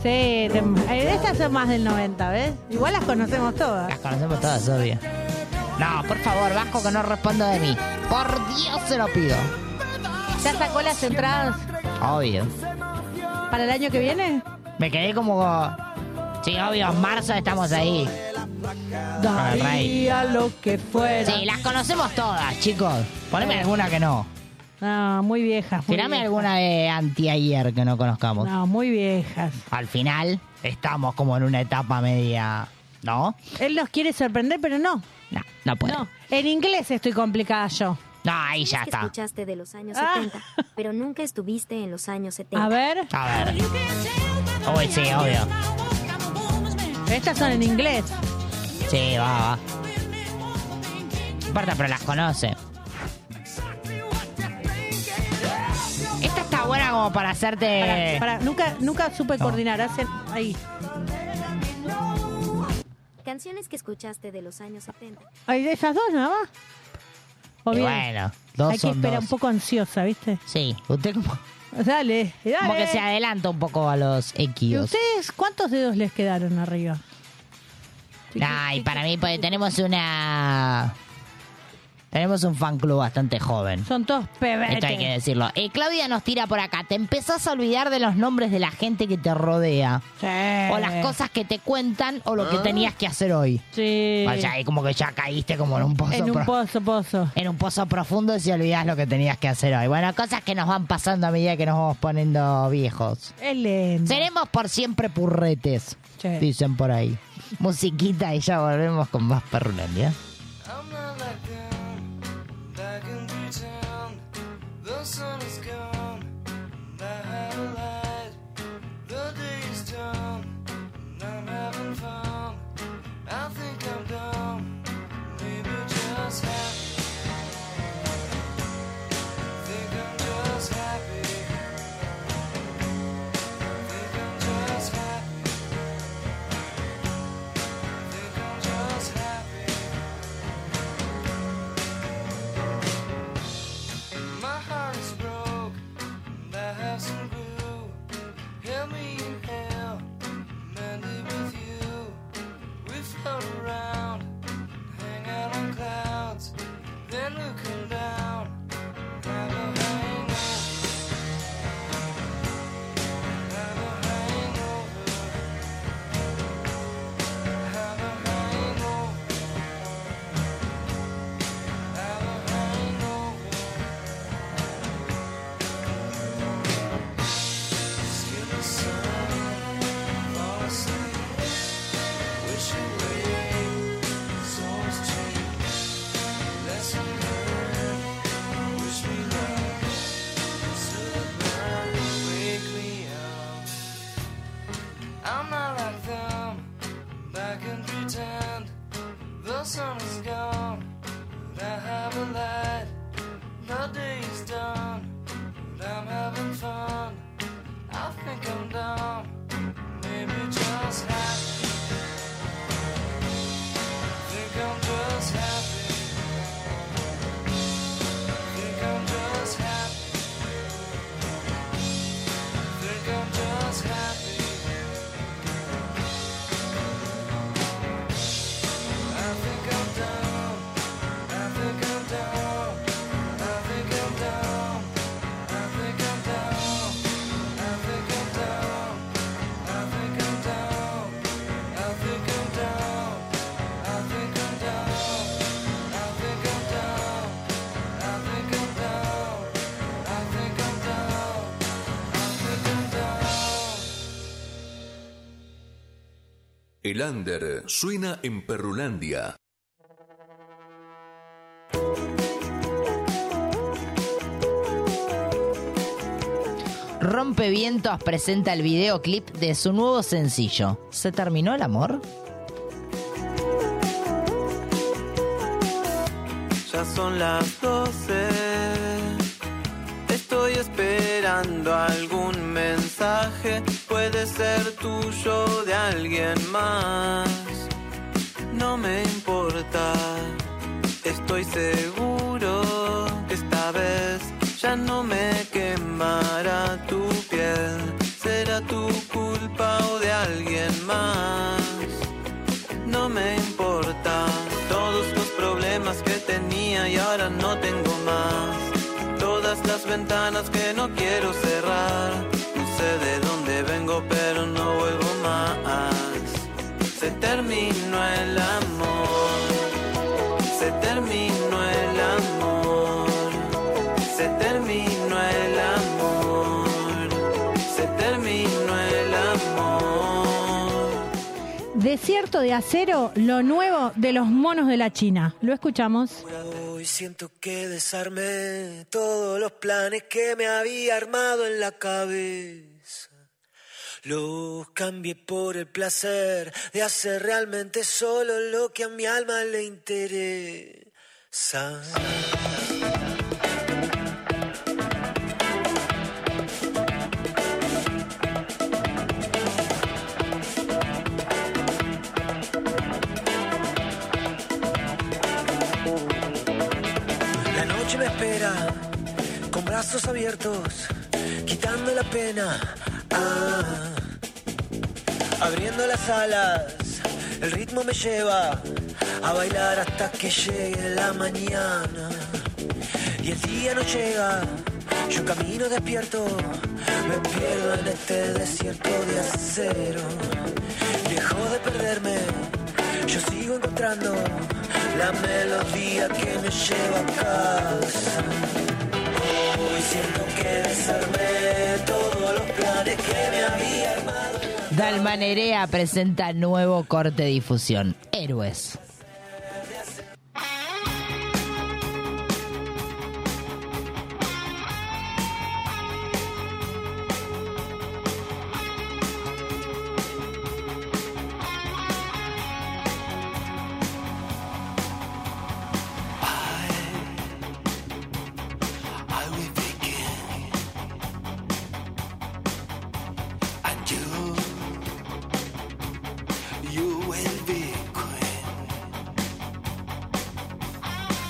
Speaker 3: Sí, te- eh, estas son más del 90, ¿ves? Igual las conocemos todas.
Speaker 4: Conocemos todas, obvio. No, por favor, Vasco, que no responda de mí. Por Dios se lo pido.
Speaker 3: ¿Ya sacó las entradas
Speaker 4: Obvio.
Speaker 3: para el año que viene?
Speaker 4: Me quedé como... Sí, obvio, en marzo estamos ahí. Con el rey.
Speaker 3: Daría lo que fuera.
Speaker 4: Sí, las conocemos todas, chicos. Poneme alguna que no.
Speaker 3: No, muy viejas. muy
Speaker 4: Tirame
Speaker 3: viejas.
Speaker 4: alguna de antiayer que no conozcamos.
Speaker 3: No, muy viejas.
Speaker 4: Al final, estamos como en una etapa media... ¿No?
Speaker 3: Él nos quiere sorprender, pero no.
Speaker 4: No, no puedo.
Speaker 3: No, en inglés estoy complicada yo.
Speaker 4: No, ahí ya
Speaker 20: que
Speaker 4: está.
Speaker 20: escuchaste de los años
Speaker 3: Ah.
Speaker 20: 70, pero nunca estuviste en los años 70.
Speaker 3: A ver.
Speaker 4: A ver. Uy, sí, obvio.
Speaker 3: Estas son en inglés.
Speaker 4: Sí, va, va. No importa, pero las conoce. Esta está buena como para hacerte...
Speaker 3: Pará, pará, nunca, nunca supe coordinar. Hacen ahí.
Speaker 20: Canciones que escuchaste de los años 70.
Speaker 3: Ay, de esas dos nada más. O
Speaker 4: Y
Speaker 3: bien.
Speaker 4: bueno, dos
Speaker 3: Hay que
Speaker 4: son
Speaker 3: esperar
Speaker 4: dos.
Speaker 3: un poco ansiosa, ¿viste?
Speaker 4: Sí, usted como,
Speaker 3: Dale, dale.
Speaker 4: como que se adelanta un poco a los
Speaker 3: ¿Y
Speaker 4: equipos.
Speaker 3: ustedes cuántos dedos les quedaron arriba?
Speaker 4: Ay, para mí pues, tenemos una... Tenemos un fan club bastante joven.
Speaker 3: Son todos pebetes.
Speaker 4: Esto hay que decirlo. Eh, Claudia nos tira por acá. Te empezás a olvidar de los nombres de la gente que te rodea. O las cosas que te cuentan o lo que
Speaker 3: Ah.
Speaker 4: tenías que hacer hoy.
Speaker 3: Sí.
Speaker 4: O sea, ahí como que ya caíste como en un pozo.
Speaker 3: En un pozo, pozo.
Speaker 4: En un pozo profundo si olvidás lo que tenías que hacer hoy. Bueno, cosas que nos van pasando a medida que nos vamos poniendo viejos.
Speaker 3: Es lindo.
Speaker 4: Seremos por siempre purretes,
Speaker 3: Sí.
Speaker 4: dicen por ahí. Musiquita y ya volvemos con más ¿eh? Perrulandia.
Speaker 13: I'm not like them. Back in town, the sun is gone. and I have a light. The day is done. and I'm having fun. I think I'm dumb. Maybe just happy. Think I'm just happy. Think I'm just happy. Think I'm just happy. My heart is broke.
Speaker 19: sun is gone, but I have a light. The day is done, but I'm having fun. I think I'm dumb, maybe just happy. Think I'm just happy. Think I'm just happy. Think I'm just happy. I think I'm down. I think I'm down. I think I'm down. I think I'm down. I think I'm down. I think I'm down. I think I'm down. I think I'm down. I think I'm down. I think I'm down. I think I'm down. I think I'm down.
Speaker 6: El under suena en Perrulandia.
Speaker 4: Rompevientos presenta el videoclip de su nuevo sencillo. ¿Se terminó el amor?
Speaker 19: Ya son las 12. Estoy esperando algún mensaje. Puede ser tuyo o de alguien más. No me importa. Estoy seguro que esta vez ya no me quemará tu piel. Será tu culpa o de alguien más. No me importa todos los problemas que tenía y ahora no tengo más. Todas las ventanas que no quiero cerrar. No sé de dónde vengo, pero no vuelvo más. Se terminó el amor. Se terminó el amor. Se terminó el amor. Se terminó el amor.
Speaker 3: Desierto de acero, lo nuevo de los monos de la China. Lo escuchamos.
Speaker 19: Hoy siento que desarmé todos los planes que me había armado en la cabeza. Los cambié por el placer de hacer realmente solo lo que a mi alma le interesa. La noche me espera con brazos abiertos, quitando la pena, ah. abriendo las alas. El ritmo me lleva a bailar hasta que llegue la mañana. Y el día no llega, yo camino despierto, me pierdo en este desierto de acero. Dejo de perderme, yo sigo encontrando la melodía que me lleva a casa. Hoy siento que desarmé todos los planes que me había armado.
Speaker 4: Dalmanerea presenta nuevo corte de difusión. Héroes.
Speaker 19: I will begin, and you, you will be queen.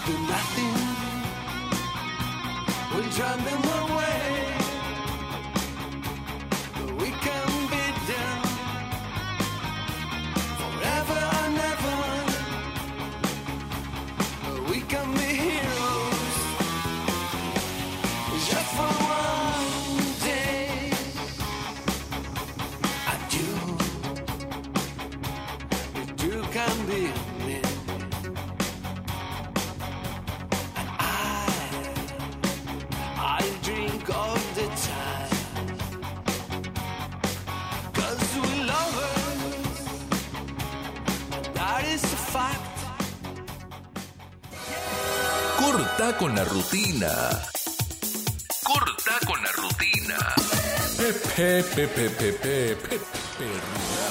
Speaker 19: The nothing will drown them away. We can be down forever and ever. We can be heroes. Just for one day, and you, you can be me, and I, I drink all the time, 'cause we lovers, that is a fact.
Speaker 6: Corta con la rutina. Corta con la rutina. Pepe, pepe, pepe, pepe, perrula.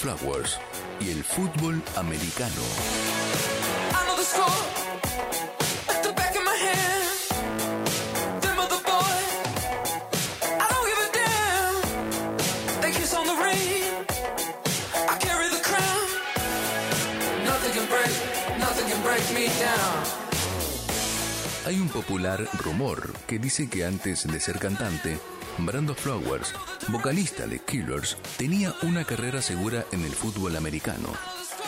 Speaker 6: Flowers y el fútbol americano.
Speaker 13: I know the score at the back of my hand. Them other boys, I don't give a damn. They kiss on the ring. I carry the crown. Nothing can break, nothing can break me down.
Speaker 6: Hay un popular rumor que dice que antes de ser cantante, Brando Flowers, vocalista de Killers, tenía una carrera segura en el fútbol americano.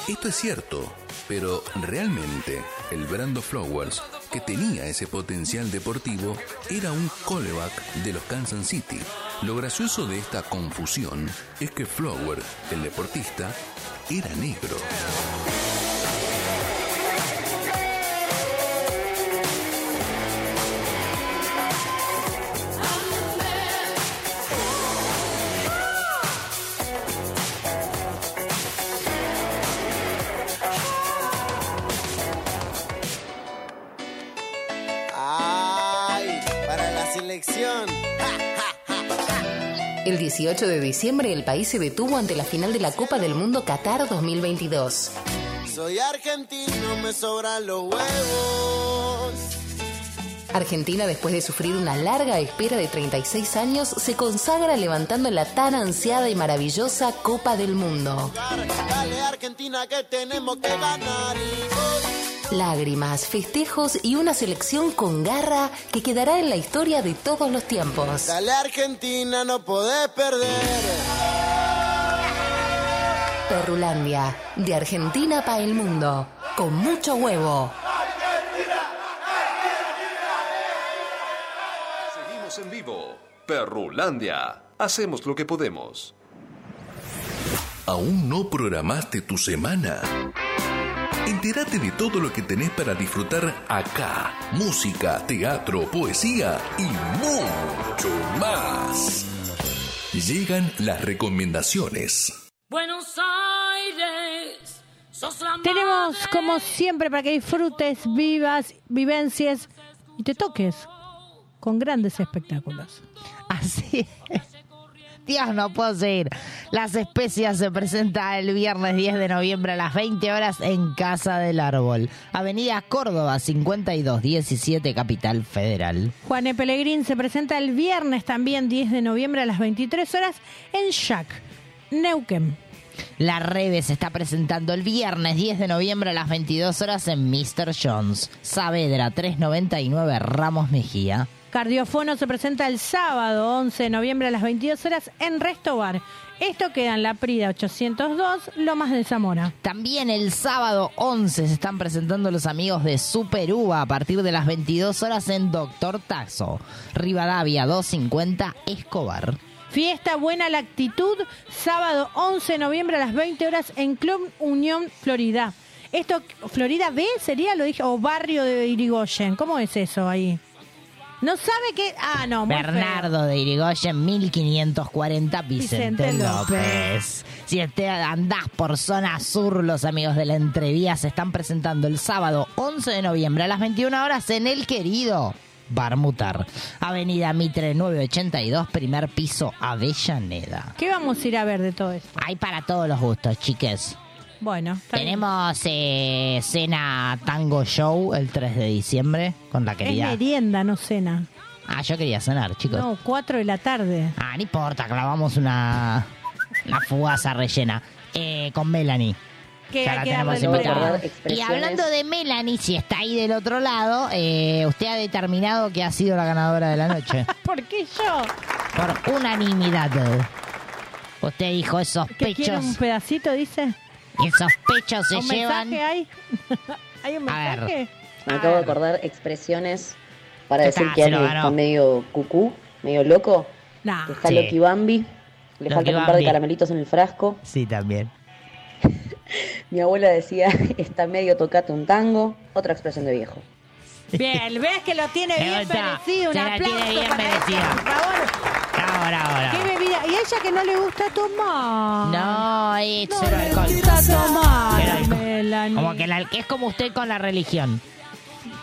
Speaker 6: Esto es cierto, pero realmente el Brando Flowers, que tenía ese potencial deportivo, era un callback de los Kansas City. Lo gracioso de esta confusión es que Flowers, el deportista, era negro.
Speaker 21: ¡Ay! Para la selección.
Speaker 18: El 18 de diciembre el país se detuvo ante la final de la Copa del Mundo Qatar 2022.
Speaker 21: Soy argentino, me sobran los huevos.
Speaker 18: Argentina, después de sufrir una larga espera de 36 años, se consagra levantando la tan ansiada y maravillosa Copa del Mundo.
Speaker 21: Dale Argentina que tenemos que ganar.
Speaker 18: Lágrimas, festejos y una selección con garra que quedará en la historia de todos los tiempos.
Speaker 21: Dale Argentina, no podés perder.
Speaker 18: Perrulandia, de Argentina para el mundo, con mucho huevo.
Speaker 16: Seguimos en vivo. Perrulandia. Hacemos lo que podemos.
Speaker 6: ¿Aún no programaste tu semana? Entérate de todo lo que tenés para disfrutar acá. Música, teatro, poesía y mucho más. Llegan las recomendaciones.
Speaker 15: Buenos Aires, sos la
Speaker 3: Tenemos, como siempre, para que disfrutes, vivas, vivencias y te toques con grandes espectáculos.
Speaker 4: Así es. Dios, no puedo seguir. Las Especias se presenta el viernes 10 de noviembre a las 20 horas en Casa del Árbol, Avenida Córdoba 5217, Capital Federal.
Speaker 3: Juan E. Pellegrín se presenta el viernes también 10 de noviembre a las 23 horas en Shack, Neuquén.
Speaker 4: La Rebe se está presentando el viernes 10 de noviembre a las 22 horas en Mr. Jones, Saavedra 399 Ramos Mejía.
Speaker 3: Cardiofono se presenta el sábado 11 de noviembre a las 22 horas en Restobar. Esto queda en la Prida 802, Lomas de Zamora.
Speaker 4: También el sábado 11 se están presentando los amigos de Super Uva a partir de las 22 horas en Doctor Taxo, Rivadavia 250 Escobar.
Speaker 3: Fiesta Buena la Actitud, sábado 11 de noviembre a las 20 horas en Club Unión Florida. Esto, Florida B sería, lo dije, o barrio de Irigoyen. ¿Cómo es eso ahí? No sabe qué. Ah, no, muy feo.
Speaker 4: Bernardo de Irigoyen, 1540 Vicente,
Speaker 3: Vicente
Speaker 4: López. Si este andás por zona sur, los amigos de la entrevía se están presentando el sábado 11 de noviembre a las 21 horas en El Querido Barmutar, Avenida Mitre 982, primer piso, Avellaneda.
Speaker 3: ¿Qué vamos a ir a ver de todo esto?
Speaker 4: Hay para todos los gustos, chiques.
Speaker 3: Bueno, está bien.
Speaker 4: Tenemos eh, cena Tango Show el 3 de diciembre con la
Speaker 3: es
Speaker 4: querida.
Speaker 3: merienda, no cena.
Speaker 4: Ah, yo quería cenar, chicos.
Speaker 3: No, 4 de la tarde.
Speaker 4: Ah, no importa, clavamos una, una fugaza rellena. Eh, con Melanie.
Speaker 3: Que
Speaker 4: Ya
Speaker 3: hay
Speaker 4: la
Speaker 3: que
Speaker 4: tenemos
Speaker 3: darle el
Speaker 4: invitada.
Speaker 3: valor.
Speaker 4: Y hablando de Melanie, si está ahí del otro lado, eh, usted ha determinado que ha sido la ganadora de la noche.
Speaker 3: [LAUGHS] ¿Por qué yo?
Speaker 4: por unanimidad. Usted dijo esos
Speaker 3: ¿Que quiere un
Speaker 4: pechos.
Speaker 3: pedacito, dice?
Speaker 4: Esos pechos se
Speaker 3: ¿Un
Speaker 4: llevan.
Speaker 3: mensaje hay? ¿Hay un mensaje?
Speaker 17: Me acabo de acordar expresiones para
Speaker 4: Ya
Speaker 17: decir
Speaker 4: está,
Speaker 17: que
Speaker 4: se lo
Speaker 17: alguien
Speaker 4: ganó.
Speaker 17: está medio cucú, medio loco.
Speaker 3: Nah.
Speaker 17: Que está
Speaker 4: Sí.
Speaker 17: Loki Bambi. Le
Speaker 4: Loki
Speaker 17: falta un par de
Speaker 4: Bambi.
Speaker 17: caramelitos en el frasco.
Speaker 4: Sí, también.
Speaker 17: Mi abuela decía, [LAUGHS] está medio tocate un tango. Otra expresión de viejo.
Speaker 3: Bien, ves que lo tiene
Speaker 4: Me
Speaker 3: bien
Speaker 4: gusta.
Speaker 3: merecido. Un
Speaker 4: Se la
Speaker 3: aplauso
Speaker 4: tiene bien
Speaker 3: para ella,
Speaker 4: merecida.
Speaker 3: por favor.
Speaker 4: Ahora, ahora.
Speaker 3: Qué bebida. Y ella que no le gusta tomar.
Speaker 4: No, es cero
Speaker 3: le
Speaker 4: alcohol.
Speaker 3: gusta tomar,
Speaker 4: Cero alcohol.
Speaker 3: Melanie.
Speaker 4: Como que el al- es como usted con la religión.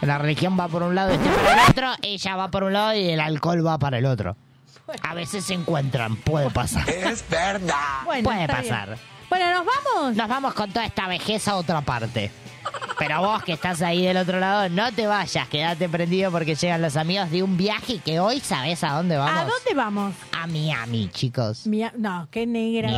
Speaker 4: La religión va por un lado, usted para el otro, ella va por un lado y el alcohol va para el otro. A veces se encuentran, puede pasar.
Speaker 3: Bueno,
Speaker 4: puede
Speaker 3: está bien.
Speaker 4: pasar.
Speaker 3: Bueno, nos vamos.
Speaker 4: Nos vamos con toda esta vejez a otra parte. Pero vos que estás ahí del otro lado, no te vayas, quédate prendido porque llegan los amigos de un viaje y que hoy sabes a dónde vamos.
Speaker 3: ¿A dónde vamos?
Speaker 4: A Miami, chicos.
Speaker 3: Mia- no, qué negra.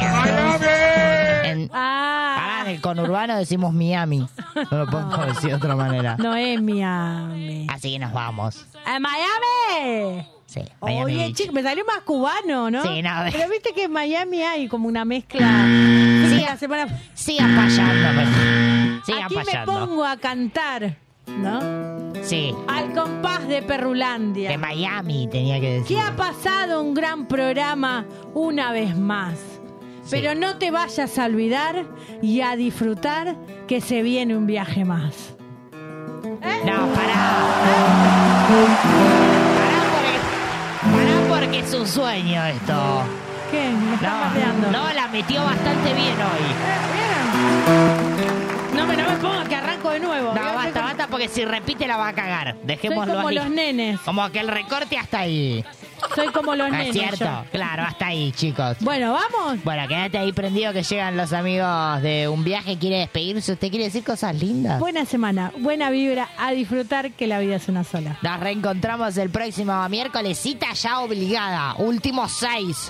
Speaker 4: En, Pará, en el conurbano decimos Miami. No lo podemos decir de otra manera.
Speaker 3: No es Miami.
Speaker 4: Así que nos vamos.
Speaker 3: ¡A Miami!
Speaker 4: Sí, Miami
Speaker 3: Oye,
Speaker 4: Beach.
Speaker 3: chico, me salió más cubano, ¿no?
Speaker 4: Sí, no, [LAUGHS]
Speaker 3: Pero viste que en Miami hay como una mezcla. Sí, la semana...
Speaker 4: Mm. Sigan payando. Sigan
Speaker 3: Aquí
Speaker 4: payando.
Speaker 3: me pongo a cantar, ¿no?
Speaker 4: Sí.
Speaker 3: Al compás de Perrulandia.
Speaker 4: De Miami, tenía que decir.
Speaker 3: ¿Qué ha pasado un gran programa una vez más? Pero no te vayas a olvidar y a disfrutar que se viene un viaje más.
Speaker 4: No, pará porque es un sueño esto.
Speaker 3: ¿Qué? Me está pateando.
Speaker 4: No, la metió bastante bien hoy.
Speaker 3: ¿Eh? No me, no me pongas que arranco de nuevo.
Speaker 4: No, basta, basta, porque si repite la va a cagar. Dejémoslo
Speaker 3: Soy como
Speaker 4: ahí.
Speaker 3: los nenes.
Speaker 4: Como que el recorte hasta ahí.
Speaker 3: Soy como los
Speaker 4: ¿No
Speaker 3: nenes.
Speaker 4: Ah, es cierto?
Speaker 3: yo.
Speaker 4: Claro, hasta ahí, chicos.
Speaker 3: Bueno, vamos.
Speaker 4: Bueno, quédate ahí prendido que llegan los amigos de un viaje. ¿Quiere despedirse? ¿Usted quiere decir cosas lindas?
Speaker 3: Buena semana, buena vibra, a disfrutar que la vida es una sola.
Speaker 4: Nos reencontramos el próximo miércoles. Cita ya obligada. Últimos seis.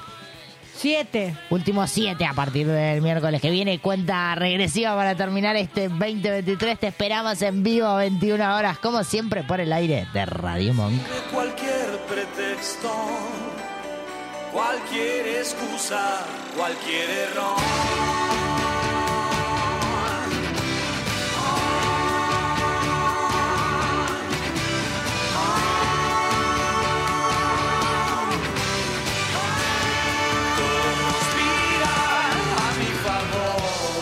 Speaker 3: Siete.
Speaker 4: Últimos siete a partir del miércoles que viene. Cuenta regresiva para terminar este 2023. Te esperamos en vivo a 21 horas, como siempre, por el aire de Radio Monk.
Speaker 13: de cualquier pretexto, cualquier excusa, cualquier error. Todo conspira a mi favor.